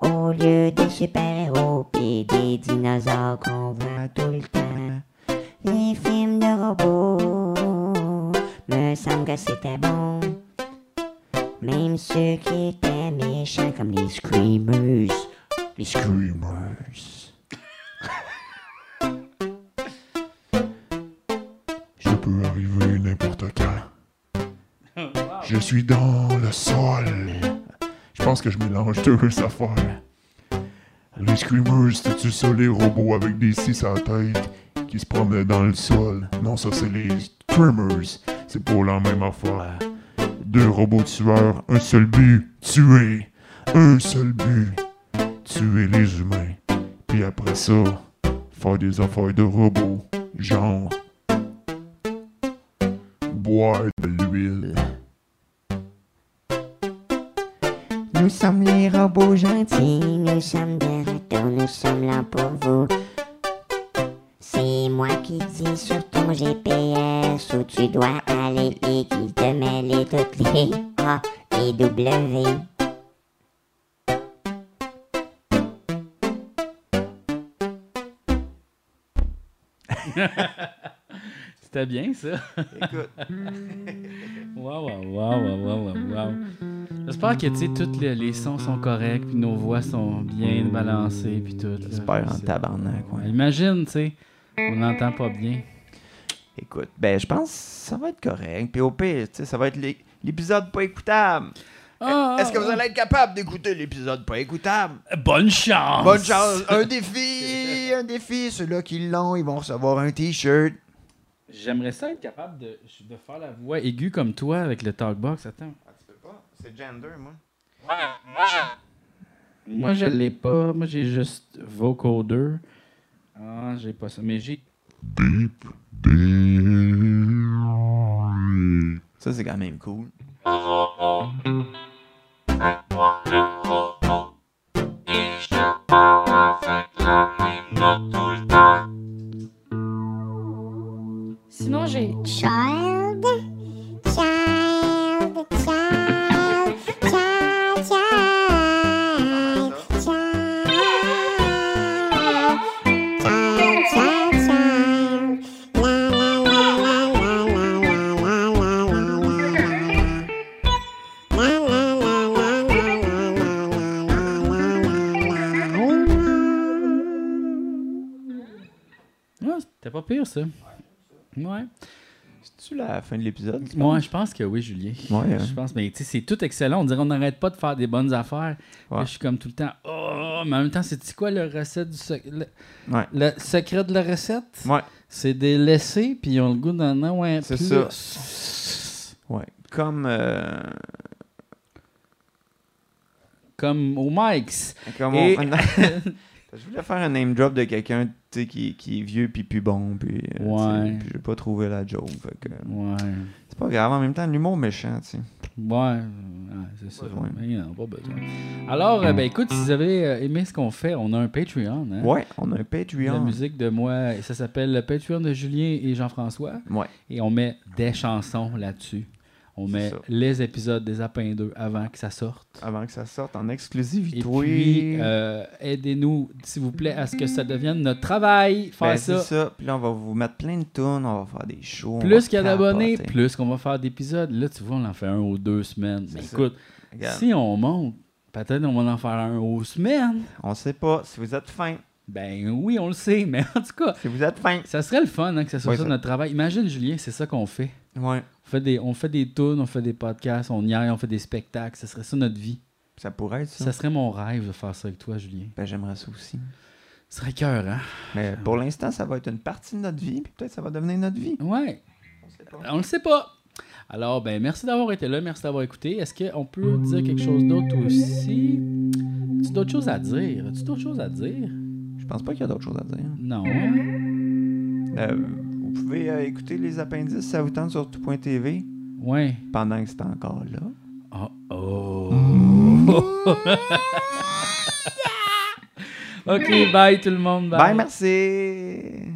[SPEAKER 3] Au lieu des super-héros et des dinosaures qu'on voit tout le temps. Les films de robots, me semble que c'était bon. Même ceux qui étaient méchants comme les Screamers. Les Screamers.
[SPEAKER 5] Je peux arriver n'importe quand. Je suis dans le sol. Je pense que je mélange deux affaires. Les screamers, c'était-tu ça les robots avec des six à la tête qui se promenaient dans le sol? Non, ça c'est les screamers. C'est pour la même affaire. Deux robots tueurs, un seul but, tuer. Un seul but, tuer les humains. Puis après ça, faire des affaires de robots. Genre, boire de l'huile.
[SPEAKER 3] Nous sommes les robots gentils, nous sommes de retour, nous sommes là pour vous. C'est moi qui dis sur ton GPS où tu dois aller et qui te met les toutes les A et W.
[SPEAKER 1] C'était bien, ça.
[SPEAKER 2] Écoute,
[SPEAKER 1] Waouh, waouh, waouh, waouh, waouh, waouh. J'espère que, tu sais, tous les, les sons sont corrects, puis nos voix sont bien balancées, puis tout. là.
[SPEAKER 2] j'espère hein. en
[SPEAKER 1] C'est-
[SPEAKER 2] tabarnak. ouais.
[SPEAKER 1] Ouais, Ben, Imagine, tu sais, on n'entend pas bien.
[SPEAKER 2] Écoute, ben je pense que ça va être correct. Puis au pire, tu sais, ça va être l'é- l'épisode pas écoutable.
[SPEAKER 1] Ah, Euh,
[SPEAKER 2] Est-ce que vous allez être capable d'écouter l'épisode pas écoutable?
[SPEAKER 1] Bonne chance!
[SPEAKER 2] Bonne chance! Un défi! Un défi! Ceux-là qui l'ont, ils vont recevoir un t-shirt.
[SPEAKER 1] J'aimerais ça être capable de, de faire la voix aiguë comme toi avec le talkbox. Attends.
[SPEAKER 2] Ah, tu peux pas? C'est gender, moi.
[SPEAKER 1] Moi, je l'ai pas. Moi, j'ai juste vocoder. Ah, j'ai pas ça. Mais j'ai.
[SPEAKER 4] Deep, deep.
[SPEAKER 2] Ça, c'est quand même cool.
[SPEAKER 6] Sinon, j'ai.
[SPEAKER 3] Child, child, child, child, child, child. Child, child, child. La, la, la, la, la, la, la, la, la, la, la, la.
[SPEAKER 1] Ah, c'était pas pire, ça. Ouais.
[SPEAKER 2] C'est-tu la fin de l'épisode? tu
[SPEAKER 1] Moi, je pense que oui, Julien.
[SPEAKER 2] Ouais, hein.
[SPEAKER 1] Je pense, mais tu sais, c'est tout excellent. On dirait on n'arrête pas de faire des bonnes affaires.
[SPEAKER 2] Ouais.
[SPEAKER 1] Là, Je suis comme tout le temps. Oh, mais en même temps, c'est quoi le recette du sec- le,
[SPEAKER 2] Ouais.
[SPEAKER 1] le secret de la recette?
[SPEAKER 2] Ouais.
[SPEAKER 1] C'est des laissés, puis ils ont le goût d'en avoir un
[SPEAKER 2] C'est
[SPEAKER 1] plus.
[SPEAKER 2] Ouais. Comme. euh,
[SPEAKER 1] Comme au Mike's.
[SPEAKER 2] comme
[SPEAKER 1] Et-
[SPEAKER 2] on- Je voulais faire un name drop de quelqu'un tu sais, qui, qui est vieux puis plus bon. Puis, euh, tu sais,
[SPEAKER 1] Ouais.
[SPEAKER 2] puis j'ai pas trouvé la joke. fait que, euh,
[SPEAKER 1] Ouais.
[SPEAKER 2] C'est pas grave. En même temps, l'humour méchant, tu sais.
[SPEAKER 1] Ouais, ouais, c'est ça.
[SPEAKER 2] Pas besoin.
[SPEAKER 1] Mais non, pas besoin. Alors, euh, ben écoute, si vous avez euh, aimé ce qu'on fait, on a un Patreon. Hein?
[SPEAKER 2] Ouais, on a un
[SPEAKER 1] La
[SPEAKER 2] Patreon.
[SPEAKER 1] musique de moi, et ça s'appelle le Patreon de Julien et Jean-François.
[SPEAKER 2] Ouais.
[SPEAKER 1] Et on met des chansons là-dessus. On
[SPEAKER 2] C'est
[SPEAKER 1] met
[SPEAKER 2] ça.
[SPEAKER 1] les épisodes des Apins 2 avant que ça sorte.
[SPEAKER 2] Avant que ça sorte en exclusivité.
[SPEAKER 1] Et puis, euh, aidez-nous, s'il vous plaît, à ce que ça devienne notre travail. Faire
[SPEAKER 2] Ben, c'est
[SPEAKER 1] ça.
[SPEAKER 2] ça. Puis là, on va vous mettre plein de tunes, on va faire des shows. on va
[SPEAKER 1] Plus qu'il y a
[SPEAKER 2] capoter.
[SPEAKER 1] d'abonnés, plus qu'on va faire d'épisodes. Là, tu vois, on en fait un ou deux semaines.
[SPEAKER 2] C'est
[SPEAKER 1] Mais
[SPEAKER 2] ça.
[SPEAKER 1] écoute,
[SPEAKER 2] Regarde,
[SPEAKER 1] si on monte, peut-être on va en faire un aux semaines.
[SPEAKER 2] On sait pas si vous êtes fin.
[SPEAKER 1] Ben oui, on le sait, mais en tout cas,
[SPEAKER 2] Si vous êtes fin.
[SPEAKER 1] ça serait le fun hein, que ça soit
[SPEAKER 2] Ouais,
[SPEAKER 1] ça,
[SPEAKER 2] ça-
[SPEAKER 1] notre travail. Imagine, Julien, c'est ça qu'on fait.
[SPEAKER 2] Ouais.
[SPEAKER 1] On fait des, on fait des tunes, on fait des podcasts, on y aille, on fait des spectacles. Ça serait ça notre vie.
[SPEAKER 2] Ça pourrait être ça.
[SPEAKER 1] Ça serait mon rêve de faire ça avec toi, Julien.
[SPEAKER 2] Ben, j'aimerais ça aussi.
[SPEAKER 1] Ce serait cœur, hein?
[SPEAKER 2] Mais pour l'instant, ça va être une partie de notre vie, puis peut-être ça va devenir notre vie.
[SPEAKER 1] Ouais. On le sait pas. Alors, ben, merci d'avoir été là, merci d'avoir écouté. Est-ce qu'on peut dire quelque chose d'autre aussi? Tu d'autres choses à dire? Tu d'autres choses à dire?
[SPEAKER 2] Je pense pas qu'il y a d'autres choses à dire.
[SPEAKER 1] Non. hein?
[SPEAKER 2] Euh, vous pouvez euh, écouter les appendices, ça vous tente sur tout.tv
[SPEAKER 1] Ouais.
[SPEAKER 2] pendant que c'est encore là.
[SPEAKER 1] Oh oh. ok, bye tout le monde.
[SPEAKER 2] Bye, merci!